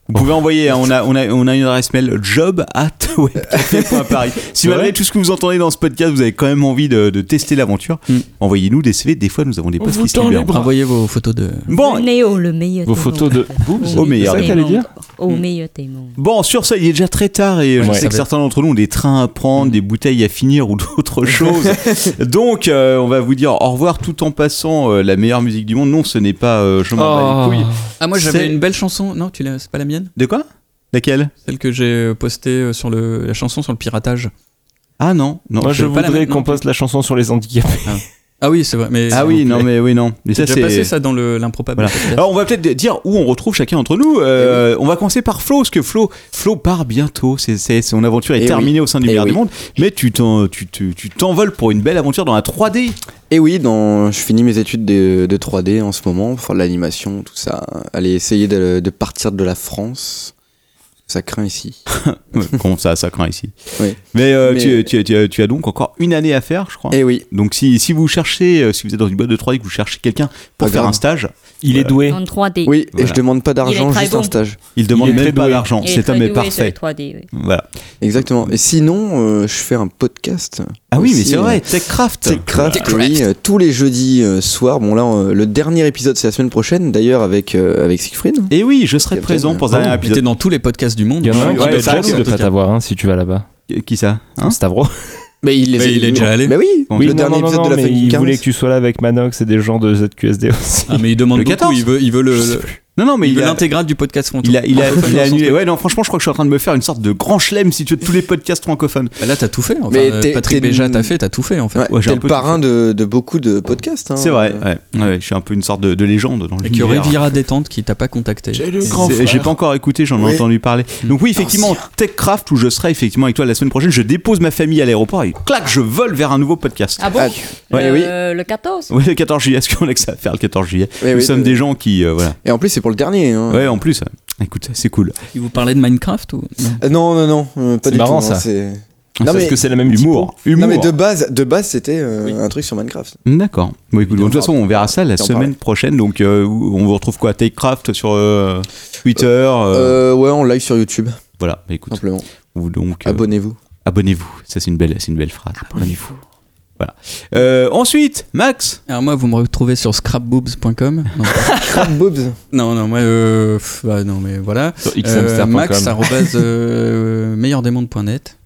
Speaker 1: Vous pouvez envoyer, hein, on a, on, a, on a une adresse mail job at webcafé.paris. si malgré tout ce que vous entendez dans ce podcast, vous avez quand même envie de, de tester l'aventure,
Speaker 9: Mm.
Speaker 1: envoyez-nous des CV. Des fois, nous avons des
Speaker 5: On
Speaker 1: postes
Speaker 5: vous
Speaker 1: qui se
Speaker 5: tend les
Speaker 1: libèrent.
Speaker 5: bras.
Speaker 9: Envoyez vos photos de.
Speaker 1: Bon,
Speaker 7: Néo, le meilleur.
Speaker 3: Vos
Speaker 7: des
Speaker 3: photos
Speaker 7: mondes.
Speaker 3: de boobs
Speaker 1: Au meilleur
Speaker 3: C'est ça que
Speaker 7: des
Speaker 3: t'allais
Speaker 7: mondes.
Speaker 3: dire
Speaker 7: Au meilleur des mondes.
Speaker 1: Bon, sur ça, il est déjà très tard et je
Speaker 3: Ouais.
Speaker 1: sais que
Speaker 3: Ça
Speaker 1: certains d'entre nous ont des trains à prendre, des bouteilles à finir ou d'autres choses. Donc, euh, on va vous dire au revoir tout en passant euh, la meilleure musique du monde. Non, ce n'est pas euh, Je m'en bats les couilles.
Speaker 9: Ah moi
Speaker 1: C'est-
Speaker 9: j'avais une belle chanson. Non, tu l'as. C'est pas la mienne.
Speaker 1: De quoi Laquelle
Speaker 9: Celle que j'ai postée euh, sur le la chanson sur le piratage.
Speaker 1: Ah non, non.
Speaker 3: Moi,
Speaker 9: je
Speaker 3: je
Speaker 9: vais pas la
Speaker 3: voudrais
Speaker 9: mettre,
Speaker 3: qu'on
Speaker 9: non.
Speaker 3: poste la chanson sur les handicapés.
Speaker 9: Ah oui, c'est vrai. Mais
Speaker 1: Ah oui, non, mais oui, non. Mais
Speaker 9: J'ai
Speaker 1: ça,
Speaker 9: déjà passé
Speaker 1: c'est.
Speaker 9: ça dans le- l'improbable.
Speaker 1: Voilà.
Speaker 9: podcast.
Speaker 1: Alors, on va peut-être dire où on retrouve chacun d'entre nous. Euh, On va commencer par Flo, parce que Flo, Flo part bientôt. C'est, c'est- son aventure est
Speaker 8: Eh
Speaker 1: terminée au sein du
Speaker 8: Eh
Speaker 1: meilleur du
Speaker 8: oui.
Speaker 1: monde. Mais tu, t'en- tu, tu- tu t'envoles pour une belle aventure dans la 3D.
Speaker 8: Et oui, dans, je finis mes études de, de 3D en ce moment, pour faire de l'animation, tout ça. Allez, essayer de, de partir de la France. Ça craint ici.
Speaker 1: Euh, Comment ça, ça craint ici.
Speaker 8: Oui.
Speaker 1: Mais, euh,
Speaker 8: Mais-
Speaker 1: Tu, tu- tu- tu as donc encore une année à faire, je crois.
Speaker 8: Eh oui,
Speaker 1: Donc si, si vous cherchez, euh, si vous êtes dans une boîte de 3D, que vous cherchez quelqu'un pour
Speaker 8: Pas
Speaker 1: faire
Speaker 8: grave.
Speaker 1: un stage,
Speaker 3: Il est doué.
Speaker 7: En 3D.
Speaker 8: oui, et
Speaker 1: Voilà.
Speaker 8: je demande pas
Speaker 7: Il est
Speaker 8: d'argent,
Speaker 7: très
Speaker 8: juste
Speaker 7: bon.
Speaker 8: un stage.
Speaker 1: il demande
Speaker 3: est
Speaker 1: même
Speaker 3: très
Speaker 1: pas
Speaker 3: doué.
Speaker 1: d'argent.
Speaker 7: Et
Speaker 1: Cet
Speaker 7: très
Speaker 1: homme est
Speaker 7: doué sur
Speaker 1: parfait.
Speaker 7: le 3D, oui.
Speaker 1: Voilà.
Speaker 8: Exactement. Et sinon, euh, je fais un podcast.
Speaker 1: Ah oui, mais
Speaker 8: Aussi,
Speaker 1: c'est
Speaker 8: euh,
Speaker 1: vrai, TechCraft.
Speaker 8: Techcraft, oui, euh, tous les jeudis euh, soirs. Bon, là, euh, le dernier épisode, c'est la semaine prochaine, d'ailleurs, avec, euh, avec Siegfried.
Speaker 1: Et Eh oui, je serai
Speaker 8: Captain,
Speaker 1: présent pour
Speaker 8: euh,
Speaker 1: un dernier
Speaker 9: Ah, T'es
Speaker 1: épisode.
Speaker 9: dans tous les podcasts du monde. Ah, bah,
Speaker 3: Il y en a un
Speaker 1: Ouais,
Speaker 3: qui
Speaker 1: ouais,
Speaker 3: doit
Speaker 1: ça
Speaker 3: être gentil
Speaker 1: arrive,
Speaker 3: de
Speaker 1: en
Speaker 3: pas t'avoir hein, si tu vas là-bas.
Speaker 1: Qui ça hein
Speaker 3: Stavro.
Speaker 8: Mais il, les
Speaker 9: Mais
Speaker 8: a-
Speaker 9: il est déjà allé.
Speaker 8: Mais oui,
Speaker 1: Bon,
Speaker 8: le
Speaker 3: non,
Speaker 8: dernier
Speaker 3: non, non,
Speaker 8: épisode de la
Speaker 3: mais
Speaker 8: famille
Speaker 3: Il
Speaker 8: Carnes.
Speaker 3: voulait que tu sois là avec Manox et des gens de ZQSD aussi.
Speaker 9: Ah mais il demande
Speaker 1: Le
Speaker 9: beaucoup,
Speaker 1: 14.
Speaker 9: il veut il veut
Speaker 1: Je
Speaker 9: le
Speaker 1: sais Non, non, mais
Speaker 9: il
Speaker 1: il
Speaker 9: veut
Speaker 1: a,
Speaker 9: l'intégrale du podcast fronton.
Speaker 1: il a, il a,
Speaker 9: Francophone
Speaker 1: il a
Speaker 9: dans son
Speaker 1: annulé.
Speaker 9: truc.
Speaker 1: Ouais, non, franchement, je crois que je suis en train de me faire une sorte de grand chelem si tu veux de tous les podcasts francophones.
Speaker 9: Bah là t'as tout fait. Enfin,
Speaker 8: Mais
Speaker 9: euh,
Speaker 8: t'es-
Speaker 9: Patrick
Speaker 8: t'es-
Speaker 9: Béja t'as fait, t'as tout fait en fait.
Speaker 8: Ouais,
Speaker 1: Ouais, j'ai
Speaker 8: t'es
Speaker 1: un
Speaker 8: le
Speaker 1: peu
Speaker 8: parrain de, de beaucoup de podcasts. hein.
Speaker 1: C'est vrai,
Speaker 8: Euh,
Speaker 1: ouais. Ouais, Je suis un peu une sorte de, de légende dans le
Speaker 9: Et que Riviera détente qui t'a pas contacté.
Speaker 5: J'ai le grand
Speaker 1: C'est-
Speaker 5: frère.
Speaker 1: J'ai pas encore écouté, j'en ai
Speaker 8: Oui.
Speaker 1: entendu parler. Donc oui, effectivement, Techcraft où je serai effectivement avec toi la semaine prochaine, je dépose ma famille à l'aéroport et clac, je vole vers un nouveau podcast.
Speaker 7: Ah bon
Speaker 8: Ah, ouais,
Speaker 7: le,
Speaker 8: oui.
Speaker 7: le 14
Speaker 1: Ouais, le 14 juillet, est-ce qu'on a que ça à faire le 14 juillet
Speaker 8: oui,
Speaker 1: Nous
Speaker 8: oui,
Speaker 1: sommes
Speaker 8: de-
Speaker 1: des gens qui euh, voilà.
Speaker 8: Et en plus, c'est pour le dernier. hein.
Speaker 1: Ouais, en plus, euh, écoute, c'est cool.
Speaker 9: Il vous parlait de Minecraft ou non
Speaker 8: Euh, non, non, non, euh, pas
Speaker 3: C'est
Speaker 8: du
Speaker 3: marrant,
Speaker 8: tout.
Speaker 3: ça.
Speaker 8: hein, c'est- Non,
Speaker 3: Non, Parce
Speaker 8: mais-
Speaker 3: que c'est hein. la même
Speaker 1: Humour, humour.
Speaker 8: Non, mais de base, de base c'était euh, un truc sur Minecraft.
Speaker 1: D'accord. Bon, écoute, de toute façon, on verra ça la
Speaker 8: T'en
Speaker 1: semaine
Speaker 8: parlais.
Speaker 1: prochaine. Donc, euh, où- on vous retrouve quoi Techcraft sur euh, Twitter. euh,
Speaker 8: Euh, ouais, en live sur YouTube,
Speaker 1: Voilà. Bah, écoute,
Speaker 8: simplement.
Speaker 1: vous donc euh,
Speaker 8: Abonnez-vous.
Speaker 1: abonnez-vous. Ça, c'est une belle, c'est une belle phrase. Abonnez-vous. Voilà. Euh, ensuite, Max.
Speaker 9: Alors moi vous me retrouvez sur scrapboobs.com. Non,
Speaker 8: Boobs.
Speaker 9: non, non moi euh, pff, bah, non mais voilà.
Speaker 3: Sur
Speaker 9: Euh,
Speaker 3: xhamster.com.
Speaker 9: Max arrobase, euh, meilleurdesmondes.net.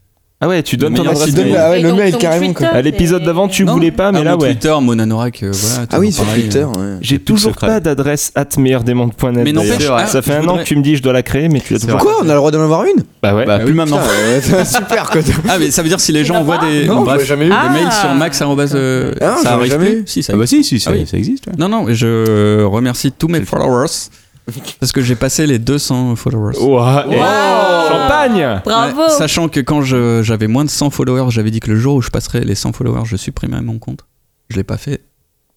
Speaker 3: Ah ouais, tu donnes ton
Speaker 9: Meilleur
Speaker 3: adresse
Speaker 9: site de-
Speaker 3: mail.
Speaker 8: Ah ouais,
Speaker 7: Et
Speaker 8: le
Speaker 7: donc,
Speaker 8: mail,
Speaker 7: ton
Speaker 8: carrément,
Speaker 7: Twitter,
Speaker 8: quoi.
Speaker 3: À l'épisode
Speaker 7: c'est-
Speaker 3: d'avant, tu
Speaker 9: Non.
Speaker 3: voulais pas, mais
Speaker 9: Ah,
Speaker 3: là,
Speaker 9: mon
Speaker 3: ouais.
Speaker 9: Twitter, mon anorak, euh, voilà.
Speaker 8: Ah oui, sur
Speaker 9: pareil,
Speaker 8: Twitter.
Speaker 9: euh.
Speaker 8: ouais.
Speaker 3: J'ai
Speaker 1: plus de
Speaker 3: toujours
Speaker 1: secret.
Speaker 3: pas d'adresse at meilleurdesmondes.net.
Speaker 9: Mais n'empêche,
Speaker 3: d'ailleurs.
Speaker 9: ah,
Speaker 3: ça fait
Speaker 9: je
Speaker 3: un an
Speaker 9: voudrais-
Speaker 3: que tu me dis je dois la créer, mais tu l'as toujours
Speaker 8: Quoi On a le droit d'en avoir une
Speaker 3: pas. Bah ouais.
Speaker 1: Bah, plus maintenant.
Speaker 8: Putain, ouais, c'est Super, quoi.
Speaker 9: Ah mais ça veut dire si les gens
Speaker 7: l'as
Speaker 9: envoient
Speaker 7: pas
Speaker 9: des bon,
Speaker 8: Non,
Speaker 9: bref,
Speaker 8: j'ai jamais eu.
Speaker 9: des
Speaker 7: Ah.
Speaker 9: mails sur Max arrobase, euh,
Speaker 8: Ah, j'en ai
Speaker 9: ça arrive
Speaker 8: jamais
Speaker 9: plus
Speaker 8: eu.
Speaker 9: si ça
Speaker 1: Ah bah si, si, ça,
Speaker 9: Ah oui.
Speaker 1: ça existe. ouais.
Speaker 9: Non, non, je euh, remercie tous mes followers parce que j'ai passé les 200 followers.
Speaker 3: Ouah, eh,
Speaker 7: Wow.
Speaker 3: Champagne
Speaker 7: Bravo
Speaker 9: Ouais, sachant que quand je- j'avais moins de 100 followers, j'avais dit que le jour où je passerais les 100 followers, je supprimerais mon compte. Je l'ai pas fait.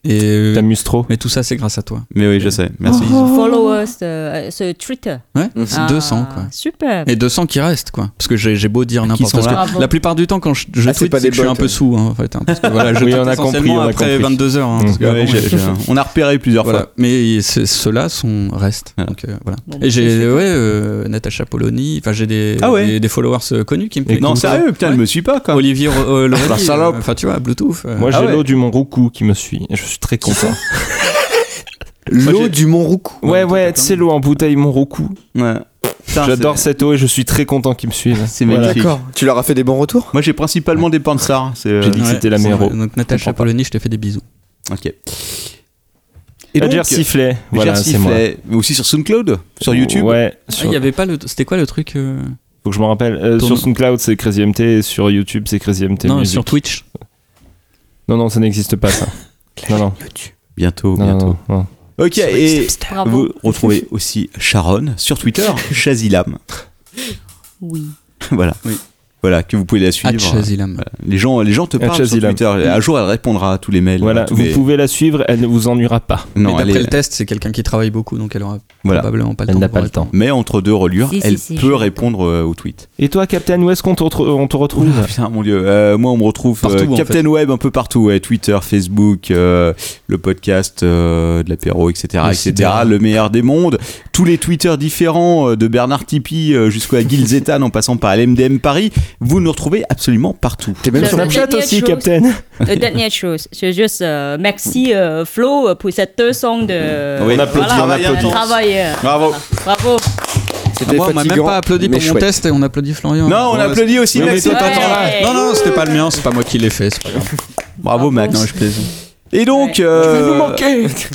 Speaker 9: Et euh,
Speaker 3: T'amuses trop.
Speaker 9: mais tout ça, c'est grâce à toi.
Speaker 1: Mais oui, je sais. Merci.
Speaker 7: Oh. Followers, euh, ce Twitter.
Speaker 9: Ouais, c'est
Speaker 7: Ah,
Speaker 9: 200 quoi.
Speaker 7: Super.
Speaker 9: Et 200 qui restent quoi. Parce que j'ai j'ai beau dire n'importe
Speaker 3: sont
Speaker 9: quoi.
Speaker 3: là.
Speaker 9: Parce que La plupart du temps, quand je, je
Speaker 8: Ah, c'est
Speaker 9: tweet,
Speaker 8: pas
Speaker 9: c'est
Speaker 8: des
Speaker 9: que je suis
Speaker 8: bots,
Speaker 9: un peu
Speaker 8: ouais.
Speaker 9: sous hein, en fait. hein, parce que voilà, je
Speaker 3: Oui, on
Speaker 9: tweet
Speaker 3: a
Speaker 9: essentiellement
Speaker 3: compris, on a
Speaker 9: après
Speaker 3: compris.
Speaker 9: 22 heures. hein,
Speaker 3: Mm.
Speaker 9: parce que
Speaker 1: Ouais,
Speaker 9: avant,
Speaker 1: j'ai- j'ai- on a repéré plusieurs
Speaker 9: Voilà.
Speaker 1: fois.
Speaker 9: Mais c'est- ceux-là sont restent. Donc, euh, voilà.
Speaker 7: Bon, bah,
Speaker 9: Et j'ai
Speaker 7: c'est-
Speaker 9: ouais, euh, Natacha Polony, enfin j'ai des,
Speaker 1: Ah ouais.
Speaker 9: des, des followers euh, connus qui me
Speaker 1: Et
Speaker 9: font
Speaker 1: non, sérieux, putain, elle me suit pas quoi.
Speaker 9: Olivier Ro- euh, Loretti,
Speaker 1: La salope.
Speaker 9: euh, enfin tu vois, Bluetooth. euh.
Speaker 3: Moi, j'ai
Speaker 1: Ah ouais.
Speaker 3: l'eau du Mont Roucou qui me suit. Je suis très content.
Speaker 8: L'eau du Mont Roucou.
Speaker 3: ouais, ouais, tu sais, l'eau en bouteille Mont Roucou.
Speaker 1: Ouais. Putain,
Speaker 3: J'adore
Speaker 1: c'est-
Speaker 3: cette eau et je suis très content qu'ils me suivent.
Speaker 1: C'est magnifique.
Speaker 8: D'accord. Tu leur as fait des bons retours
Speaker 1: Moi, j'ai principalement des porn stars. c'est, euh,
Speaker 3: J'ai dit que c'était la
Speaker 9: c'est
Speaker 3: meilleure
Speaker 9: vrai.
Speaker 3: eau.
Speaker 9: Donc Natacha Polony, je te fais des bisous.
Speaker 1: Ok.
Speaker 3: Et
Speaker 1: donc,
Speaker 3: Sifflet. Voilà,
Speaker 1: Jersey
Speaker 3: c'est moi.
Speaker 1: Fly, mais aussi sur SoundCloud, sur YouTube.
Speaker 3: Ouais. Sur...
Speaker 9: Ah, il y avait pas le c'était quoi le truc euh,
Speaker 3: Faut que je me rappelle. Euh,
Speaker 9: Ton-
Speaker 3: sur SoundCloud, c'est Crazy MT. Et sur YouTube, c'est Crazy MT.
Speaker 9: Non,
Speaker 3: Music.
Speaker 9: sur Twitch.
Speaker 3: Non, non, ça n'existe pas, ça. non, non.
Speaker 1: Bientôt,
Speaker 3: non, non,
Speaker 1: bientôt.
Speaker 3: non, non.
Speaker 1: Ok, et
Speaker 7: Bravo.
Speaker 1: vous retrouvez aussi Sharon sur Twitter, Shazilam.
Speaker 7: Oui.
Speaker 1: voilà.
Speaker 9: Oui.
Speaker 1: Voilà, que vous pouvez la suivre.
Speaker 9: Hatchazilam.
Speaker 1: Voilà. Les gens, les gens te parlent sur
Speaker 3: Shazilam.
Speaker 1: Twitter. Un jour, elle répondra à tous les mails.
Speaker 3: Voilà,
Speaker 1: à tous
Speaker 3: vous
Speaker 1: les-
Speaker 3: pouvez la suivre, elle ne vous ennuiera pas.
Speaker 1: Non,
Speaker 9: mais
Speaker 1: elle
Speaker 9: d'après
Speaker 1: est-
Speaker 9: le test, c'est quelqu'un qui travaille beaucoup, donc elle aura
Speaker 1: Voilà.
Speaker 9: probablement pas le
Speaker 3: Elle
Speaker 9: temps.
Speaker 3: n'a
Speaker 9: pour
Speaker 3: pas le
Speaker 9: répondre.
Speaker 3: temps.
Speaker 1: Mais entre deux reliures,
Speaker 7: Si, si,
Speaker 1: elle
Speaker 7: si,
Speaker 1: peut
Speaker 7: je-
Speaker 1: répondre euh, aux tweets.
Speaker 3: Et toi, Captain, où est-ce qu'on te, retrouve- on te retrouve
Speaker 1: Ah, putain, mon dieu. Euh, moi, on me retrouve
Speaker 9: Partout,
Speaker 1: euh,
Speaker 9: en
Speaker 1: Captain Web un peu partout. ouais. Twitter, Facebook, euh, le podcast euh, de l'apéro, etc.
Speaker 9: Le
Speaker 1: etc.
Speaker 9: sidéral.
Speaker 1: Le meilleur des mondes. Tous les Twitter différents, euh, de Bernard Tipi euh, jusqu'à Gil Zetan en passant par LMDM Paris. Vous nous retrouvez absolument partout.
Speaker 8: T'es même
Speaker 7: Le-
Speaker 8: sur
Speaker 7: le-
Speaker 3: Snapchat
Speaker 7: dernière
Speaker 3: aussi,
Speaker 7: chose.
Speaker 3: Captain.
Speaker 7: Euh, dernière chose, c'est juste euh, merci euh, Flo pour cette deux sons de.
Speaker 1: Oui, on applaudit,
Speaker 7: voilà,
Speaker 1: on applaudit.
Speaker 7: euh, travail, euh,
Speaker 1: Bravo.
Speaker 7: Bravo.
Speaker 8: C'était
Speaker 9: ah, moi, on m'a même
Speaker 8: fatigant,
Speaker 9: pas applaudi
Speaker 8: mais
Speaker 9: pour mon
Speaker 8: chouette.
Speaker 9: test et on applaudit Florian.
Speaker 1: Non, on
Speaker 9: Bon,
Speaker 1: applaudit aussi,
Speaker 9: Oui, mais
Speaker 1: Maxime.
Speaker 9: toi, t'entends
Speaker 7: Ouais.
Speaker 9: là. Non, non, c'était pas le mien, c'est pas moi qui l'ai fait. c'est pas grave.
Speaker 1: Bravo,
Speaker 7: Ah,
Speaker 1: Max.
Speaker 9: Non, je plaisante.
Speaker 1: Et donc, euh,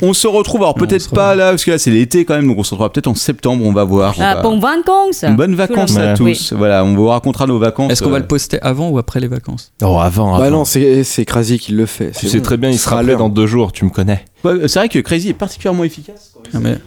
Speaker 1: on se retrouve. Alors,
Speaker 9: Non, on
Speaker 1: peut-être
Speaker 9: se
Speaker 1: pas là, parce que là, c'est l'été quand même. Donc, on se retrouvera peut-être en septembre. On va voir. on
Speaker 7: Euh,
Speaker 1: va-
Speaker 7: bon vacances.
Speaker 1: Bonnes bah. vacances à
Speaker 7: Tout le monde.
Speaker 1: tous. Voilà, on vous racontera nos vacances.
Speaker 9: Est-ce qu'on va
Speaker 1: euh,
Speaker 9: le poster avant ou après les vacances
Speaker 3: Oh, avant,
Speaker 8: Bah non, c'est c'est Krasi qui le fait.
Speaker 3: Tu sais
Speaker 8: bon.
Speaker 3: très bien, il
Speaker 8: Ce
Speaker 3: sera
Speaker 8: à
Speaker 3: rappelait
Speaker 8: l'heure.
Speaker 3: dans deux jours, tu me connais.
Speaker 1: euh. Ouais, C'est vrai que Crazy est particulièrement efficace
Speaker 9: Ah, mais-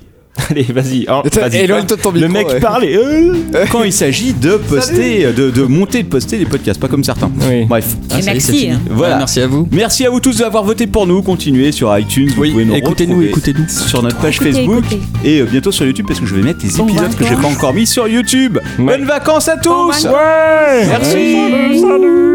Speaker 3: Allez, vas-y. hein,
Speaker 8: Attends,
Speaker 3: vas-y.
Speaker 8: éloigne-toi de ton
Speaker 3: le
Speaker 8: micro,
Speaker 3: mec
Speaker 8: ouais.
Speaker 3: parle et... euh,
Speaker 1: quand il s'agit de poster, euh, de, de monter et de poster les podcasts, pas comme certains.
Speaker 3: Oui.
Speaker 1: Bref,
Speaker 9: Ah,
Speaker 7: Et
Speaker 9: ça y est, c'est
Speaker 7: merci.
Speaker 9: fini.
Speaker 7: hein.
Speaker 1: Voilà.
Speaker 9: Ouais, Merci à vous.
Speaker 1: merci à vous tous d'avoir voté pour nous. Continuez sur iTunes, vous pouvez nous
Speaker 9: écoutez-nous,
Speaker 1: retrouver
Speaker 9: écoutez-nous.
Speaker 1: sur notre page
Speaker 7: Écoutez,
Speaker 1: Facebook
Speaker 7: écoutez.
Speaker 1: et euh, bientôt sur YouTube parce que je vais mettre les
Speaker 7: Bon
Speaker 1: épisodes que j'ai pas
Speaker 7: vacances.
Speaker 1: encore mis sur YouTube. Bonnes vacances à tous.
Speaker 7: vacances.
Speaker 1: Merci.
Speaker 7: Salut.